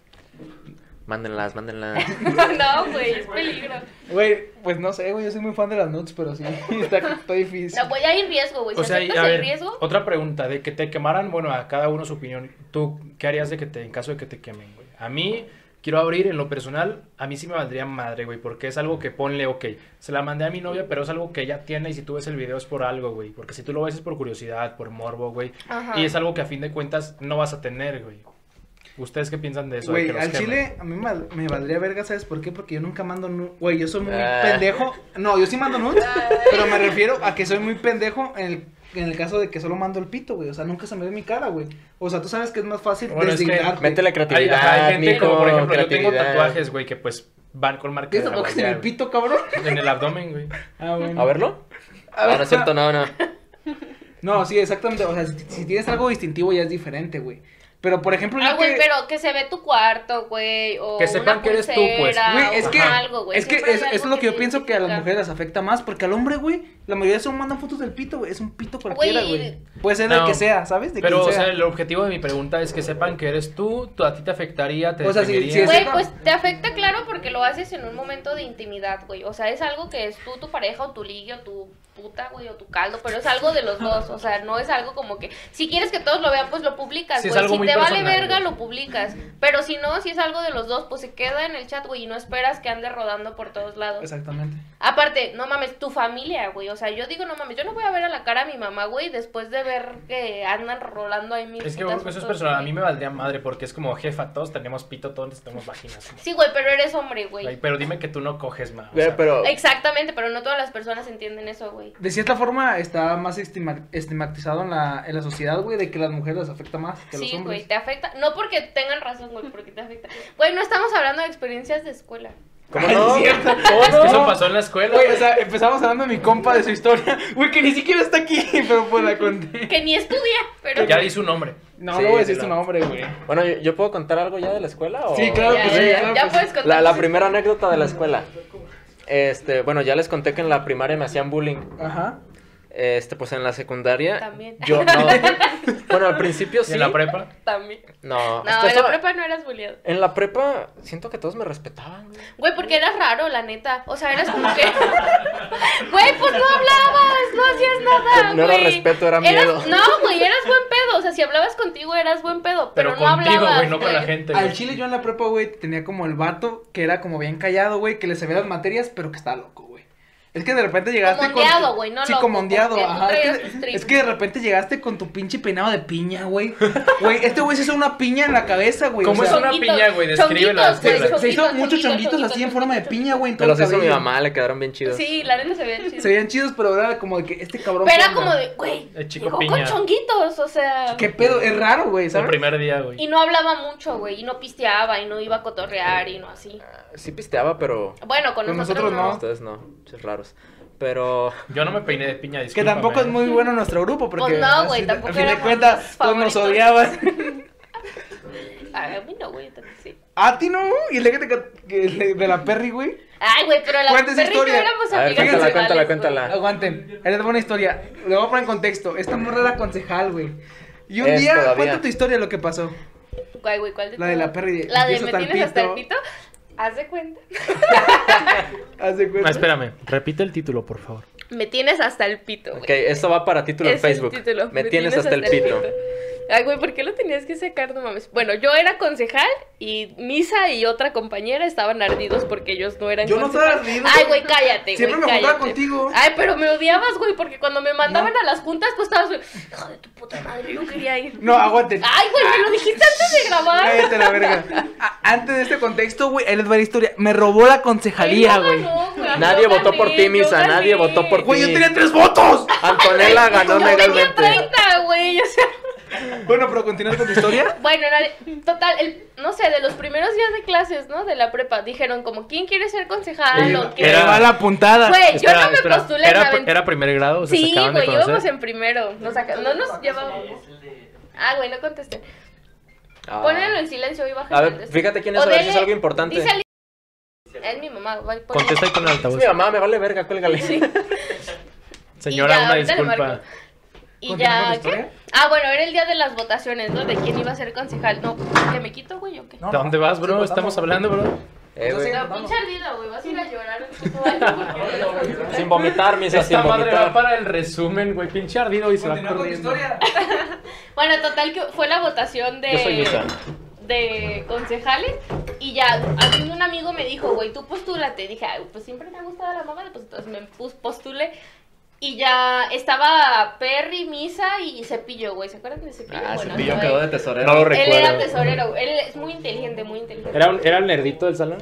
C: Mándenlas, mándenlas.
B: no,
D: Pues
B: güey, es peligro.
A: Güey, pues no sé, güey, yo soy muy fan de las nudes, pero sí, está, está difícil.
B: No, pues ya hay riesgo, güey. Si
E: O sea, y-
B: aceptas
E: a
B: el
E: ver,
B: riesgo,
E: otra pregunta, de que te quemaran, bueno, a cada uno su opinión. ¿Tú qué harías de que te, en caso de que te quemen, güey? A mí, quiero abrir, en lo personal, a mí sí me valdría madre, güey, porque es algo que ponle, ok, se la mandé a mi novia, pero es algo que ella tiene y si tú ves el video es por algo, güey, porque si tú lo ves es por curiosidad, por morbo, güey,
B: Ajá.
E: y es algo que a fin de cuentas no vas a tener, güey. ¿Ustedes qué piensan de eso? de
A: Güey,
E: que los
A: al
E: quemen?
A: chile a mí mal- me valdría verga, ¿sabes por qué? Porque yo nunca mando nudes. Güey, yo soy muy
C: Ah.
A: pendejo. No, yo sí mando nudes, pero me refiero a que soy muy pendejo en el, en el caso de que solo mando el pito, güey. O sea, nunca se me ve mi cara, güey. O sea, tú sabes que es más fácil
E: Bueno, es que
A: desligarte.
C: Métele
E: Hay,
C: creatividad,
E: ajá, hay gente
C: mijo,
E: como, por ejemplo, yo tengo
C: creatividad.
E: tatuajes, güey, que pues van con marca
A: ¿Qué
E: de la
A: tocas en el
E: huella, güey.
A: pito, cabrón?
E: En el abdomen, güey.
A: Ah, bueno.
C: ¿A verlo? Ah,
A: A ver,
C: no, no es cierto, no, no.
A: No, sí, exactamente. O sea, si, si tienes algo distintivo ya es diferente, güey. Pero, por ejemplo,
B: Ah,
A: yo
B: güey,
A: que-
B: pero que se ve tu cuarto, güey. O
E: Que sepan
B: una
E: que eres tú, pues.
B: pulsera,
A: Güey, es
B: ah, o
A: que,
B: algo, güey.
A: es, que
B: Siempre hay
A: es,
B: algo
A: es lo que yo
B: te
A: pienso que a las
B: identifica.
A: mujeres les afecta más, porque al hombre, güey, la mayoría son mandan fotos del pito, güey, es un pito cualquiera,
B: Güey,
A: güey. Puede ser del
E: No.
A: que sea, ¿sabes? De
E: Pero,
A: quien
E: o sea,
A: sea.
E: el objetivo de mi pregunta es que sepan que eres tú, tú a ti te afectaría, te
A: O sea, si-
E: deprimiría.
A: si es-
B: Güey, pues te afecta, claro, porque lo haces en un momento de intimidad, güey. O sea, es algo que es tú, tu pareja, o tu ligue, o tu puta, güey, o tu caldo, pero es algo de los dos. O sea, no es algo como que. Si quieres que todos lo vean, pues lo publicas,
E: Sí,
B: güey.
E: es algo
B: si
E: muy
B: te vale
E: personal,
B: verga,
E: güey.
B: lo publicas. Pero si no, si es algo de los dos, pues se queda en el chat, güey, y no esperas que ande rodando por todos lados.
A: Exactamente.
B: Aparte, no mames, tu familia, güey. O sea, yo digo, no mames, yo no voy a ver a la cara a mi mamá, güey, después de ver que andan rolando ahí mis
E: Es que
B: putas
E: bueno, eso es
B: fotos,
E: personal, a
B: güey.
E: mí me valdría madre porque es como jefa, todos tenemos pito, todos tenemos vaginas.
B: Sí, güey, pero eres hombre,
E: Ay,
B: güey.
E: Pero dime que tú no coges más.
C: pero...
B: Exactamente, pero no todas las personas entienden eso, güey.
A: De cierta forma está más estima- estigmatizado en la, en la sociedad, güey, de que las mujeres les afecta más que a los
B: Sí, güey,
A: hombres.
B: te afecta. No porque tengan razón, güey, porque te afecta. Güey, no estamos hablando de experiencias de escuela.
C: ¿Cómo
A: Ay,
C: no?
A: es cierto.
C: ¿Cómo no?
E: eso pasó en la escuela.
A: Güey, o sea, empezamos hablando de mi compa, de su historia, güey, que ni siquiera está aquí, pero pues la conté.
B: Que ni estudia, pero.
E: ya di su nombre.
A: No,
C: Sí,
A: no voy a decir
E: de
A: su
E: la-
A: nombre, güey.
C: Bueno, ¿yo, yo puedo contar algo ya de la escuela? O...
A: Sí, claro
B: Ya,
A: que
B: ya,
A: sí,
B: ya,
A: claro
B: ya
A: que sí.
B: puedes contar.
C: La, la primera anécdota de la escuela. Este, bueno, ya les conté que en la primaria me hacían bullying.
A: Ajá.
C: Este, pues en la secundaria.
B: También.
C: Yo no. Bueno, al principio
E: ¿Y
C: sí.
E: en la prepa?
B: También.
C: No.
B: No, en
C: hasta
B: la
C: eso-
B: prepa no eras bulleado.
C: en la prepa siento que todos me respetaban. güey.
B: Güey, porque eras raro, la neta. O sea, eras como que. Güey, pues no hablabas, no hacías nada.
C: No era
B: Ah, güey.
C: respeto, era
B: Eras-
C: miedo.
B: No, güey, eras buen pedo. O sea, si hablabas contigo, eras buen pedo. Pero,
E: Pero,
B: no
E: contigo,
B: hablabas.
E: güey, no con la
B: güey.
E: gente.
A: Al
E: güey.
A: chile yo en la prepa, güey, tenía como el vato que era como bien callado, güey, que le sabía las materias, pero que estaba loco, güey. Es que de repente llegaste
B: Como ondeado, güey, no
A: Sí,
B: loco,
A: como ondeado,
B: porque tú
A: ajá.
B: traías
A: Es
B: tus
A: que,
B: tripas.
A: es que de repente llegaste con tu pinche peinado de piña, güey. Güey, este güey se hizo una piña en la cabeza, güey.
E: ¿Cómo
A: o
E: es
A: sea,
E: una
B: Chonguitos,
E: piña, güey? Descríbela.
B: chonguitos, güey,
E: descríbela.
A: Se hizo
B: Chonguitos,
A: muchos
B: chonguitos,
A: chonguitos así en
B: chonguitos,
A: forma de piña, güey, en
C: Me
A: todo
C: los
A: el
C: hizo mi
A: cabello.
C: mamá, le quedaron bien chidos.
B: Sí, la neta se veía chido.
A: Se veían chidos, pero era como de que este cabrón.
B: Pero
A: ¿qué
B: era
A: onda?
B: como de, güey.
E: El chico
B: Llegó con
E: piña.
B: chonguitos, o sea.
A: ¿Qué pedo? Es raro, güey,
E: El
A: ¿sabes?
E: primer día, güey.
B: Y no hablaba mucho, güey. Y no pisteaba, y no iba a cotorrear, y no así.
C: Sí pisteaba, pero
B: Bueno, con,
A: Con nosotros
B: nosotros, no.
C: ustedes no, es raros. Pero
E: Yo no me peiné de piña,
A: Que
E: discúlpame.
A: tampoco es muy bueno nuestro grupo, porque.
B: Pues no, güey,
A: así-
B: tampoco
A: A fin de
B: éramos
A: cuentas, todos nos
B: favoritos.
A: odiaban.
B: A mí no, güey, entonces sí.
A: ¿A ti no? Y el de, que te- que el de- de la Perry, güey.
B: Ay, güey, pero la
A: Cuenta esa
B: Perry y yo
A: historia.
B: éramos
C: A ver,
B: amigas
C: cuéntala,
B: iguales,
C: cuéntala,
B: güey.
C: cuéntala.
A: Aguanten, ahí les va una historia. Le voy a poner en contexto. Esta morra era concejal, güey. Y un
C: Es
A: día,
C: todavía.
A: cuenta tu historia de lo que pasó.
B: ¿Cuál, güey? ¿Cuál de
A: La de la
B: todas?
A: Perry.
B: La de
A: Empiezo
B: me
A: hasta el
B: tienes hasta el
A: pito.
B: pito. Haz de cuenta.
A: Haz de
E: Ah,
A: cuenta.
E: espérame, repite el título, por favor.
B: Me tienes hasta el pito, güey.
C: Ok, eso va para título en
B: Es el
C: Facebook.
B: título,
C: Me tienes hasta el pito.
B: Ay, güey, ¿por qué lo tenías que sacar? No mames. Bueno, yo era concejal y Misa y otra compañera estaban ardidos porque ellos no eran
A: Yo no
B: concejal.
A: estaba ardido.
B: Ay, güey, cállate,
A: Siempre
B: güey,
A: me juntaba
B: cállate.
A: contigo.
B: Ay, pero me odiabas, güey, porque cuando me mandaban
A: No.
B: a las juntas, pues estabas, güey, hijo de tu puta madre, yo quería ir.
A: No, aguanten.
B: Ay, güey, me lo dijiste antes de grabar.
A: Cállate la verga. A- Antes de este contexto, güey, ahí les va la historia. Me robó la concejalía,
B: Él no
A: güey.
B: ganó, güey,
C: Nadie
B: yo
C: votó por
B: gané,
C: ti,
B: yo
C: Misa,
B: gané.
C: nadie votó por ti.
A: Güey, yo tenía tres votos.
C: Antonella ganó
B: Yo tenía
C: legalmente.
B: 30, güey, o sea.
A: Bueno, pero continúa con tu historia.
B: Bueno, era- total, el- no sé, de los primeros días de clases, ¿no? De la prepa, dijeron como, ¿quién quiere ser concejal?
E: Oye,
B: o qué?
A: Era
E: Era-
A: va la puntada.
B: Güey, yo
E: Espera,
B: no me
E: espera,
B: postulé, me
E: ¿Era,
B: aventé-
E: era primer grado? o sea,
B: Sí,
E: se acaban de
C: ¿eh?
B: güey,
E: conocer?
B: íbamos en primero. Nos saca- No nos llevábamos. Ah, güey, no contesté.
C: Ah.
B: Pónganlo en silencio y baja
C: A
B: el
C: ver,
B: contest-
C: fíjate quién
B: O
C: es, a ver si
B: dele-
C: es algo importante.
B: dice al- Es mi mamá, güey. por-
E: Contesta ahí con el
C: Es
E: altavoz.
C: mi mamá, me vale verga, cuélgale.
E: Señora,
B: Y ya,
E: una
B: ahorita le
E: disculpa.
B: marco. Y
A: Continúa con
B: ya,
A: tu
B: ¿qué?
A: historia.
B: Ah, bueno, era el día de las votaciones, ¿no? De quién iba a ser concejal. No, ¿que me quito, güey, o qué?
A: No,
E: ¿Dónde
A: no,
E: vas,
A: sí,
E: bro?
A: votamos.
E: Estamos hablando, bro.
C: Eh, güey.
B: No, pinche ardida, güey, vas a ir a llorar un puto baño porque-
C: Sin vomitar, misa, sin
E: Esta madre va
C: vomitar.
E: para el resumen, güey. Pinche ardido y se va
A: Continúa con tu
E: corriendo.
A: historia.
B: Bueno, total que fue la votación de...
C: Yo soy misa.
B: de concejales y ya, a mí un amigo me dijo, güey, tú postúlate. Dije, "Ay, pues siempre me ha gustado la mamá, pues entonces me pus- postulé. Y ya estaba Perry, Misa y Cepillo, güey. ¿Se acuerdan de
C: Ah,
B: Cepillo? Bueno, güey.
C: tesorero.
E: No lo
B: Él era
E: recuerdo.
B: tesorero, él es muy inteligente, muy inteligente.
E: ¿Era, un- ¿Era el nerdito del salón?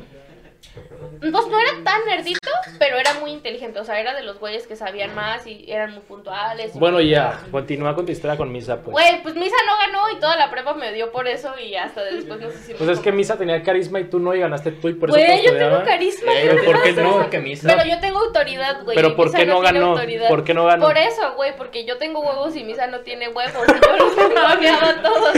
B: Pues no era tan nerdito, pero era muy inteligente. O sea, era de los güeyes que sabían más y eran muy puntuales. y-
E: Bueno, ya. Continúa con tu historia con Misa, pues.
B: Güey, pues Misa no ganó y toda la prepa me odió por eso y hasta después nos hicimos.
E: Pues es que
B: como-
E: Misa tenía carisma y tú no, y ganaste tú, y por eso
B: Güey,
E: te
B: yo tengo
E: odiaba.
B: carisma.
C: Eh,
B: yo
E: Pero
B: te
E: ¿por
B: voy a
E: qué
B: hacer
E: no?
B: eso.
C: Que misa.
B: Pero yo tengo autoridad, güey. y
E: Pero ¿por
B: Misa
E: qué no
B: tiene
E: ganó?
B: autoridad.
E: ¿Por qué no ganó?
B: Por eso, güey, porque yo tengo huevos y Misa no tiene huevos. y Yo los bloqueaba a todos.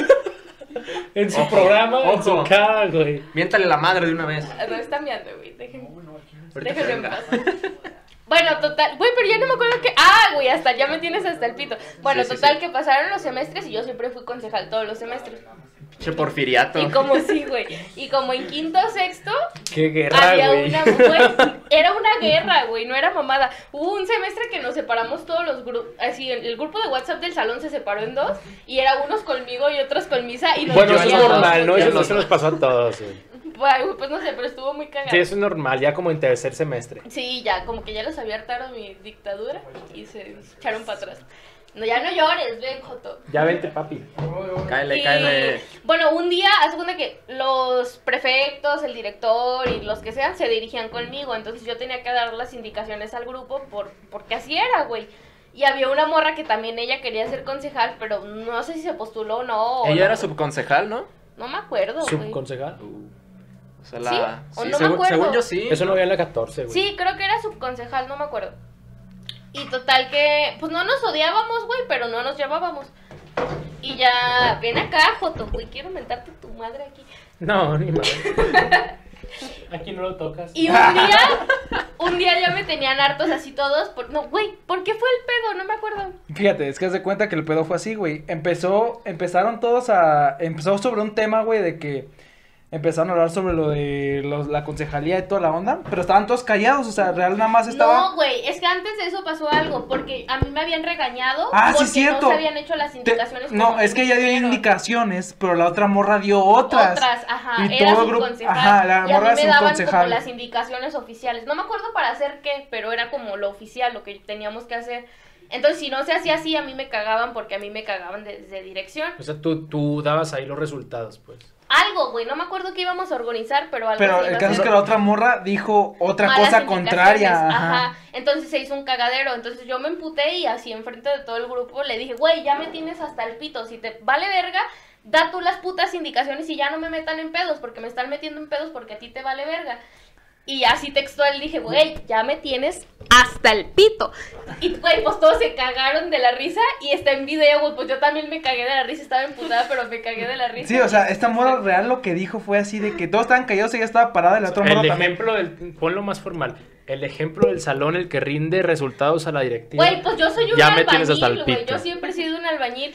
E: En su
C: Ojo,
E: programa, en
C: ojo.
E: su cara, güey.
C: Miéntale la madre de una vez.
B: No está meando, güey. Déjenme,
C: Ahorita
B: déjenme
C: que
B: en
C: venga.
B: paz. Bueno, total, güey, pero ya no me acuerdo que. Ah, güey, hasta ya me tienes hasta el pito. Bueno,
C: Sí, sí,
B: total,
C: sí.
B: que pasaron los semestres y yo siempre fui concejal todos los semestres.
C: Che porfiriato.
B: Y como sí, güey. Y como en quinto sexto,
E: Qué
B: Había
E: guerra, güey.
B: una, güey, era una guerra, güey, no era mamada. Hubo un semestre que nos separamos todos los grupos, así, el, el grupo de WhatsApp del salón se separó en dos y era unos conmigo y otros con Misa y nos
E: Bueno,
C: Yo
E: eso es
C: no-
B: odiábamos.
E: normal, ¿no?
C: yo
E: Eso
C: no-
E: eso nos pasó a todos, güey.
B: Ay, güey, pues no sé, pero estuvo muy cagado.
E: Sí,
B: Sí,
E: eso es normal, ya como en tercer semestre.
B: ya, como que ya los había hartado mi dictadura y se echaron para atrás. No, ya no llores, ven, Joto.
E: Ya vente, papi.
C: Cáele,
B: Y,
C: cáele.
B: Bueno, un día, hace cuenta que los prefectos, el director y los que sean se dirigían conmigo, entonces yo tenía que dar las indicaciones al grupo por, porque así era, güey. Y había una morra que también ella quería ser concejal, pero no sé si se postuló o no. o
C: Ella
B: no,
C: era subconcejal, ¿no?
B: No me acuerdo, güey.
E: ¿Subconcejal?
C: O sea, la...
B: ¿Sí? O no me
C: según,
B: acuerdo.
C: según yo sí.
E: Eso no había en la 14, güey.
B: Sí, creo que era subconcejal, no me acuerdo. Y total que, pues no nos odiábamos, güey, pero no nos llevábamos. Y ya, ven acá, Joto, güey, quiero mentarte tu madre aquí.
E: No, ni madre. Aquí no lo tocas.
B: Y un día, un día ya me tenían hartos así todos. Por, no, güey, ¿por qué fue el pedo? No me acuerdo.
A: Fíjate, es que haz de cuenta que el pedo fue así, güey. Empezó, empezaron todos a. Empezó sobre un tema, güey, de que. Empezaron a hablar sobre lo de los- la concejalía y toda la onda. Pero estaban todos callados, o sea, real nada más
B: No,
A: estaba.
B: güey, es que antes de eso pasó algo, porque a mí me habían regañado
A: Ah, sí,
B: porque
A: cierto.
B: no se habían hecho las
A: Te-
B: indicaciones.
A: no,
B: como
A: es que ella dio
B: dijeron.
A: indicaciones, pero la otra morra dio otras.
B: Otras, ajá,
A: Y
B: era
A: todo
B: su
A: grupo-
B: concejal.
A: ajá, la
B: y a mí
A: morra
B: me
A: era
B: daban como
A: subconcejal.
B: las indicaciones oficiales. No me acuerdo para hacer qué, pero era como lo oficial, lo que teníamos que hacer. Entonces, si no se hacía así, a mí me cagaban porque a mí me cagaban desde dirección.
E: O sea, tú, tú dabas ahí los resultados, pues.
B: Algo, güey, no me acuerdo qué íbamos a organizar, pero algo
A: Pero
B: así iba
A: el
B: a
A: caso es
B: ser.
A: que la otra morra dijo otra
B: malas
A: cosa
B: indicaciones,
A: contraria. Ajá.
B: Entonces se hizo un cagadero. Entonces yo me emputé y así enfrente de todo el grupo le dije, güey, ya me tienes hasta el pito. Si te vale verga, da tú las putas indicaciones y ya no me metan en pedos porque me están metiendo en pedos porque a ti te vale verga. Y así textual dije, güey, ya me tienes hasta el pito. Y, güey, pues todos se cagaron de la risa y está en video, güey, pues yo también me cagué de la risa, estaba emputada, pero me cagué de la risa.
A: Sí, o sea, esta morra real lo que dijo fue así de que todos estaban callados, ella estaba parada y la otra morra
E: El
A: también.
E: ejemplo del. Ponlo más formal. El ejemplo del salón, el que rinde resultados a la directiva.
B: Güey, pues yo soy un
E: Ya me tienes hasta
B: albañil,
E: el
B: güey,
E: pito.
B: yo siempre he sido un albañil.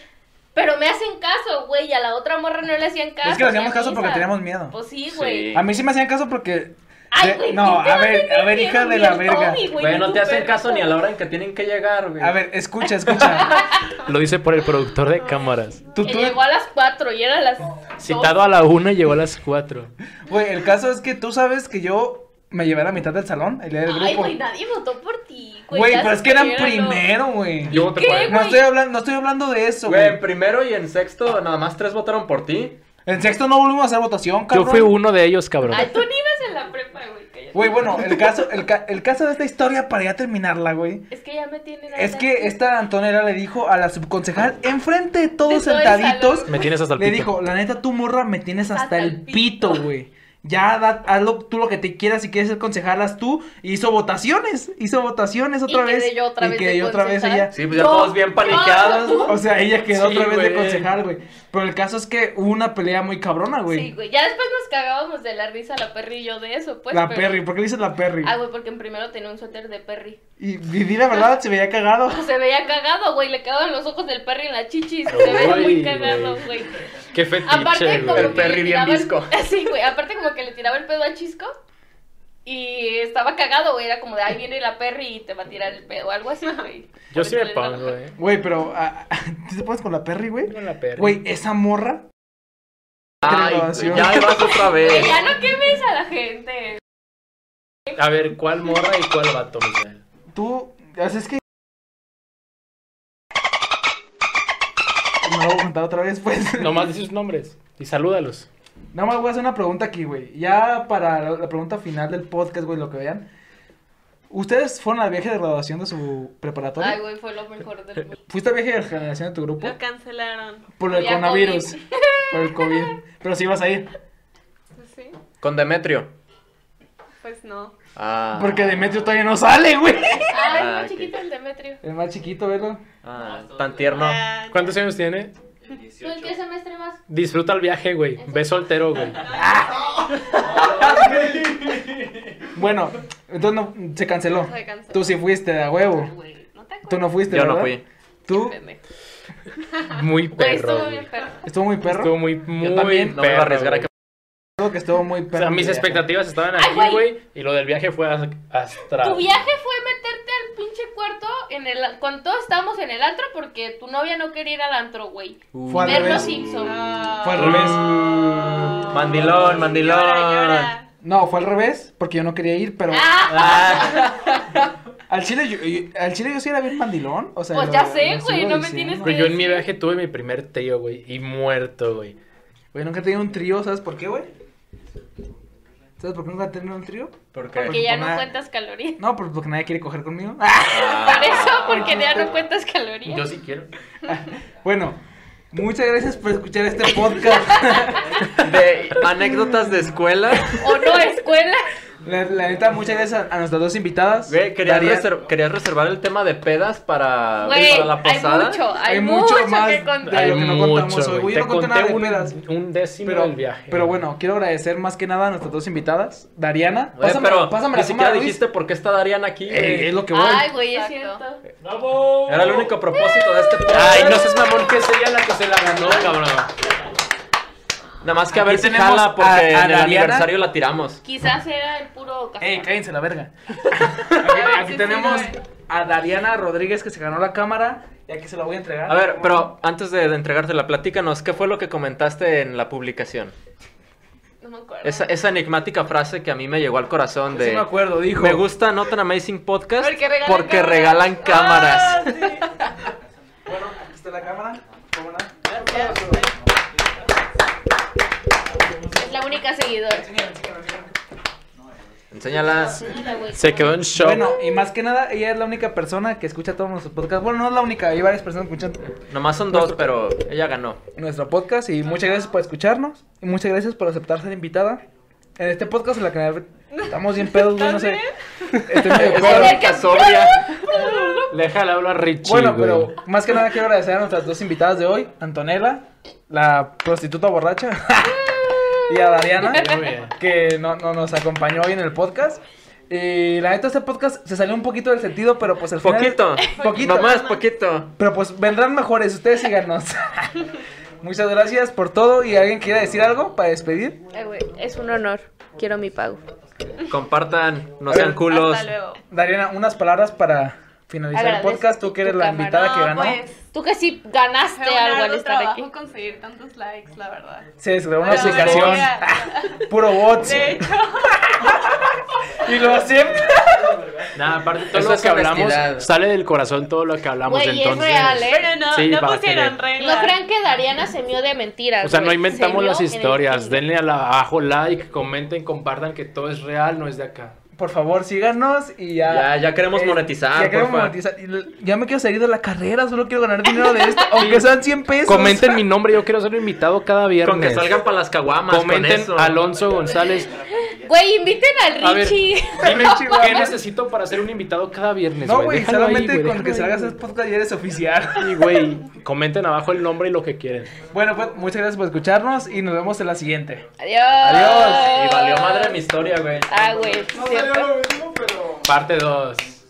B: Pero me hacen caso, güey, y a la otra morra no le hacían caso.
A: Es que le hacíamos
B: me
A: caso porque
B: avisa.
A: teníamos miedo.
B: Pues sí, güey.
C: Sí.
A: A mí sí me hacían caso porque.
B: Ay,
A: de-
B: güey,
A: no,
B: ¿quién te
A: a
B: va
A: ver,
B: tener
A: a ver, hija
B: miedo,
A: de
B: ni
A: la
B: el
A: verga.
B: Tommy, güey,
C: Güey, no
B: es
C: te
B: un
C: hacen
B: perro.
C: caso ni a la hora en que tienen que llegar, güey.
A: A ver, escucha, escucha.
E: Lo dice por el productor de cámaras.
A: Tú,
B: Que
A: tú,
B: llegó a las 4 y era las.
E: Citado a la una, llegó a las cuatro.
A: güey, el caso es que tú sabes que yo me llevé a la mitad del salón, el día del
B: Ay,
A: grupo.
B: güey, nadie votó por ti, güey.
A: Güey,
B: ya
A: pero es que eran
B: supéralo.
A: primero, güey.
E: Yo voté
B: ¿Qué,
E: por él.
A: No
B: güey?
A: estoy hablando, no estoy hablando de eso,
C: Güey,
A: güey.
C: en primero y en sexto, nada más tres votaron por ti.
A: En sexto no volvimos a hacer votación,
E: Yo
A: cabrón.
E: fui uno de ellos, cabrón.
B: Ay, tú ni ibas en la prepa, güey. cállate.
A: Güey, bueno, el caso, el, ca- el caso de esta historia, para ya terminarla, güey,
B: Es que ya me tienen.
A: es
B: harta.
A: que esta Antonera le dijo a la subconcejal, enfrente de todos
B: De todo el
A: sentaditos,
B: salón.
E: Me tienes hasta el
A: le
E: pito.
A: dijo, la neta, tú morra, me tienes hasta,
B: Hasta
A: el
B: el
A: pito, güey. Ya, da- hazlo tú lo que te quieras, si quieres ser concejalas tú. Hizo votaciones, hizo votaciones otra
B: quedé
A: vez.
B: yo otra
A: y
B: vez
A: quedé
B: de
A: yo otra vez
B: concejal.
A: allá.
C: Sí, pues ya
B: No,
C: todos bien paniqueados, ¿no?
A: O sea, ella quedó
C: Sí,
A: otra vez de
C: güey.
A: concejal, güey. Pero el caso es que hubo una pelea muy cabrona, güey.
B: Sí, güey. Ya después nos cagábamos de la risa la Perry y yo de eso, pues.
A: la
B: pero-
A: Perry, ¿por qué le dices la Perry?
B: Ah, güey, porque en primero tenía un suéter de Perry.
A: Y, y di la verdad, se veía cagado.
B: Se veía cagado, güey. Le cagaban los ojos del Perry en la chichis. Se veía
E: Ay,
B: muy
E: güey.
B: cagado, güey.
E: Qué fetiche,
B: Aparte, como
E: güey.
B: que
C: Perry
B: le
C: bien
B: tiraba el-
C: visco.
B: Sí, güey. Aparte, como que le tiraba el pedo al chisco. Y estaba cagado, güey. Era como de ahí viene la Perry y te va a tirar el pedo o algo así, güey.
E: Yo sí me pongo, eh.
A: Güey, pero ah, ¿tú te pones con la Perry, güey?
E: Con la Perry.
A: Güey, esa morra.
C: Ay,
B: Ah.
A: Graduación.
C: güey, ya ahí vas otra
B: Güey,
C: vez.
B: ya no quemes a la gente.
E: A ver, ¿cuál morra y cuál vato, Misael?
A: Tú, haces que. No lo voy a contar otra vez, pues.
E: Nomás di sus nombres y salúdalos.
A: Nada más voy a hacer una pregunta aquí, güey. Ya para la- la pregunta final del podcast, güey, lo que vean. ¿Ustedes fueron al viaje de graduación de su preparatoria?
B: Ay, güey, fue lo mejor del mundo.
A: ¿Fuiste al viaje de generación de tu grupo?
D: Lo cancelaron.
A: Por el
B: Había
A: coronavirus.
B: COVID.
A: Por el COVID. Pero sí ibas a ir.
D: Pues sí,
C: Con Demetrio.
D: pues no.
C: Ah.
A: Porque Demetrio todavía no sale, güey.
B: Ay, muy
C: ok.
B: Ah, chiquito el Demetrio.
A: El más chiquito, velo.
C: Ah, tan tierno.
D: Ah,
E: ¿Cuántos años tiene?
B: ¿Tú en qué semestre más?
E: Disfruta el viaje, güey. Ve soltero, güey.
A: Bueno, entonces no, se canceló.
D: Se canceló.
A: Tú sí fuiste, a huevo.
D: güey, no te
A: Tú no fuiste,
C: Yo no
A: ¿verdad?
C: fui.
A: Tú,
D: pendejo.
E: Muy
B: Güey,
E: perro.
B: estuvo
E: güey.
B: bien perro.
A: estuvo muy perro.
E: Estuvo muy, muy
C: Yo también no me iba
E: perro,
C: a arriesgar a
E: güey.
C: que.
A: Creo que estuvo muy
E: O
A: perro.
E: sea, mis
A: el viaje.
E: expectativas estaban
B: Ay,
E: aquí,
B: güey.
E: güey. Y lo del viaje fue as- hasta.
B: Tu viaje fue meterte al pinche cuarto en el cuando todos estábamos en el antro porque tu novia no quería ir al antro, güey.
A: Fue al
B: Ver
A: revés.
B: los Simpson.
A: Fue al revés.
C: Mandilón, mandilón.
A: No, fue al revés, porque yo no quería ir, pero.
B: Ah,
C: Ah,
A: Al chile yo, yo- al chile yo sí era bien pandilón. O sea,
B: Pues
A: lo-
B: ya sé,
A: lo
B: güey,
A: sigo
B: no me
A: diciendo.
B: tienes que-
E: Güey, yo en mi viaje tuve mi primer tío, güey. Y muerto, güey.
A: Güey, nunca he tenido un trío, ¿sabes por qué, güey? ¿Sabes por qué nunca he tenido un trío?
C: ¿Por
B: porque
C: qué?
B: ya
A: por
B: no
A: nada.
B: cuentas calorías.
A: No, pues porque nadie quiere coger conmigo.
B: Por eso,
C: Ah.
B: porque ya no cuentas calorías.
E: Yo sí quiero.
A: Bueno, muchas gracias por escuchar este podcast.
C: De anécdotas de escuela.
B: O no, escuela.
A: La, la neta, muchas gracias a, a nuestras dos invitadas.
C: Güey, querías,
A: Daría-
C: reserv- querías reservar el tema de pedas para,
B: Güey,
C: Ah, para la
B: hay
C: posada.
B: mucho, hay,
A: Hay mucho
B: mucho,
A: más
B: que
A: de
B: contar.
A: lo que no contamos hoy, güey. Yo
E: Te
A: no conté nada de
E: un,
A: pedas.
E: un décimo
A: Pero,
E: del viaje.
A: pero
E: güey.
A: bueno, quiero agradecer más que nada a nuestras dos invitadas. Dariana,
C: Güey,
A: pásame,
C: pero
A: pásame
C: ni
A: la
C: siquiera
A: cámara, Luis.
C: dijiste por qué está Darían aquí.
A: Eh, es lo que voy.
B: Ay, güey, es
D: Exacto.
B: cierto.
C: Era el único propósito de este podcast.
E: Ay, no seas mamón que es ella la que se la ganó, cabrón.
C: Nada más que a
A: Aquí
C: ver si
A: tenemos
C: jala porque
A: a- a
C: en el
A: Dariana.
C: aniversario la tiramos.
B: Quizás era el puro café.
A: Ey, cállense la verga. aquí aquí
D: sí,
A: tenemos
D: sí, no,
A: a Dariana Rodríguez que se ganó la cámara. Y aquí se la voy a entregar.
C: A ver, pero antes de, de entregártela, platícanos, ¿qué fue lo que comentaste en la publicación?
D: No me acuerdo.
C: Esa, esa enigmática frase que a mí me llegó al corazón
A: Sí
C: de...
A: me acuerdo, dijo.
C: Me gusta No Tan Amazing Podcast
D: Porque regalan
C: porque
D: cámaras".
C: regalan
D: Ah,
C: cámaras.
D: sí.
A: Bueno, aquí está la cámara. ¿Cómo no?
B: Es la única seguidora.
C: Enséñalas.
B: Mira, güey,
E: Se
B: cómo-
E: quedó en shock.
A: Bueno, y más que nada, ella es la única persona que escucha todos nuestros podcasts. Bueno, no es la única, hay varias personas escuchando
C: Nomás son dos, pero ella ganó.
A: nuestro podcast. Y muchas gracias por escucharnos. Y muchas gracias por aceptar ser invitada en este podcast en la, que- Estamos bien pedos, güey, no sé. Estoy medio
C: Es
A: pedo.
C: la sobria. Déjale hablar a Richie.
A: Bueno,
C: güey.
A: pero más que nada quiero agradecer a nuestras dos invitadas de hoy, Antonella, la prostituta borracha, y a Dariana,
E: Muy bien.
A: que no, no nos acompañó hoy en el podcast. Y la neta, este podcast se salió un poquito del sentido, pero pues al final...
C: Poquito.
A: Poquito.
C: Nomás, poquito.
A: Pero pues vendrán mejores, ustedes síganos. Muchas gracias por todo y alguien quiere decir algo para despedir.
B: Ay, güey, es un honor. Quiero mi pago.
C: Compartan, no sean culos.
D: Hasta luego.
A: Dariana, unas palabras para finalizar
B: Agradezco
A: el podcast. Tú que eres
B: tu
A: la
B: cámara.
A: invitada que ganó.
D: pues,
B: Tú que sí ganaste
D: fue un
B: algo al
D: arduo
B: estar
D: trabajo
B: aquí.
D: conseguir tantos likes, la verdad.
A: Se desgrabó una
D: Pero
A: aplicación.
D: debería-
A: Puro bots.
D: De hecho,
A: Y lo siempre.
E: Nada, aparte todo
C: Eso
E: lo
C: es
E: que hablamos
C: honestidad.
E: sale del corazón todo lo que hablamos
B: Güey, es
E: entonces.
B: real, ¿eh?
D: pero no,
E: Sí,
D: no
E: para
D: pusieron
E: querer.
D: reglas.
B: No crean que Dariana se mió de mentiras.
E: O sea, no
B: güey. Se
E: inventamos
B: mió
E: las
B: en el
E: historias.
B: chisme.
E: Denle a la- abajo like, comenten, compartan que todo es real, no es de acá.
A: Por favor, síganos y ya.
C: Ya, ya queremos
A: Eh,
C: monetizar,
A: Ya queremos
C: porfa.
A: monetizar. Y l- Ya me quiero salir de la carrera, solo quiero ganar dinero de esto. Aunque sean 100 pesos.
E: Comenten mi nombre, yo quiero ser invitado cada viernes.
C: Con que salgan para las caguamas. con
E: Comenten
C: eso.
E: Alonso González.
B: Güey, inviten
E: A
B: al
E: ver,
B: Richie.
E: dime qué necesito para ser un invitado cada viernes.
A: No, güey,
E: Déjalo ahí,
A: solamente
E: güey,
A: con que
E: déjalo
A: salgas
E: ahí.
A: el podcast ya eres oficial.
E: Sí, güey, comenten abajo el nombre y lo que quieren.
A: Bueno, pues muchas gracias por escucharnos y nos vemos en la siguiente.
B: Adiós.
C: Adiós. Y valió madre mi historia, güey.
B: Ah, güey. ¿cierto?
E: Parte 2.